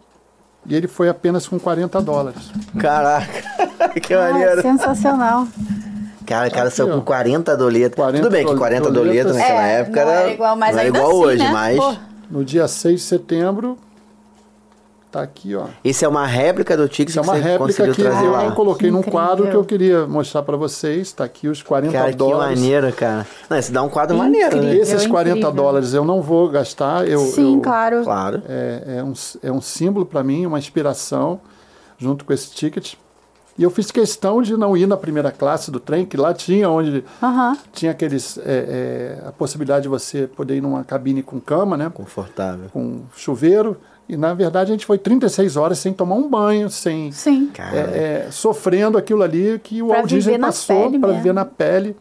E ele foi apenas com 40 dólares. Caraca, que Ah, maneiro. sensacional. Cara, o cara Aqui, saiu ó. com 40 doletas. 40 Tudo bem que 40 doletas doletas. naquela É, época não era. era igual, mas não era ainda igual assim, hoje, né? mas. Pô. No dia 6 de setembro, tá aqui, ó. Esse é uma réplica do Ticket Isso é uma que você réplica conseguiu que trazer eu lá. não coloquei num Incrível. quadro que eu queria mostrar pra vocês. Tá aqui os 40 Cara, que dólares. É, maneiro, cara. Não, esse dá um quadro maneiro, né? Incrível. Esses 40 incrível. dólares eu não vou gastar. Eu, Sim, eu- claro. Claro. É, é um, é um símbolo pra mim, uma inspiração, junto com esse ticket. E eu fiz questão de não ir na primeira classe do trem, que lá tinha onde Aham. tinha aqueles é, é, a possibilidade de você poder ir numa cabine com cama, né? Confortável. Com chuveiro. E na verdade a gente foi 36 horas sem tomar um banho, sem Sim. Cara, é, é, sofrendo aquilo ali que o Pra Walt Disney viver na passou pele para mesmo. viver na pele.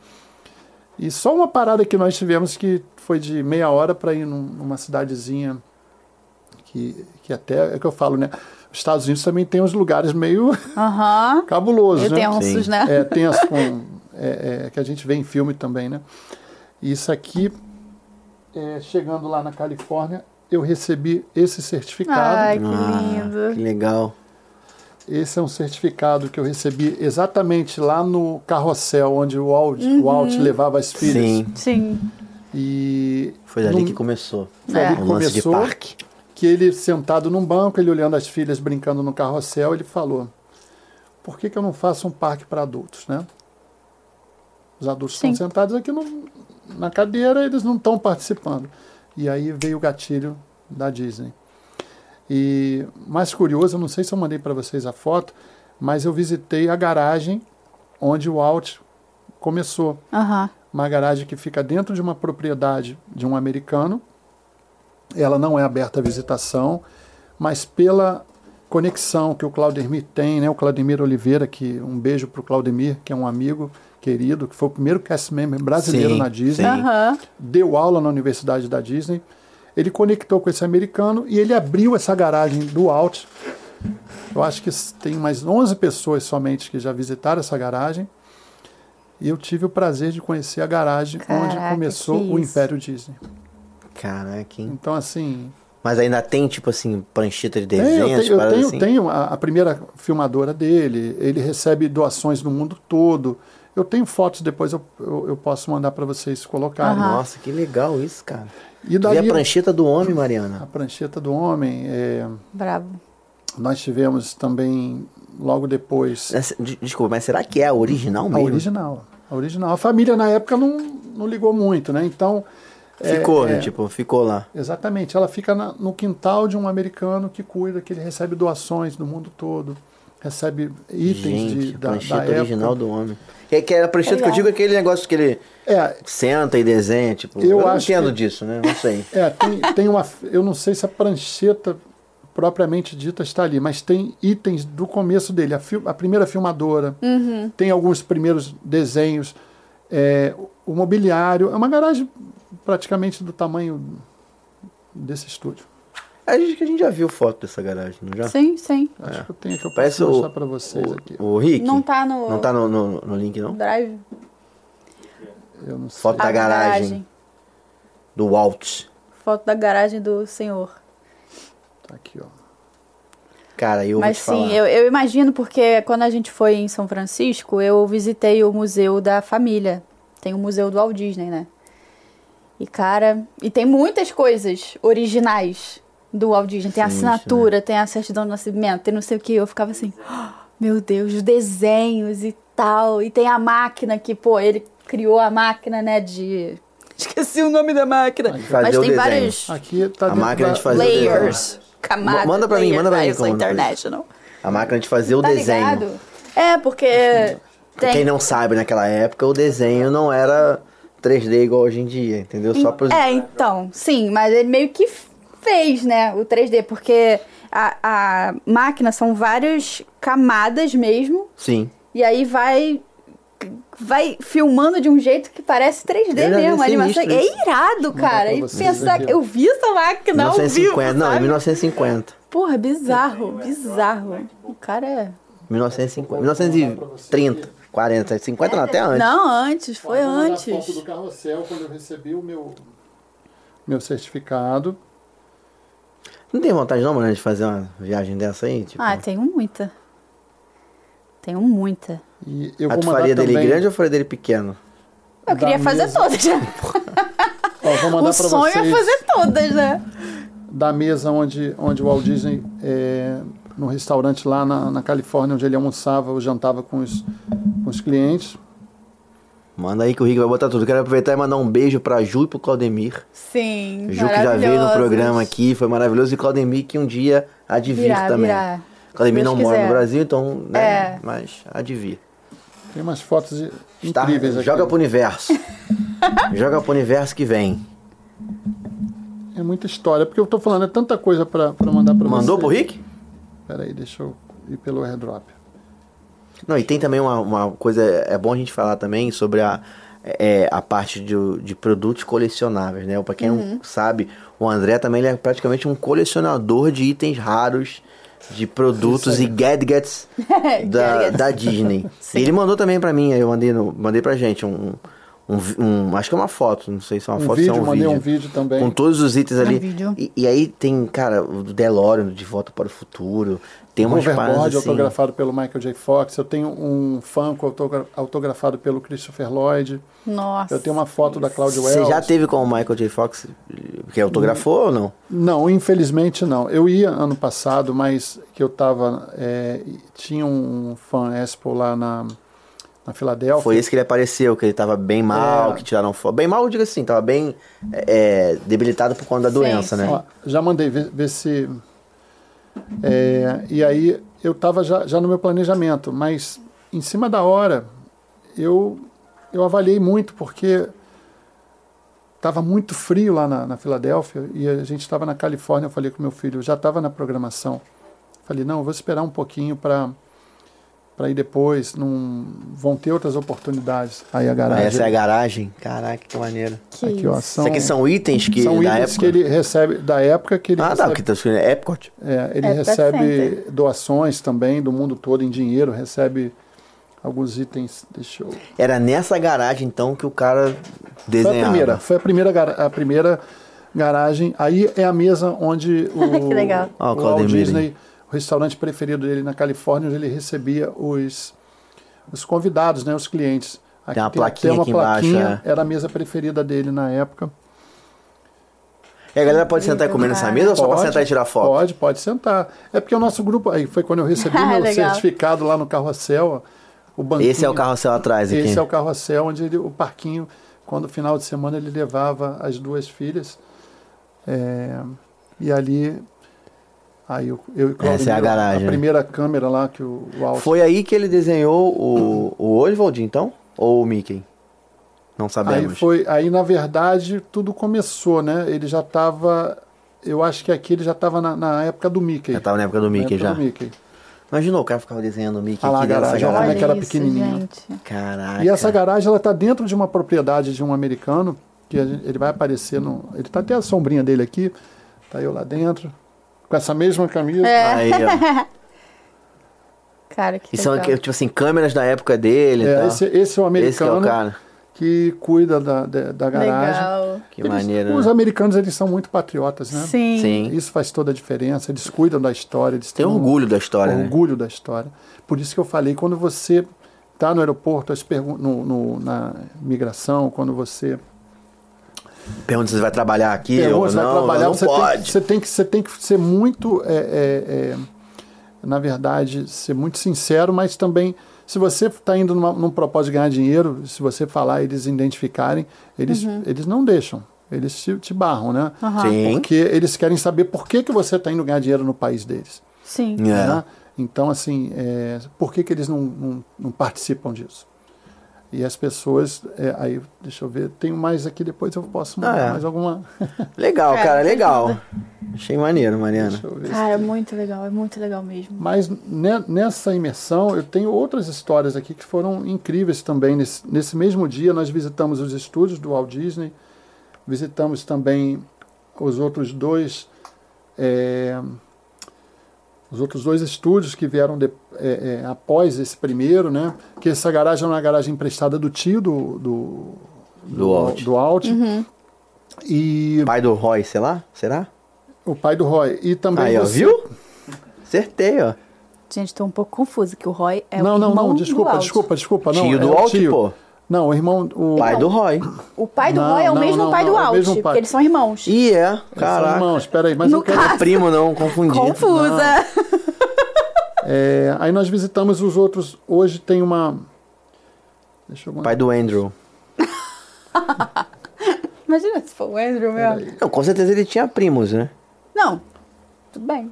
E só uma parada que nós tivemos que foi de meia hora para ir num- numa cidadezinha que, que até é que eu falo, né? Os Estados Unidos também tem uns lugares meio Aham. cabulosos, Eu né? tenho ursos, Sim. né? É, tem as com- é, é, que a gente vê em filme também, né? E isso aqui, é, chegando lá na Califórnia, eu recebi esse certificado. Ai, que ah, lindo. que legal. Esse é um certificado que eu recebi exatamente lá no carrossel onde o Walt, o Walt Uhum. levava as filhas. Sim. Sim. E Foi dali num- que começou. foi ali É. que O lance de começou parque. que ele sentado num banco, ele olhando as filhas brincando no carrossel, ele falou: Por que, que eu não faço um parque para adultos, né? Os adultos Sim. estão sentados aqui no- na cadeira, eles não estão participando. E aí veio o gatilho da Disney. E mais curioso, eu não sei se eu mandei para vocês a foto, mas eu visitei a garagem onde o Walt começou Aham. uma garagem que fica dentro de uma propriedade de um americano. Ela não é aberta à visitação, mas pela conexão que o Claudemir tem, né? O Claudemir Oliveira, que um beijo para o Claudemir, que é um amigo querido, que foi o primeiro cast member brasileiro Sim, na sim. Disney, Aham. deu aula na Universidade da Disney. Ele conectou com esse americano e ele abriu essa garagem do Alt. Eu acho que tem mais 11 pessoas somente que já visitaram essa garagem. E eu tive o prazer de conhecer a garagem Caraca, onde começou que o isso. Império Disney. Caraca, hein? Então, assim, Mas ainda tem, tipo assim, prancheta de tem, eu desenhos, tenho, eu paradas tenho, assim. tenho a, a primeira filmadora dele, ele recebe doações no mundo todo. Eu tenho fotos, depois eu, eu, eu posso mandar para vocês colocarem. Ah, Nossa, que legal isso, cara. E E a dali, prancheta do homem, a Mariana. prancheta do homem, é, Brabo. Nós tivemos também, logo depois, Essa- de- Desculpa, mas será que é a original a É mesmo? original. A original. A família na época não, não ligou muito, né? Então, Ficou, né? Tipo, ficou lá. Exatamente, ela fica na- no quintal de um americano que cuida, que ele recebe doações do mundo todo, recebe itens Gente, de, da, prancheta da original época. do homem. Que, que era a prancheta que eu Legal. digo é aquele negócio que ele É, senta e desenha, tipo. Eu Eu, não acho entendo que- disso, né? Não sei. é tem, tem uma. Eu não sei se a prancheta propriamente dita está ali, mas tem itens do começo dele, a, fil- a primeira filmadora, Uhum. tem alguns primeiros desenhos, é, o- o mobiliário. É uma garagem praticamente do tamanho desse estúdio. Acho que a gente já viu foto dessa garagem, não já? Sim, sim. Acho que eu tenho aqui, eu É. Parece posso o, mostrar para vocês o, aqui. o Rick. Não tá no, Não tá no, no, no link, não? drive. Eu não sei. Foto da Ah, garagem. Do Waltz. Foto da garagem do senhor. Tá aqui, ó. Cara, eu Mas vou te sim, falar. eu, eu imagino porque quando a gente foi em São Francisco, eu visitei o museu da família. Tem o museu do Walt Disney, né? E cara, e tem muitas coisas originais do Walt Disney. Tem a Sim, assinatura, tem a certidão do nascimento, tem não sei o que. Eu ficava assim, "Ah, meu Deus, os desenhos e tal. E tem a máquina que, pô, ele criou a máquina, né, de... Esqueci o nome da máquina. Fazer Mas o tem desenho. vários Aqui tá A dentro máquina da- de fazer o desenho. layers, camadas. Manda pra mim, layers, manda pra mim, layers comando, please. International. A máquina de fazer o Tá desenho. ligado? É, porque. Tem... Quem não sabe, naquela época, o desenho não era 3D igual hoje em dia, entendeu? Só pros... É, então, sim, mas ele meio que f- fez, né, o 3D, porque a, a máquina são várias camadas mesmo, Sim. e aí vai. Vai filmando de um jeito que parece 3D Eu já vi mesmo, a animação. sinistro É isso. irado, cara. pra E vocês pensar, aqui, ó. eu vi essa máquina ao vivo. 1950. não, em sabe? 1950. Porra, bizarro, bizarro. O cara é. 1950. 1930, 40, 50 não, até antes. Não, antes, foi Eu vou mandar antes. foto do carrossel quando eu recebi o meu, meu certificado. Não tem vontade não, mano, de fazer uma viagem dessa aí? Tipo, Ah, tenho muita. Tenho muita. E eu a vou tu mandar faria também, dele é grande ou faria dele pequeno? Eu Da queria fazer mesa. todas. ó, vou mandar o pra sonho vocês é fazer todas, né? da mesa onde, onde o Walt Disney, é, no restaurante lá na, na Califórnia, onde ele almoçava ou jantava com os, com os clientes. Manda aí que o Rick vai botar tudo. Quero aproveitar e mandar um beijo pra Ju e pro Claudemir. Sim. Ju que já veio no maravilhosas. programa aqui, foi maravilhoso. E Claudemir que um dia advir Virá, também. virá. Claudemir Se não Deus mora no quiser. Brasil, então, né? É. Mas advir. Tem umas fotos de- Tá, incríveis aqui. joga pro universo. joga pro universo que vem. É muita história, porque eu tô falando, é tanta coisa pra, pra mandar pra Mandou pro vocês. Rick? Peraí, deixa eu ir pelo airdrop. Não, e tem também uma, uma coisa, é bom a gente falar também sobre a, é, a parte de, de produtos colecionáveis, né? Pra quem Uhum. não sabe, o André também ele é praticamente um colecionador de itens raros, de produtos e gadgets da, Gadgets. da Disney. Sim. E ele mandou também pra mim, eu mandei, no- mandei pra gente um, um, vi- um- Acho que é uma foto, não sei se é uma Um foto vídeo, se é um mandei vídeo. um vídeo também. Com todos os itens ali. Um vídeo. E, e aí tem, cara, o do DeLorean, do De Volta para o Futuro. Tem umas paradas Overboard assim. Um autografado pelo Michael J. Fox. Eu tenho um Funko autogra- autografado pelo Christopher Lloyd. Nossa. Eu tenho uma foto da Claudia Você Wells. já teve com o Michael J. Fox que autografou ou não? Não, infelizmente não. Eu ia ano passado, mas que eu tava... é, e tinha um fan expo lá na, na Filadélfia. Foi esse que ele apareceu, que ele tava bem mal, É. que tiraram foto. Bem mal, eu digo assim, tava bem é, debilitado por conta da Sim, doença, né? Ó, já mandei ver, ver se... é, e aí eu estava já, já no meu planejamento, mas em cima da hora eu, eu avaliei muito porque estava muito frio lá na, na Filadélfia e a gente estava na Califórnia. Eu falei com meu filho, eu já estava na programação. Falei, não, eu vou esperar um pouquinho para para ir depois, não vão ter outras oportunidades. Aí a Ah, garagem. Essa é a garagem. Caraca, que maneiro. Que aqui, ó, isso. são, Isso aqui são itens que Então, são da itens época. que ele recebe da época que ele Ah, tá, recebe porque tá escrito Epcot. é, ele É, recebe perfeito. doações também do mundo todo em dinheiro, recebe alguns itens. Deixa eu. Era nessa garagem, então, que o cara Foi desenhava. a primeira, foi a primeira, gara- a primeira garagem. Aí é a mesa onde o, Que legal. o Ó, o Walt Claudemir Disney, o restaurante preferido dele na Califórnia, onde ele recebia os, os convidados, né, os clientes. Aqui Tem uma até plaquinha aqui embaixo, né? Era a mesa preferida dele na época. E a galera pode sentar e comer nessa mesa ou É só pra sentar e tirar foto? Pode, pode sentar. É porque o nosso grupo aí foi quando eu recebi Ah, meu legal. certificado lá no carrossel, ó, o banquinho. Esse é o é carrossel atrás aqui. Esse é o carrossel onde ele- o parquinho Quando final de semana ele levava as duas filhas. é, e ali. Aí eu, eu e Claudio Essa é a deu garagem, né? primeira câmera lá que o, o Alf- Foi aí que ele desenhou o, o Oswald, então? Ou o Mickey? Não Aí sabemos. foi, aí na verdade tudo começou, né? Ele já estava, eu acho que aqui ele já estava na, na época do Mickey. Já tava na época do Na Mickey época já. do Mickey. Imaginou o cara ficava desenhando o Mickey Olha lá aqui a dentro dessa garagem, olha como é garagem. que era pequenininha. gente. Caraca. E essa garagem ela está dentro de uma propriedade de um americano que a gente- ele vai aparecer no, ele tá até a sombrinha dele aqui, tá eu lá dentro com essa mesma camisa. É. Aí, ó. é Cara, que E são, legal. tipo assim, câmeras da época dele e É, tal. esse, esse é o tá. Esse que é americano o cara. que cuida da, da, da garagem. Legal. Que Eles- maneiro. Os né? americanos eles são muito patriotas, né? Sim. Sim. Isso faz toda a diferença. Eles cuidam da história. Eles Tem têm um- orgulho da história, né? orgulho da história. Por isso que eu falei, quando você está no aeroporto, as pergun- no, no- na migração, quando você Pergunta se você vai trabalhar aqui ou pergunta, não. você vai trabalhar, não você, Tem, pode. você, tem que, você tem que ser muito, é, é, é, na verdade, ser muito sincero, mas também, se você está indo numa, num propósito de ganhar dinheiro, se você falar e eles identificarem, eles, eles não deixam, eles te, te barram, né? Ah. Sim. Porque eles querem saber por que, que você está indo ganhar dinheiro no país deles. Sim. É. né? Então, assim, é, por que, que eles não, não- não participam disso? E as pessoas, é, aí, deixa eu ver, tenho mais aqui, depois eu posso mandar Ah, é. mais alguma. Legal, É, cara, sem legal. Achei maneiro, Mariana. deixa eu ver. Cara, é muito legal, é muito legal mesmo. Mas ne- nessa imersão, eu tenho outras histórias aqui que foram incríveis também. Nesse, nesse mesmo dia, nós visitamos os estúdios do Walt Disney, visitamos também os outros dois. é, os outros dois estúdios que vieram de- é, é, após esse primeiro, né? Que essa garagem era uma garagem emprestada do tio do, do, Do Walt. do Walt. Uhum. E Pai do Roy, sei lá? Será? o pai do Roy. E também Aí, ó, você- viu? Acertei, ó. Gente, tô um pouco confusa que o Roy é não, o não, irmão não, do desculpa, Walt. desculpa, desculpa. Não, Tio do é o Walt, tio. pô. Não, o irmão. O... Pai do Roy. O pai do Não, Roy é o não, mesmo não, pai não, do é o Alt, mesmo pai. porque eles são irmãos. E é, Caraca. caraca. Irmão, espera aí, mas No eu quero... caso. Primo não, confundido. Confusa. É, aí nós visitamos os outros. Hoje tem uma. Deixa eu Pai do Andrew. Imagina se for o Andrew, meu. Não, com certeza ele tinha primos, né? Não, tudo bem.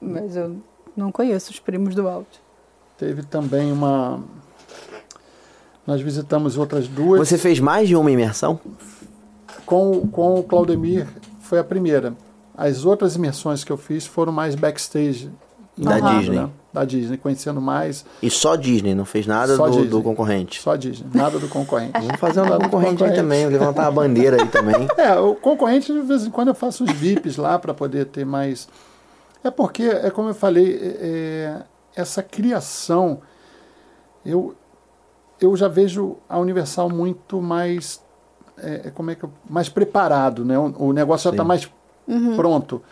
Mas eu não conheço os primos do Alt. Teve também uma. Nós visitamos outras duas. Você fez mais de uma imersão? Com, com o Claudemir foi a primeira. As outras imersões que eu fiz foram mais backstage. em Da Orlando, Disney. né? Da Disney, conhecendo mais. E só Disney, não fez nada Só do, Disney. do concorrente. Só Disney, nada do concorrente. Vamos fazer um Nada do concorrente aí concorrente. também, levantar a bandeira aí também. É, o concorrente de vez em quando eu faço os VIPs lá para poder ter mais. É porque, é como eu falei, é- é, essa criação, eu, eu já vejo a Universal muito mais, é, é, como é que eu- mais preparado, né? O, o negócio já está mais Uhum. pronto.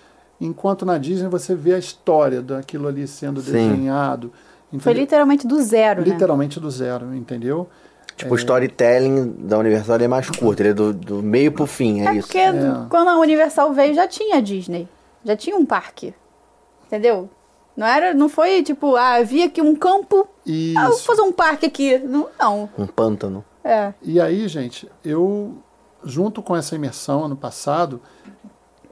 Enquanto na Disney você vê a história daquilo ali sendo Sim. desenhado. Foi entendeu? literalmente do zero, né? literalmente do zero, entendeu? Tipo, o É. storytelling da Universal ele é mais curto, ele é do, do meio pro fim, é, É isso. porque quando a Universal veio já tinha a Disney. Já tinha um parque. Entendeu? Não era, não foi tipo, ah, havia aqui um campo, E ah, vou fazer um parque aqui. Não, não. Um pântano. É. E aí, gente, eu, junto com essa imersão ano passado,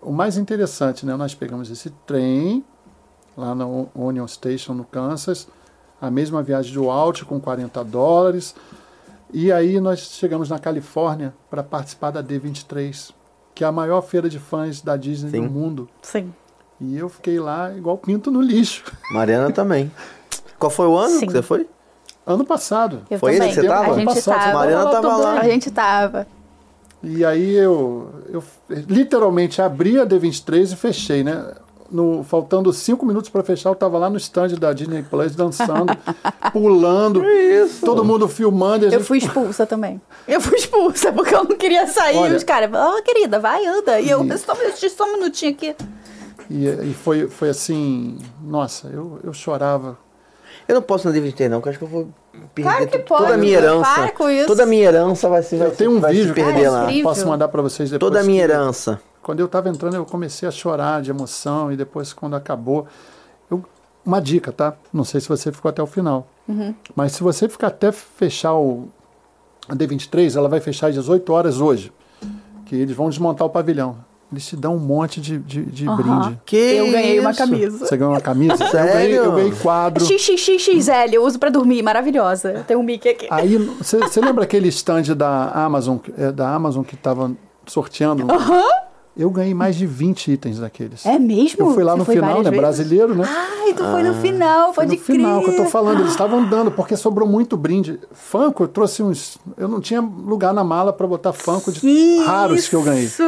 o mais interessante, né? Nós pegamos esse trem lá na O- Union Station, no Kansas, a mesma viagem do Walt com 40 dólares. E aí nós chegamos na Califórnia para participar da D23, que é a maior feira de fãs da Disney Sim. do mundo. Sim. E eu fiquei lá igual pinto no lixo. Mariana também. Qual foi o ano Sim. que você foi? Ano passado. Eu Foi ele também. que você tava? A gente Passou, tava. Mariana tava lá. A gente tava. E aí eu, eu literalmente abri a D23 e fechei, né? No, faltando cinco minutos para fechar, eu tava lá no stand da Disney Plus dançando, pulando, todo mundo filmando. e a Eu gente- fui expulsa também. Eu fui expulsa porque eu não queria sair. Olha- e os caras, ó, querida, vai, anda. E eu, só, um- só um minutinho aqui. E, e foi, foi assim, nossa, eu, eu chorava. Eu não posso na DVD, não, que eu acho que eu vou perder Claro que to- pode, toda a minha para herança. com isso. Toda a minha herança vai se, vai, Eu tenho se- um vai se vídeo que eu perder Cara, lá. É incrível. posso mandar para vocês depois. Toda a minha que- herança. Quando eu estava entrando, eu comecei a chorar de emoção e depois, quando acabou. eu- uma dica, Uhum. tá? Não sei se você ficou até o final. Mas se você ficar até fechar o, a D23 ela vai fechar às 18 horas hoje, que eles vão desmontar o pavilhão. Eles te dão um monte de, de, de Aham. brinde. Que Eu ganhei uma isso? camisa. Você ganhou uma camisa? Eu, ganhei, Sério? eu ganhei É quadro. XXXXL, eu uso pra dormir, maravilhosa. Tem um Mickey aqui. Aí, você você lembra aquele stand da Amazon, que- é, da Amazon que tava sorteando? Eu ganhei mais de 20 itens daqueles. É mesmo? Eu fui lá Você no foi final, várias né? vezes? Brasileiro, né? Ai, tu foi no final, Foi pode no final que crer. eu tô falando, eles estavam andando, porque sobrou muito brinde. Funko, eu trouxe uns. Eu não tinha lugar na mala pra botar Funko de raros que eu ganhei. Isso!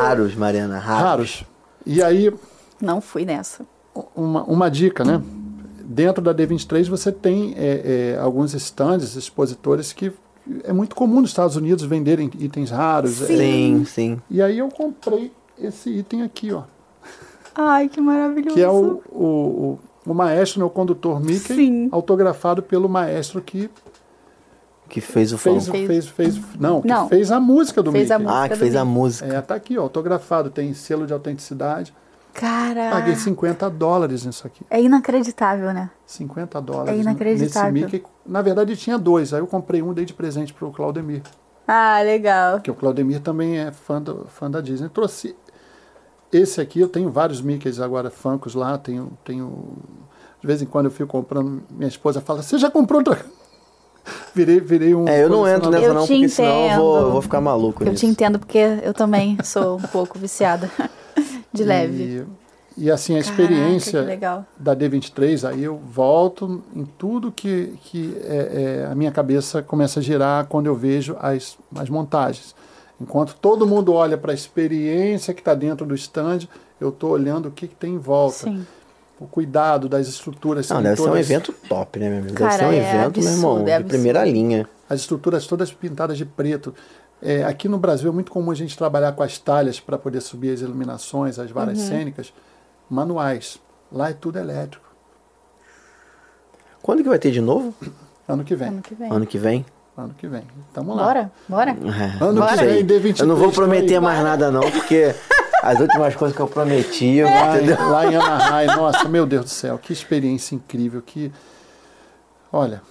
Raros, Mariana, raros. Raros. E aí, Não fui nessa. uma, uma dica, né? Dentro da D23 você tem é, é, alguns stands, expositores que é muito comum nos Estados Unidos venderem itens raros. é. Sim, sim. E aí eu comprei esse item aqui, ó. Ai, que maravilhoso. Que é o, o, o, o maestro, né, o condutor Mickey, Sim. autografado pelo maestro que Que fez o fez, funk. fez, Fez. fez, não, que Não. fez a música do Fez a Mickey. música. Ah, que fez a música. É, tá aqui, ó, autografado, tem selo de autenticidade. Cara. Paguei 50 dólares nisso aqui. É inacreditável, né? 50 dólares. É inacreditável. Nesse Mickey. Na verdade, tinha dois. Aí eu comprei um e dei de presente pro Claudemir. Ah, legal. Porque o Claudemir também é fã, do, fã da Disney. Trouxe esse aqui, eu tenho vários Mickeys agora, Funkos lá, tenho, tenho... De vez em quando eu fico comprando, minha esposa fala, você já comprou outra... Virei, virei um... É, eu não entro colecionador. Eu nessa não, te porque senão eu vou, entendo. eu vou ficar maluco Eu nisso. te entendo porque eu também sou um pouco viciada. De leve. E, e, assim, a experiência que legal. da D23, aí eu volto em tudo que, que é, é, a minha cabeça começa a girar quando eu vejo as, as montagens. Enquanto todo mundo olha para a experiência que está dentro do stand, eu estou olhando o que, que tem em volta. Sim. O cuidado das estruturas. Não, são deve ser um todas- evento top, né, meu amigo? Cara, deve ser um é evento, meu irmão, absurdo, é de primeira linha. As estruturas todas pintadas de preto. É, aqui no Brasil é muito comum a gente trabalhar com as talhas para poder subir as iluminações, as varas Uhum. cênicas, manuais. Lá é tudo elétrico. Quando que vai ter de novo? Ano que vem. Ano que vem. Ano que vem? Ano que vem. Tamo lá. Bora, bora. É, Ano não que sei. vem, D23 Eu não vou tá aí. prometer mais nada, não, porque as últimas coisas que eu prometi, eu É. Lá em, entendeu? lá em Anaheim, nossa, meu Deus do céu, que experiência incrível, que. Olha,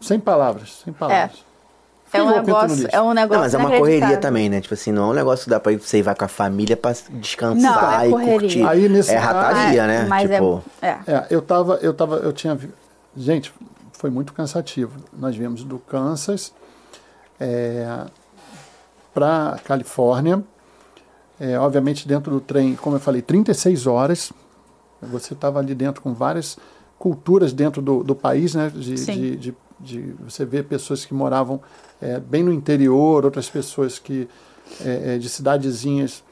sem palavras, sem palavras. É um Fica louco, entra no negócio, lixo. é um negócio. Não, mas é uma inacreditável. correria também, né? Tipo assim, não é um negócio que dá pra ir, você ir vai com a família pra descansar Não, é e correria. curtir. Aí, nesse é caso- rataria, né? Mas tipo, é, é. É, eu tava, eu tava, eu tinha. vi- Gente, foi muito cansativo. Nós viemos do Kansas é, para Califórnia. É, obviamente, dentro do trem, como eu falei, 36 horas. Você estava ali dentro com várias culturas dentro do, do país, né? De, Sim. de- de- de você ver pessoas que moravam é, bem no interior, outras pessoas que é, é, de cidadezinhas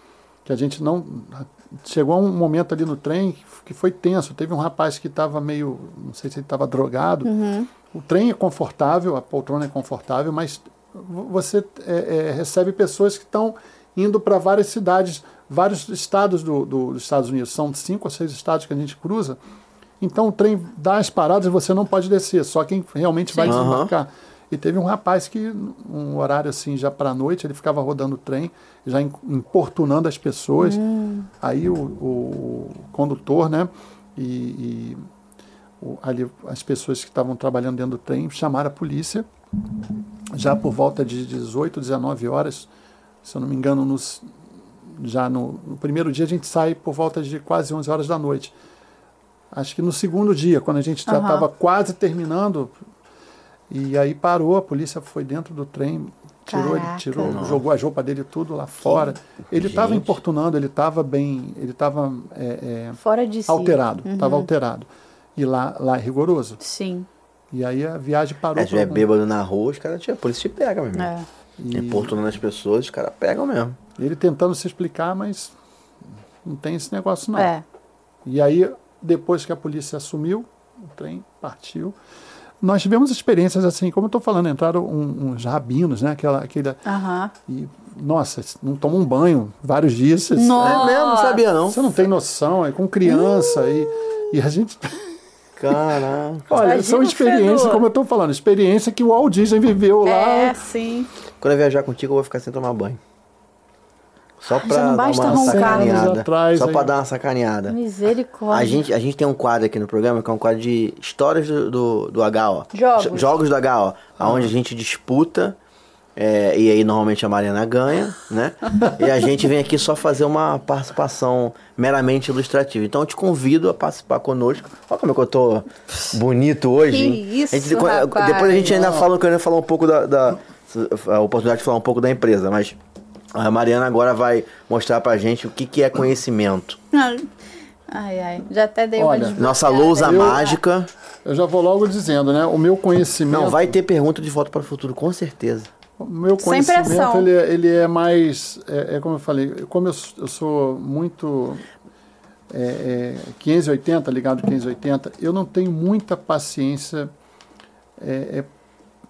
que a gente não chegou a um momento ali no trem que f- que foi tenso. Teve um rapaz que estava meio, não sei se ele estava drogado. O trem é confortável, a poltrona é confortável, mas vo- você é, é, recebe pessoas que estão indo para várias cidades, vários estados do- do- dos Estados Unidos. São cinco ou seis estados que a gente cruza. Então o trem dá as paradas e você não pode descer, só quem realmente vai Sim. desembarcar. E teve um rapaz que, um horário assim, já para noite, ele ficava rodando o trem, já in- importunando as pessoas. Aí o, o condutor, né, e, e o- ali as pessoas que estavam trabalhando dentro do trem chamaram a polícia, já por volta de 18, 19 horas, se eu não me engano, nos, já no, no primeiro dia a gente sai por volta de quase 11 horas da noite. Acho que no segundo dia, quando a gente já Aham. estava quase terminando, e aí parou, a polícia foi dentro do trem, tirou, ele, Caraca. tirou, jogou a roupa dele tudo lá fora. Ele estava Gente. importunando, ele estava bem, ele estava é, é, Fora de si. alterado, estava Uhum. alterado. E lá, lá é rigoroso. Sim. E aí a viagem parou. é, se por tiver algum- bêbado na rua, os caras te, a polícia te pega, meu irmão. É. E- Importunando as pessoas, os caras pegam mesmo. Ele tentando se explicar, mas não tem esse negócio não. É. E aí, depois que a polícia assumiu, o trem partiu. Nós tivemos experiências assim, como eu estou falando, entraram um- uns rabinos, né? Aquela, aquela, Aham. e, nossa, não tomam um banho vários dias. Você, Nossa. É mesmo, não sabia não. você não tem noção, é com criança. E, e a gente. Caraca. Olha, Imagina são o experiências, fedor. como eu estou falando, experiência que o Walt Disney viveu lá. É, sim. Quando eu viajar contigo, eu vou ficar sem tomar banho. Só pra já não dar basta uma roncar. Anos sacaneada. atrás, Só pra aí. dar uma sacaneada. Misericórdia. É. A gente, a gente tem um quadro aqui no programa que é um quadro de histórias do, do, do HO. Jogos. Ah. Jo- Jogos do HO. Onde a gente disputa É, e aí normalmente a Mariana ganha, né? E a gente vem aqui só fazer uma participação meramente ilustrativa. Então eu te convido a participar conosco. Olha como é que eu tô bonito hoje. Que hein? isso, A gente- depois- rapaz. Depois a gente ainda fala, que eu ainda falar um pouco da, da- a oportunidade de falar um pouco da empresa, mas a Mariana agora vai mostrar pra gente o que, que é conhecimento. Ai, ai. Já até dei Olha, uma desbloqueada. Nossa lousa Eu- mágica. Eu já vou logo dizendo, né? O meu conhecimento. Não, vai ter pergunta de volta para o futuro, com certeza. O meu Sem conhecimento pressão. ele, é- ele é mais. É, é como eu falei, como eu, s- eu sou muito. É, é, 580, ligado 580, eu não tenho muita paciência é, é,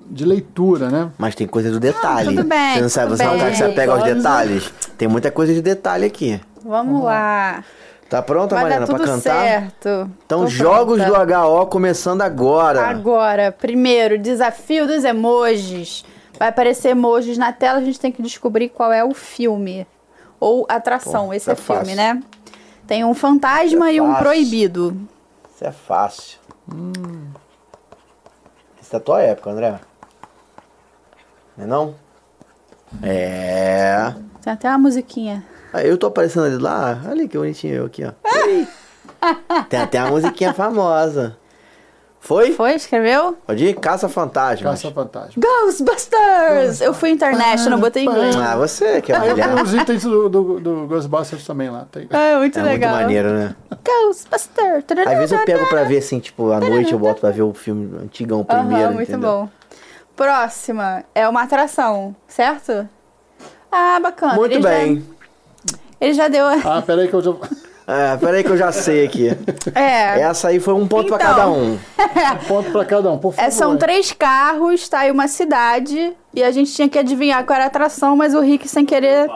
de leitura, né? Mas tem coisa do detalhe. Ah, tudo bem, Você não sabe, tudo você não bem. tá que se apega aos detalhes. Tem muita coisa de detalhe aqui. Vamos lá. Tá pronta, Vai dar Mariana, tudo pra cantar? certo. Então, Tô jogos pronta. do HO começando agora. Agora, primeiro, desafio dos emojis. Vai aparecer emojis na tela, a gente tem que descobrir qual é o filme. Ou atração, Pô, esse tá é filme, fácil. né? Tem um fantasma Tá e um fácil. proibido. Isso é fácil. Hum. Isso é a tua época, André. Não é não? É. Tem até uma musiquinha. Ah, Eu tô aparecendo ali lá. Olha ali que bonitinho eu aqui, ó. Tem até a musiquinha famosa. Foi? Foi? Escreveu? Pode ir? Caça Fantasmas. Caça fantasma. Ghostbusters! Eu fui international, botei em inglês. Ah, você que é Aí eu tenho mulher. os itens do, do, do Ghostbusters também lá. tá Tem. É muito É muito legal. maneiro, né? Ghostbusters! Às vezes eu pego pra ver, assim, tipo, à noite eu boto pra ver o filme antigão primeiro, Aham, muito entendeu? bom. Próxima é uma atração, certo? Ah, bacana. Muito Ele já- bem. ele já deu. a- Ah, peraí que eu já. Ah, peraí que eu já sei aqui. É. Essa aí foi um ponto pra Então. cada um. Ponto pra cada um, por favor. É, são três carros, tá? E uma cidade. E a gente tinha que adivinhar qual era a atração, mas o Rick, sem querer,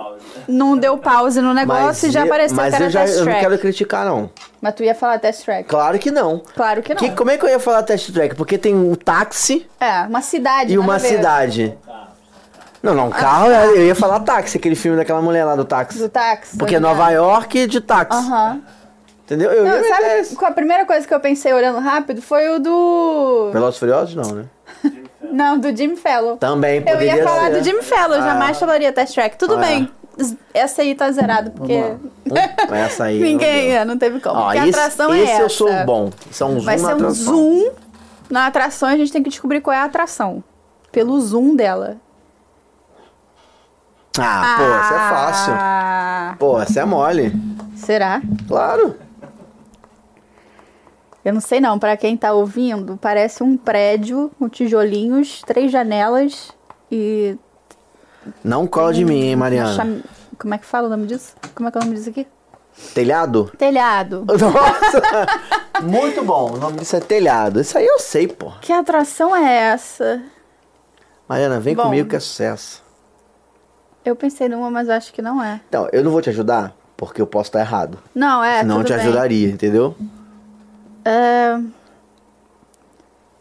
não deu pause no negócio e já eu- apareceu mas que era eu já Test eu não Track. quero criticar, não. Mas tu ia falar Test Track. Claro que não. Claro que não. Que- como é que eu ia falar test track? Porque tem um táxi É, uma cidade. e nada uma a ver. cidade. Não, não, carro, é, eu ia falar táxi, aquele filme daquela mulher lá do Ah. Do táxi. táxi. Porque tá ligado? Nova York é de táxi. Aham. Entendeu? Eu Não, ia sabe meter esse. qual a primeira coisa que eu pensei olhando rápido foi o do. Velozes e Furiosos, não, né? Não, do Jim Fellow. Também Eu Tá, poderia ia falar ser. do Jim Fellow, Ah. jamais falaria Test Track. Tudo Ah. bem. Z- Essa aí tá zerado, porque Hum, essa aí. não ninguém deu. é, não teve como. Ó, porque esse, a atração esse é essa. eu sou bom. São zoom Vai na ser um atração. zoom na atração e a gente tem que descobrir qual é a atração. Pelo zoom dela. Ah, pô, essa é fácil. Ah, Pô, essa é mole. Será? Claro. Eu não sei não, pra quem tá ouvindo, parece um prédio com tijolinhos, três janelas e... Não cola de mim, hein, Mariana. cham- Como é que fala o nome disso? Como é que é o nome disso aqui? Telhado? Telhado. Nossa! Muito bom. O nome disso é telhado. Isso aí eu sei, pô. Que atração é essa? Mariana, vem Bom. comigo que é sucesso. Eu pensei numa, mas acho que não é. Então, eu não vou te ajudar, porque eu posso estar errado. Não, é, Senão eu tudo te bem. ajudaria, entendeu? É,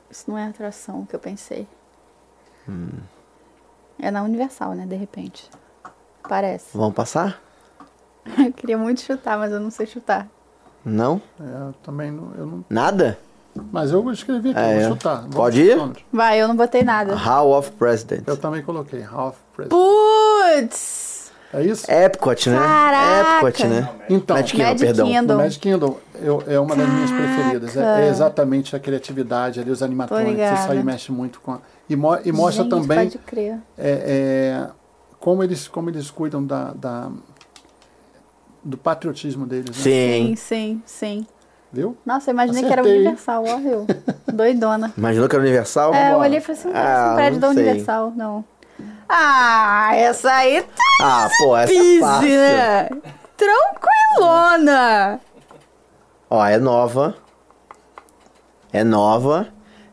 Isso não é atração que eu pensei. Hum. É na Universal, né? De repente. Parece. Vamos passar? Eu queria muito chutar, mas eu não sei chutar. Não? É, eu também não, eu não. Nada? Mas eu escrevi aqui, É, é. vou chutar. Vou Pode ir? chutando. Vai, eu não botei nada. Hall of President. Eu também coloquei. Half President. Putz! É isso? Epcot, né? Caraca! Epcot, né? Então, Magic Kingdom, Magic perdão. Kingdom. No Magic Kingdom eu- é uma das minhas preferidas. É, é exatamente a criatividade ali, os Tô animatrônicos. ligada. Isso aí mexe muito com. a- E, mo- e mostra Gente, também Pode crer. é, é, como, eles, como eles cuidam da, da- do patriotismo deles. né? Sim, Sim. sim, sim. Viu? Nossa, eu imaginei que Acertei. era Universal, ó, eu. Doidona. Imaginou que era Universal? É, eu olhei e falei assim, não parece Ah, um prédio não da sei. Universal, não. Ah, essa aí tá Ah, pô, essa é Easy, fácil. né? Tranquilona. Ó, é nova. É nova.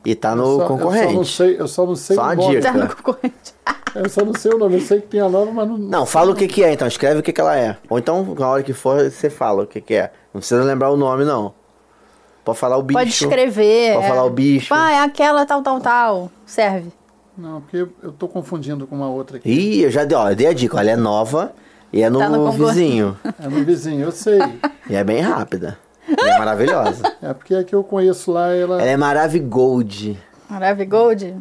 E tá no Só- eu concorrente. só não sei, eu só não sei Só uma o nome. dica. Tá no concorrente. Eu só não sei o nome. Eu sei que tem a nova, mas não. Não, fala o que que é, então. Escreve o que que ela é. Ou então, na hora que for, você fala o que que é. Não precisa lembrar o nome, não. Pode falar o bicho. Pode escrever. Pode falar o bicho. Ah, é aquela tal, tal, tal. Serve. Não, porque eu- eu tô confundindo com uma outra aqui. Ih, eu já dei, ó, eu dei a dica. ó, Ela é nova e é no, Tá no concurso. vizinho. É no vizinho, eu sei. E é bem rápida. E é maravilhosa. É porque a que eu conheço lá, ela. Ela é maravigold. Maravigold.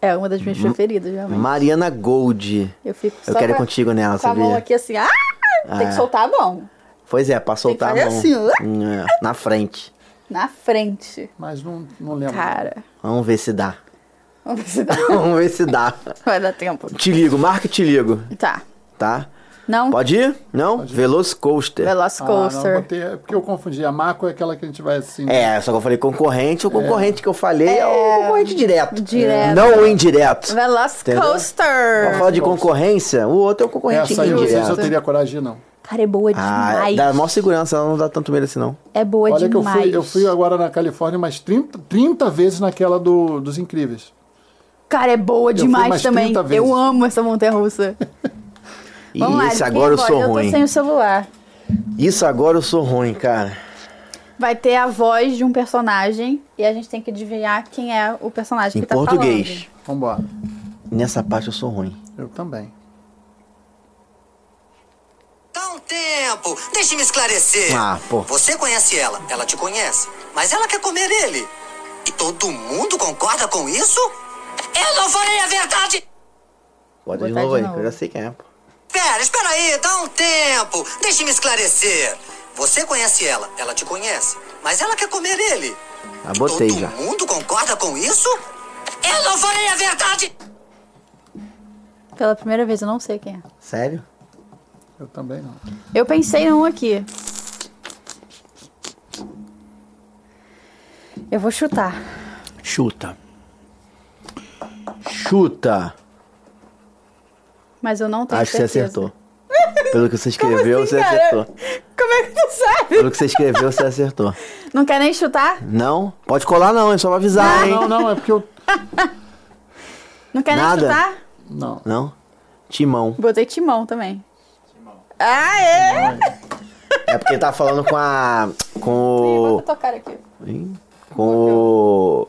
É uma das minhas preferidas, realmente. Mariana Gold. Eu fico Hum. Eu só quero ir com a- contigo nela, com a mão sabia? aqui assim, ah! Tem Ah. que soltar a mão. Pois é, pra soltar fazer a mão. assim, ó. É, na frente. Na frente. Mas não, não lembro. Cara. Vamos ver se dá. Vamos ver se dá- Vamos ver se dá. vai dar tempo. Te ligo, marca e te ligo, Tá. tá? Não, Pode ir? Não? Veloz Coaster. Veloz Ah, não, Coaster. botei, é porque eu confundi. A Marco é aquela que a gente vai assim. É, só que eu falei concorrente. O concorrente que eu falei é, o concorrente direto. É. Direto. Não o indireto. Veloz Entendeu? Coaster. Pra falar de concorrência, o outro é o concorrente Essa aí eu não sei se eu indireto. teria coragem, não. Cara, é boa Ah, demais. dá mó segurança, ela não dá tanto medo assim, não. É boa Olha que eu demais. fui, eu fui agora na Califórnia umas 30, 30 vezes naquela do, dos incríveis. Cara, é boa fui demais umas também. 30 vezes. Eu amo essa montanha russa. E Vamos lá, esse de quem agora eu voz? sou Eu ruim. tô sem o celular. Isso agora eu sou ruim, cara. Vai ter a voz de um personagem e a gente tem que adivinhar quem é o personagem Em que tá português. falando. Vambora. Nessa parte eu sou ruim. Eu também. Dá um tempo. Deixe-me esclarecer. Ah, pô. Você conhece ela, ela te conhece, mas ela quer comer ele. E todo mundo concorda com isso? Eu não falei a verdade. Bota Vou de botar novo de aí, novo. que eu já sei quem é. pô. Espera, espera aí, dá um tempo. Deixe-me esclarecer. Você conhece ela, ela te conhece, mas ela quer comer ele. Ah, botei e todo já. mundo concorda com isso? Eu não falei a verdade. Pela primeira vez, eu não sei quem é. Sério? Eu também não. Eu pensei num aqui. Eu vou chutar. Chuta. Chuta. Mas eu não tenho Acho que você certeza. acertou. Pelo que você escreveu, Como assim, você cara? acertou. Como é que tu sabe? Pelo que você escreveu, você acertou. Não quer nem chutar? Não? Pode colar não, é só pra avisar, hein? Não, não, é porque eu. Não quer Nada. nem chutar? Não. Não? Timão. Botei timão também. Ah, é? É porque ele tá falando com a... Ih, Com o... Bota tua cara aqui. Ih, Com o...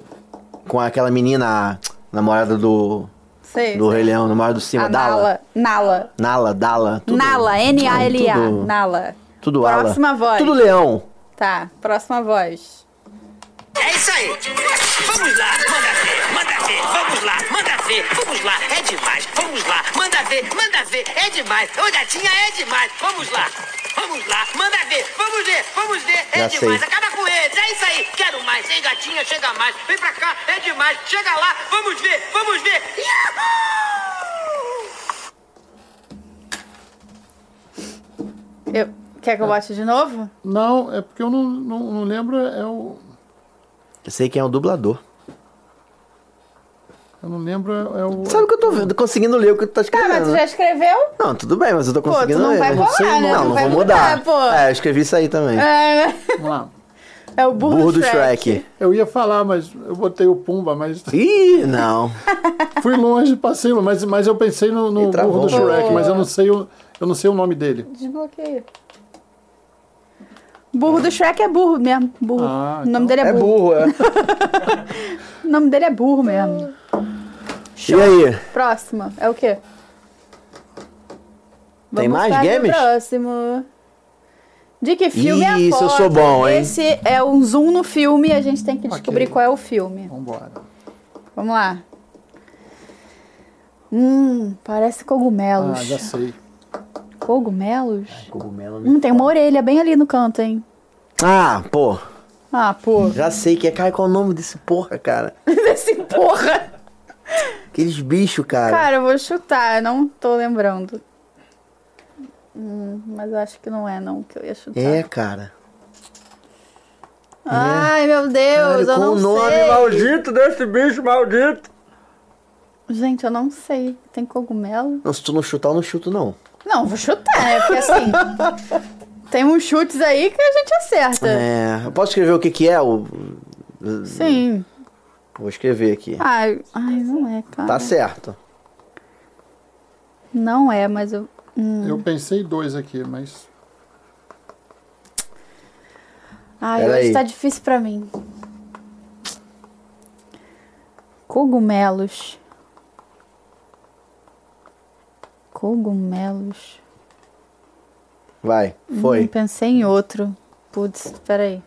Com aquela menina, a namorada do... Sei. Do sei. Rei Leão, namorada do A Simba. Dala. Nala. Nala. Nala, Dala. Tudo, Nala. N-A-L-A. Tudo- Nala. Tudo ala. Próxima voz. Tudo leão. Tá, próxima voz. É isso aí. Vamos lá, manda ver, manda ver, vamos lá, manda ver, vamos lá, é demais, vamos lá, manda ver, manda ver, é demais, ô gatinha, é demais, vamos lá, vamos lá, manda ver, vamos ver, vamos ver, é Já demais, sei. acaba com eles, é isso aí, quero mais, hein gatinha, chega mais, vem pra cá, é demais, chega lá, vamos ver, vamos ver, Yahoo! Eu... Quer Tá. que eu bote de novo? Não, é porque eu não, não, não lembro. É o, Eu sei quem é o dublador. eu não lembro. É o. Sabe o que eu tô vendo? conseguindo ler o que tu tá Ah, escrevendo. mas tu já escreveu? Não, tudo bem, mas eu tô tu conseguindo não ler. vai colar, sei, né? Não, Tu não vai vou mudar. mudar, pô. É, eu escrevi isso aí também. É, Vamos lá. é o burro, Burro do do Shrek. Shrek. Eu ia falar, mas eu botei o Pumba, mas Ih, não. fui longe, passei, longe, mas, mas eu pensei no, no E travou. burro do Shrek, mas eu não sei o, eu não sei o nome dele. Desbloqueia. Burro do Shrek é burro mesmo. Burro. Ah, o nome dele é, É burro. burro, é. O nome dele é burro mesmo. E aí? Próximo. É o quê? Tem Vamos mais para o games? Próximo. De que filme é a Isso, eu foto? sou bom, hein? Esse é um zoom no filme a gente tem que descobrir qual é o filme. Vambora. Vamos lá. Hum, parece Ah, cogumelos. já sei. Cogumelos? Cogumelo. Hum, tem uma orelha bem ali no canto, hein? Ah, pô. Ah, pô. Já sei que é. Cara, qual é o nome desse porra, cara? Desse porra. Aqueles bichos, cara. Cara, eu vou chutar, eu não tô lembrando. Hum, mas eu acho que não é, não, que eu ia chutar. É, cara. Ai, meu Deus, Cara, eu qual não o nome sei. maldito desse bicho maldito? Gente, eu não sei. Tem cogumelo? Não, se tu não chutar, eu não chuto, não. Não, vou chutar, né? Porque assim. tem uns chutes aí que a gente acerta. É. Eu posso escrever o que que é? O... Sim. Vou escrever aqui. Ai, ai, não é, cara. Tá certo. Não é, mas eu. Hum. Eu pensei dois aqui, mas. Ai, Pera hoje aí. tá difícil pra mim. Cogumelos. Cogumelos. Vai, Hum, foi. pensei em outro. Putz, peraí.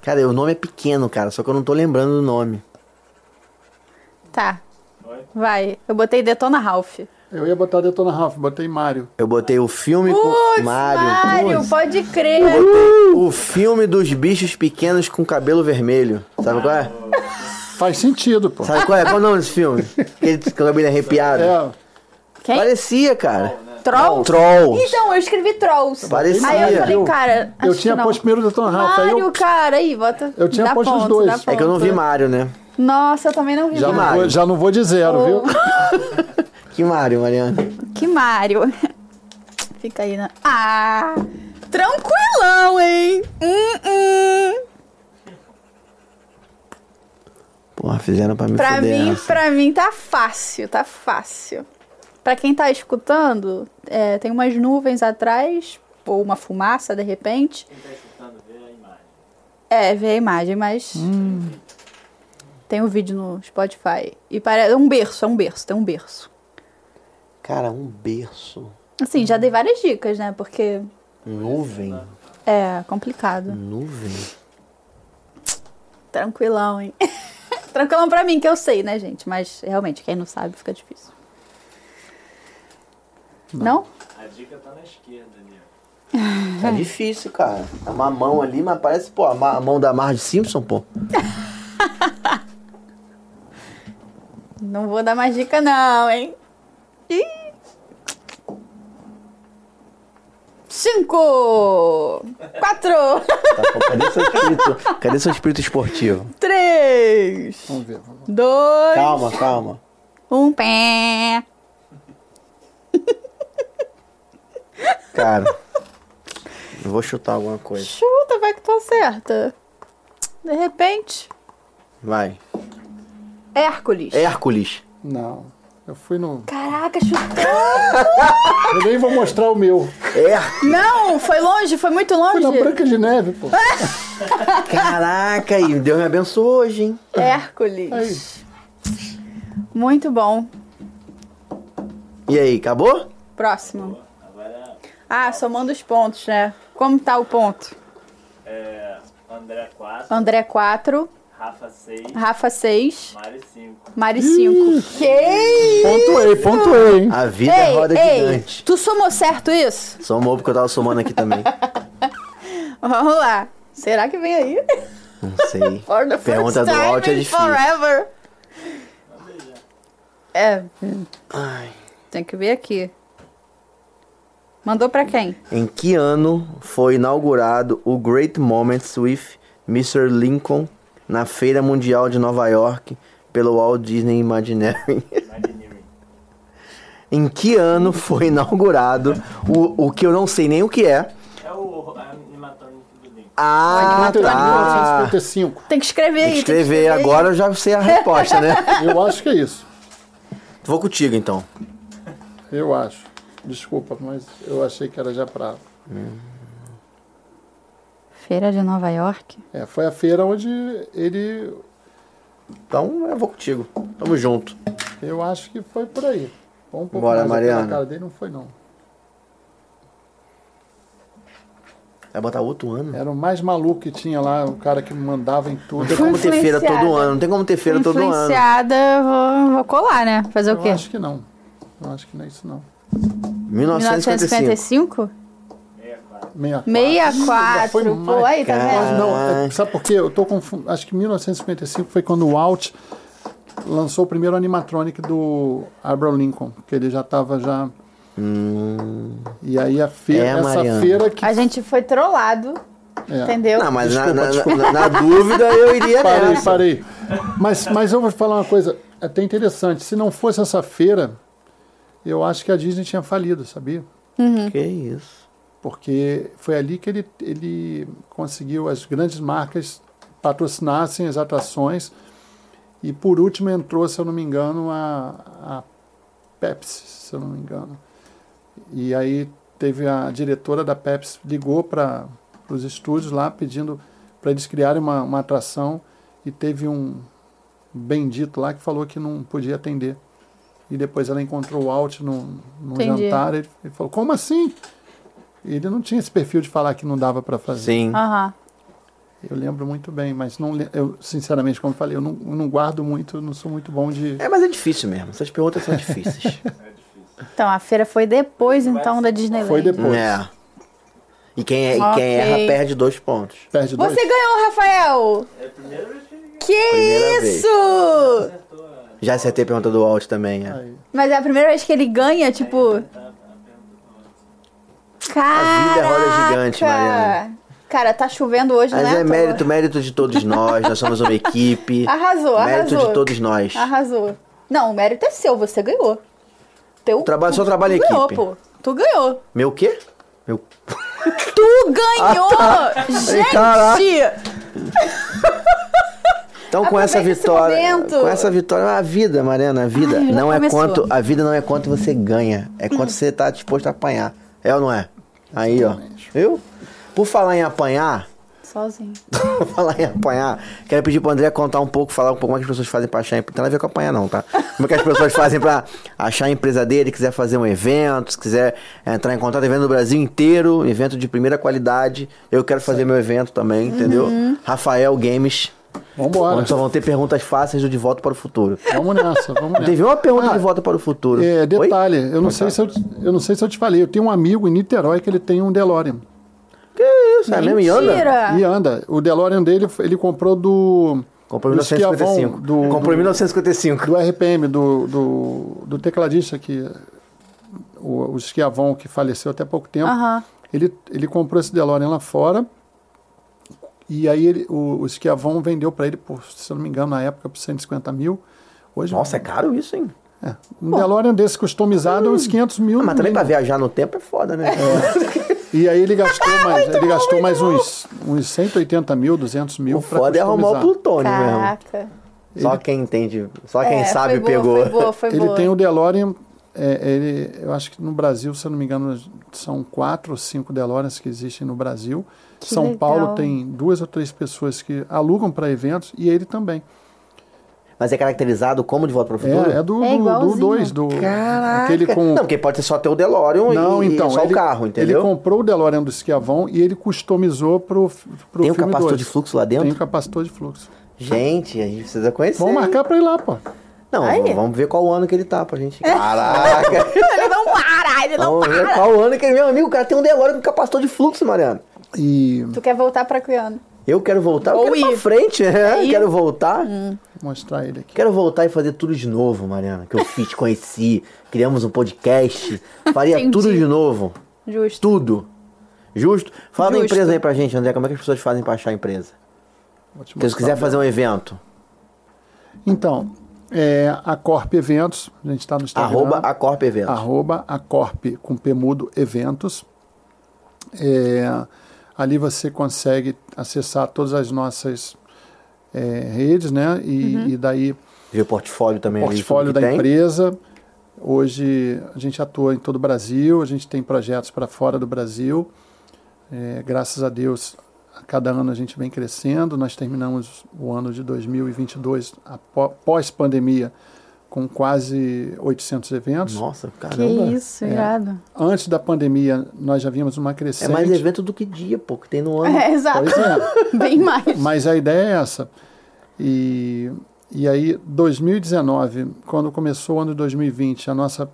Cara, o nome é pequeno, cara, só que eu não tô lembrando do nome. Tá. Vai. Eu botei Detona Ralph. Eu ia botar Detona Ralph, botei Mario. Eu botei o filme Putz, com Mario. Mário, Putz. pode crer. O filme dos bichos pequenos com cabelo vermelho. Sabe qual é? Faz sentido, pô. Sabe qual é? Qual é o nome desse filme? Aquele com o cabelo arrepiado. É, Quem? Parecia, cara. Troll? Troll. Então, eu escrevi Trolls. Parecia. Aí eu falei, cara. eu acho tinha que não. posto primeiro Detona Ralph, aí Mário, eu cara, aí, bota. Eu tinha dá posto os ponto, dois. dá É É que eu não vi ponto. Mario, né? Nossa, eu também não vi já Mário. não, vou, já não vou de zero, viu? Que Mario, Mariana? Que Mário. Fica aí na. Ah! Tranquilão, hein? Hum, hum. Porra, fizeram pra me Pra foder mim, essa. pra mim tá fácil, tá fácil. Pra quem tá escutando, é, tem umas nuvens atrás, ou uma fumaça de repente. É, vê a imagem, mas. Tem um vídeo no Spotify. E parece. É um berço, é um berço, tem um berço. Cara, um berço. um Assim, já dei várias dicas, né? Porque Nuvem. é complicado. um Nuvem. Tranquilão, hein? Tranquilão pra mim, que eu sei, né, gente? Mas realmente, quem não sabe fica difícil. Não? A dica tá na esquerda ali. Tá difícil, cara. É uma mão ali, mas parece, pô, a ma- a mão da Marge Simpson, pô. Tá, Não vou dar mais dica, não, hein? Ih. Cinco! Quatro! Tá, pô, cadê seu espírito? Cadê seu espírito esportivo? Três! Vamos ver. vamos ver. Dois! Calma, calma. Um pé! Cara, eu vou chutar alguma coisa. Chuta, vai que tu acerta. De repente, Vai. Hércules. É. Hércules. Não. Eu fui no. Caraca, chutou! Eu nem vou mostrar o meu. É. Não, foi longe, foi muito Fui na longe. Branca de Neve, pô. É Caraca, e Deus me abençoou hoje, hein? Hércules. Muito bom. E aí, acabou? Próximo. Ah, somando os pontos, né? Como tá o ponto? É, André 4, André 4, Rafa 6, Rafa 6, Mari 5. Mari 5. Que? Pontuei, pontuei, hein? A vida é roda Ei, ei, gigante. tu somou certo isso? Somou porque eu tava somando aqui também. Vamos lá. Será que vem aí? Não sei. For the Pergunta first do time Alt é in difícil. Forever. É, Ai. tem que ver aqui. Mandou pra quem? Em que ano foi inaugurado o Great Moments with Mr. Lincoln na Feira Mundial de Nova York pelo Walt Disney Imagineering? em que ano foi inaugurado o, o que eu não sei nem o que é? É o animatrônico do Link. Ah, tá. 1955. Tem que escrever aí. tem que Escrever aí. agora eu já sei a resposta, né? Eu acho que é isso. Vou contigo então. Eu acho. Desculpa, mas eu achei que era já pra. Feira de Nova York? É, foi a feira onde ele. Então eu vou contigo. Tamo junto. Eu acho que foi por aí. Foi um pouco Bora, mais aqui Mariana. na cara dele não foi, não. Vai botar outro ano? Era o mais maluco que tinha lá, o cara que mandava em tudo. Não tem como ter feira todo Influenciada. ano. Não tem como ter feira todo ano. Influenciada, eu vou, vou colar, né? Fazer o Eu quê? acho que não. Eu acho que não é isso, não. é 1955. 1955? 64. 64, Foi pô, mais, aí, tá cara. vendo? Não, é, sabe por quê? Eu tô confundindo. Acho que 1955 foi quando o Walt lançou o primeiro animatronic do Abraham Lincoln, que ele já estava já. E aí a feira, Hum. É, essa Mariana. feira que. A gente foi trollado, É. entendeu? Não, mas na- Desculpa, na, desculpa. na- na dúvida eu iria Parei, nessa. parei. Mas, mas eu vou falar uma coisa é até interessante. Se não fosse essa feira, eu acho que a Disney tinha falido, sabia? Que isso. porque foi ali que ele, ele conseguiu as grandes marcas patrocinassem as atrações e por último entrou, se eu não me engano, a, a Pepsi, se eu não me engano. E aí teve a diretora da Pepsi ligou para os estúdios lá pedindo para eles criarem uma, uma atração e teve um bendito lá que falou que não podia atender. E depois ela encontrou o Alt num, num Entendi. jantar e ele, ele falou, como assim? Ele não tinha esse perfil de falar que não dava para fazer. Sim. Aham. Eu lembro muito bem, mas não, le- eu, sinceramente, como eu falei, eu não, eu não guardo muito, eu não sou muito bom de. É, mas é difícil mesmo. Essas perguntas são difíceis. Então, a feira foi depois, então, da Disneyland. Foi depois. é. E quem, é- e Ok. quem erra perde dois pontos. Perde dois. Você ganhou, Rafael! É a primeira vez que ele Que Primeira vez. isso! acertou a Já acertei a pergunta do Walt também. É. Aí. Mas é a primeira vez que ele ganha, tipo. a- a pergunta do outro. Caraca! é roda gigante, Mariana. Cara, tá chovendo hoje, Mas né? é Tô- mérito, mérito de todos nós. Nós somos uma equipe. Arrasou, Mérito arrasou. de todos nós. Arrasou. Não, o mérito é seu, você ganhou. Teu, O trabalho- tu- só trabalho tu em ganhou, equipe. pô. Tu ganhou. Meu quê? Meu... Tu ganhou! Gente! Ah, tá. caraca. Então com Aproveita essa esse vitória, momento. com essa vitória, a vida, Mariana, a vida Ai, já não é começou. quanto, a vida não é quanto você ganha, é quanto você está disposto a apanhar. É ou não é? Aí, ó. Viu? Por falar em apanhar, Sozinho. Vou falar em apanhar. Quero pedir pro André contar um pouco, falar um pouco como é que as pessoas fazem pra achar. Não tem nada a ver com apanhar, não, tá? Como é que as pessoas fazem pra achar a empresa dele, quiser fazer um evento, se quiser eh, entrar em contato, evento no Brasil inteiro, evento de primeira qualidade. Eu quero fazer meu evento também, entendeu? Rafael Games. Vambora. Só vão ter perguntas fáceis do De Volta para o Futuro. Vamos nessa, vamos nessa. Teve uma pergunta Ah, de Volta para o Futuro. É, Oi? detalhe, eu não, sei se eu, eu não sei se eu te falei, eu tenho um amigo em Niterói que ele tem um DeLorean. Que isso? É mesmo e anda? Mentira! E anda. O DeLorean dele, ele comprou do. Comprou em do Schiavon, 1955. do- Comprou em do- 1955. do RPM, do, do, do tecladista que. O, o Schiavon, que faleceu até pouco tempo. Aham. Ele, ele comprou esse DeLorean lá fora. E aí ele, o, o Schiavon vendeu para ele, por, se eu não me engano, na época, por 150 mil. Hoje, Nossa, é caro isso, hein? é, um DeLorean desse customizado é uns 500 mil. Ah, mas no também pra mínimo. viajar no tempo é foda, né? É. E aí ele gastou mais, ele gastou mais uns, uns 180 mil, 200 mil O pra foda é arrumar o customizar. plutônio mesmo. Caraca. Só quem entende, só quem É, foi sabe boa, pegou. Foi boa, foi Ele boa. tem um o DeLorean, é, ele, eu acho que no Brasil, se eu não me engano, são quatro ou cinco DeLoreans que existem no Brasil. são legal. Paulo tem duas ou três pessoas que alugam para eventos e ele também. Mas é caracterizado como de volta pro futuro? É, é do, É do- do, igualzinho. dois, do aquele com Não, porque pode ser só ter o DeLorean e- não, e, é então só ele, o carro, entendeu? Ele comprou o DeLorean do Schiavon e ele customizou pro pro Tem um filme capacitor dois. de fluxo lá dentro? Tem um capacitor de fluxo. Gente, a gente precisa conhecer. Vamos marcar para ir lá, pô. Não, Aí. v- vamos ver qual ano que ele tá pra gente. Caraca! Ele não para, ele é um não vamos ver para. qual ano que ele. Meu amigo, o cara tem um DeLorean com capacitor de fluxo, Mariano. E Tu quer voltar pra Criano? Eu quero voltar, eu Ou Hum. quero ir ir. pra frente, né? Aí. Quero voltar. mostrar ele aqui. Quero voltar e fazer tudo de novo, Mariana. Que eu fiz, te conheci, criamos um podcast, faria Entendi. tudo de novo. Justo. Tudo. Justo? Fala da Justo. empresa aí pra gente, André. Como é que as pessoas fazem pra achar a empresa? Vou te Porque se mostrar. quiser fazer um evento, Então, é, a Corp Eventos, a gente está no Instagram. arroba a Corp Evento. Arroba a Corp com P mudo Eventos. É, ali você consegue acessar todas as nossas é, redes, né? E, e daí Ver o portfólio também. ali, portfólio tudo da que tem. empresa. Hoje a gente atua em todo o Brasil, a gente tem projetos para fora do Brasil. É, graças a Deus, a cada ano a gente vem crescendo. Nós terminamos o ano de 2022, apó- pós-pandemia, com quase 800 eventos. Nossa, Que caramba. isso, irado. Antes da pandemia, nós já vimos uma É crescente. mais evento do que dia, pô, que tem no ano. É, exato. Pois é. Bem mais. Mas a ideia é essa. E, e aí, 2019, quando começou o ano de 2020, a nossa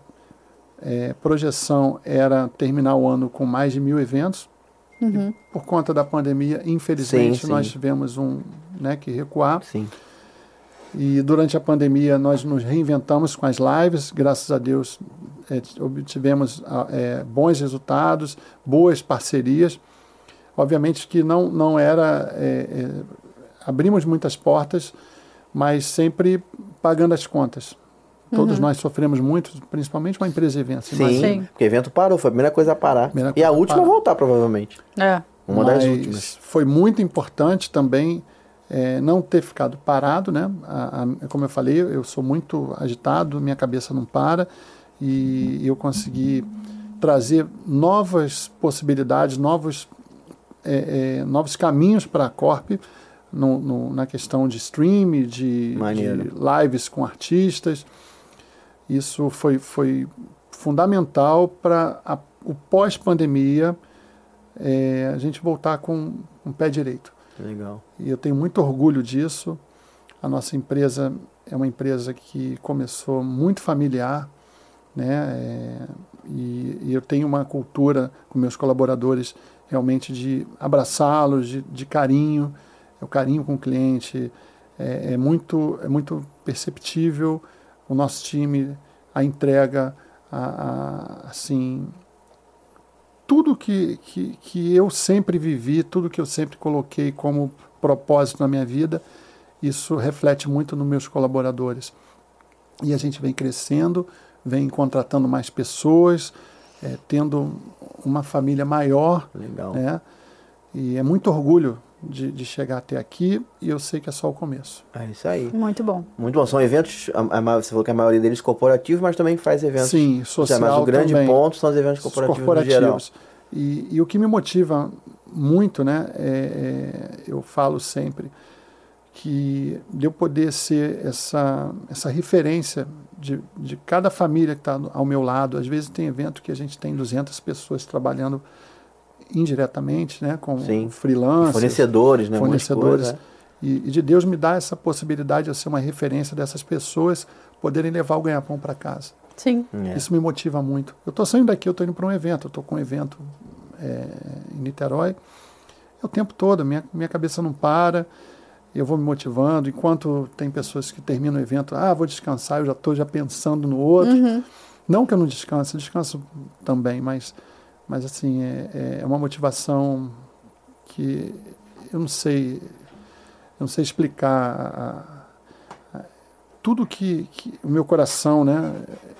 eh, projeção era terminar o ano com mais de mil eventos. E por conta da pandemia, infelizmente, Uhum. Sim, sim. nós tivemos um né, que recuar. Sim. E durante a pandemia nós nos reinventamos com as lives, graças a Deus eh, obtivemos ah, eh, bons resultados, boas parcerias. Obviamente que não, não era. eh, eh, abrimos muitas portas, mas sempre pagando as contas. Todos nós sofremos muito, principalmente com a empresa de eventos. Sim, Sim. Porque o evento parou, foi a primeira coisa a parar. Primeira e a coisa a última a parar. voltar, provavelmente. É. Uma Mas das últimas. Foi muito importante também eh, não ter ficado parado, né? A- a- como eu falei, eu sou muito agitado, minha cabeça não para e eu consegui trazer novas possibilidades, novos, eh, eh, novos caminhos para a Corp no- no- na questão de stream, de- de Maneiro. lives com artistas. Isso foi, foi fundamental para a- o pós-pandemia é, a gente voltar com um pé direito. Legal. E eu tenho muito orgulho disso. A nossa empresa é uma empresa que começou muito familiar, né? É, e, e eu tenho uma cultura com meus colaboradores realmente de abraçá-los, de, de carinho, é o carinho com o cliente. É, é muito, é muito perceptível o nosso time, a entrega, a, a- assim, tudo que, que, que eu sempre vivi, tudo que eu sempre coloquei como propósito na minha vida, isso reflete muito nos meus colaboradores. E a gente vem crescendo, vem contratando mais pessoas, eh, tendo uma família maior, Legal. né? E é muito orgulho de, de chegar até aqui e eu sei que é só o começo. É isso aí. Muito bom. Muito bom. São eventos, a- a ma- você falou que a maioria deles corporativos, mas também faz eventos. é, Sim, social Mas o grande também. ponto são os eventos Os corporativos, no geral. E, e o que me motiva muito, né, é- é- eu falo sempre que de eu poder ser essa, essa referência de, de cada família que está ao meu lado. Às vezes tem evento que a gente tem 200 pessoas trabalhando indiretamente, né, com Sim. freelancers, Fornecedores, né? muitas fornecedores. coisas, né? E, e de Deus me dá essa possibilidade de eu ser uma referência dessas pessoas poderem levar o ganha-pão para casa. Sim. É. Isso me motiva muito. Eu estou saindo daqui, eu estou indo para um evento, eu estou com um evento é, em Niterói. É o tempo todo, minha, minha cabeça não para, eu vou me motivando. Enquanto tem pessoas que terminam o evento, ah, vou descansar, eu já estou já pensando no outro. Não que eu não descanse, eu descanso também, mas, mas assim, é, é uma motivação que eu não sei, eu não sei explicar a- a- tudo que, que o meu coração, né,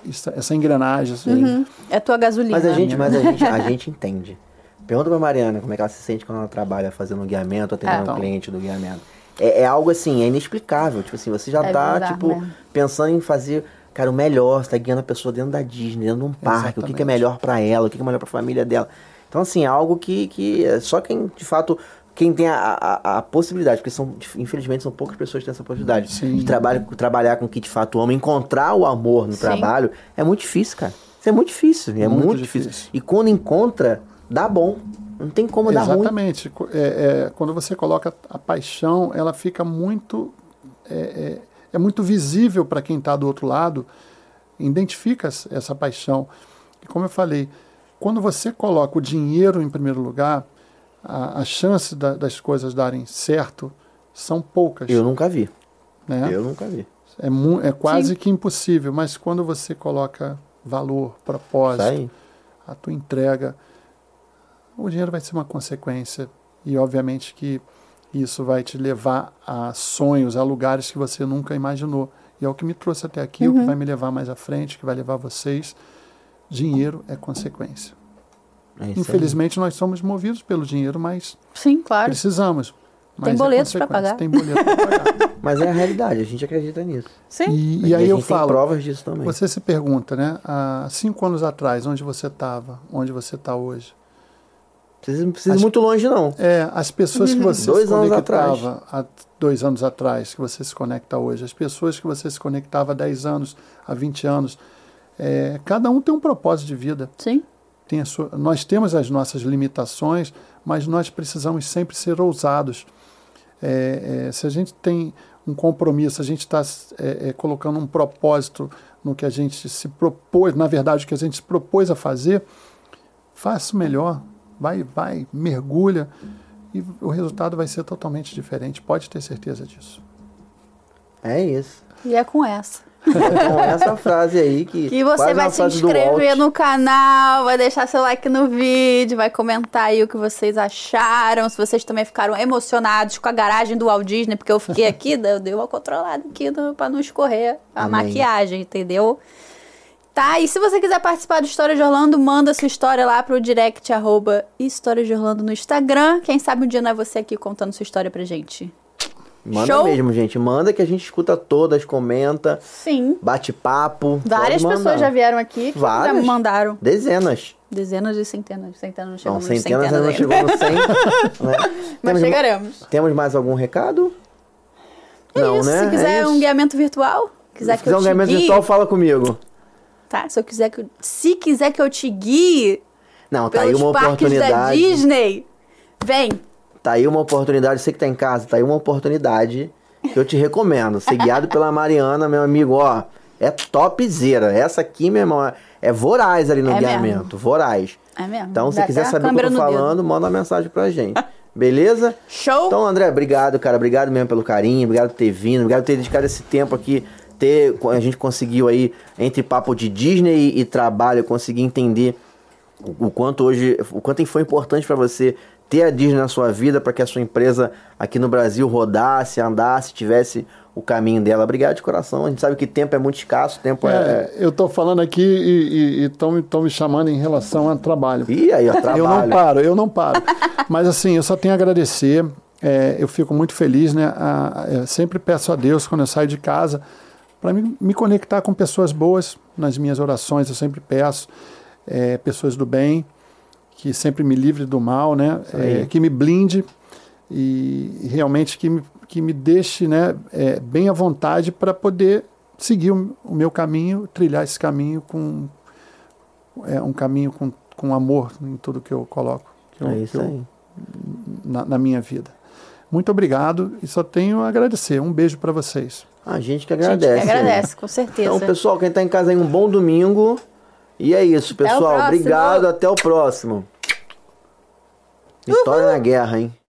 essa, essa engrenagem, assim, É a tua gasolina. Mas a gente, mas a gente, a gente entende. Pergunta pra Mariana como é que ela se sente quando ela trabalha fazendo um guiamento, É, atendendo Então. um cliente do guiamento. É, é algo assim, é inexplicável. Tipo assim, você já É tá, bizarro, tipo, né? pensando em fazer, cara, o melhor, você tá guiando a pessoa dentro da Disney, dentro de um parque, o que, que é Exatamente. melhor pra ela, o que, que é melhor pra família dela. Então, assim, é algo que, que é só quem, de fato, quem tem a, a- a possibilidade, porque são, infelizmente, são poucas pessoas que têm essa possibilidade Sim. de trabalho, trabalhar com o que de fato ama, encontrar o amor no Sim. trabalho, é muito difícil, cara. Isso é muito difícil. É muito, Muito difícil. difícil. E quando encontra, dá bom. Não tem como dar ruim. Exatamente. Co- é- é, quando você coloca a paixão, ela fica muito. É, é- é muito visível para quem está do outro lado, identifica s- essa paixão. E como eu falei, quando você coloca o dinheiro em primeiro lugar, a, a chance da- das coisas darem certo são poucas. Eu nunca vi. né? Eu nunca vi. É, mu- é quase Sim. que impossível, mas quando você coloca valor, Isso propósito, aí. a tua entrega, o dinheiro vai ser uma consequência e obviamente que isso vai te levar a sonhos, a lugares que você nunca imaginou. E é o que me trouxe até aqui, Uhum. o que vai me levar mais à frente, o que vai levar vocês. Dinheiro é consequência. É isso aí. Infelizmente nós somos movidos pelo dinheiro, mas Sim, claro. precisamos. Mas é boletos pra consequência, pagar. Tem boleto para pagar. Mas é a realidade, a gente acredita nisso. Sim. E, E e a aí gente eu tem falo, provas disso também. você se pergunta, né? Há cinco anos atrás, onde você estava, onde você está hoje? Precisa, não precisa ir Acho- muito longe, não. É, as pessoas que você Dois se anos conectava há dois anos atrás, que você se conecta hoje, as pessoas que você se conectava há 10 anos, há 20 anos, é, cada um tem um propósito de vida. Sim. Tem a sua- nós temos as nossas limitações, mas nós precisamos sempre ser ousados. É, é, se a gente tem um compromisso, a gente está é, é, colocando um propósito no que a gente se propôs, na verdade, o que a gente se propôs a fazer, faça o melhor, vai, vai, mergulha, e o resultado vai ser totalmente diferente, pode ter certeza disso. É isso. E é com essa. Então, essa frase aí que. E você quase é vai uma se frase do inscrever Walt. no canal, vai deixar seu like no vídeo, vai comentar aí o que vocês acharam, se vocês também ficaram emocionados com a garagem do Walt Disney, porque eu fiquei aqui, daí eu dei uma controlada aqui no, pra não escorrer a Amém. maquiagem, entendeu? Tá, e se você quiser participar do História de Orlando, manda sua história lá pro direct arroba História de Orlando no Instagram. Quem sabe um dia não é você aqui contando sua história pra gente. Manda Show? mesmo, gente. Manda que a gente escuta todas, comenta, Sim. bate papo. Várias pode mandar. pessoas já vieram aqui que já Várias? me mandaram. Dezenas. Dezenas e centenas. Centenas não Não, chegamos nos centenas ainda não ainda. chegou no 100. né? Mas Temos ma- chegaremos. Temos mais algum recado? É isso. Se quiser um guiamento virtual, quiser né? Se que eu quiser um te guiamento guie, virtual, fala comigo. tá? Se eu quiser que eu, se quiser que eu te guie Não, tá aí pelos uma parques da oportunidade. Disney, vem. Tá aí uma oportunidade, você que tá em casa, tá aí uma oportunidade que eu te recomendo. Ser guiado pela Mariana, meu amigo, ó. É topzera. Essa aqui, meu irmão, é- é voraz ali no É guiamento. Voraz. É mesmo? Então, se Dá quiser até uma saber o que eu câimbra tô no dedo. falando, manda uma mensagem pra gente. Beleza? Show? Então, André, obrigado, cara. Obrigado mesmo pelo carinho. Obrigado por ter vindo. Obrigado por ter dedicado esse tempo aqui. Ter, a gente conseguiu aí, entre papo de Disney e trabalho, conseguir entender o, o quanto hoje, o quanto foi importante pra você ter a Disney na sua vida, pra que a sua empresa aqui no Brasil rodasse, andasse, tivesse o caminho dela. Obrigado de coração. A gente sabe que tempo é muito escasso, tempo é. É, eu tô falando aqui e estão me chamando em relação a trabalho. Ih, aí, ó, trabalho. Eu não paro, eu não paro. Mas assim, eu só tenho a agradecer. é, eu fico muito feliz, né? A- a- eu sempre peço a Deus quando eu saio de casa para me, me conectar com pessoas boas nas minhas orações. Eu sempre peço é, pessoas do bem que sempre me livre do mal, né? é, que me blinde e realmente que me, que me deixe, né? é, bem à vontade para poder seguir o, o meu caminho, trilhar esse caminho com é um caminho com, com amor em tudo que eu coloco que eu- É isso que eu- aí. na, na minha vida. Muito obrigado e só tenho a agradecer. Um beijo para vocês. A gente que Gente, que agradece. agradece, com certeza. Então, pessoal, quem tá em casa aí, um bom domingo. E é isso, o pessoal. próximo. Obrigado, até o próximo. História na guerra, hein?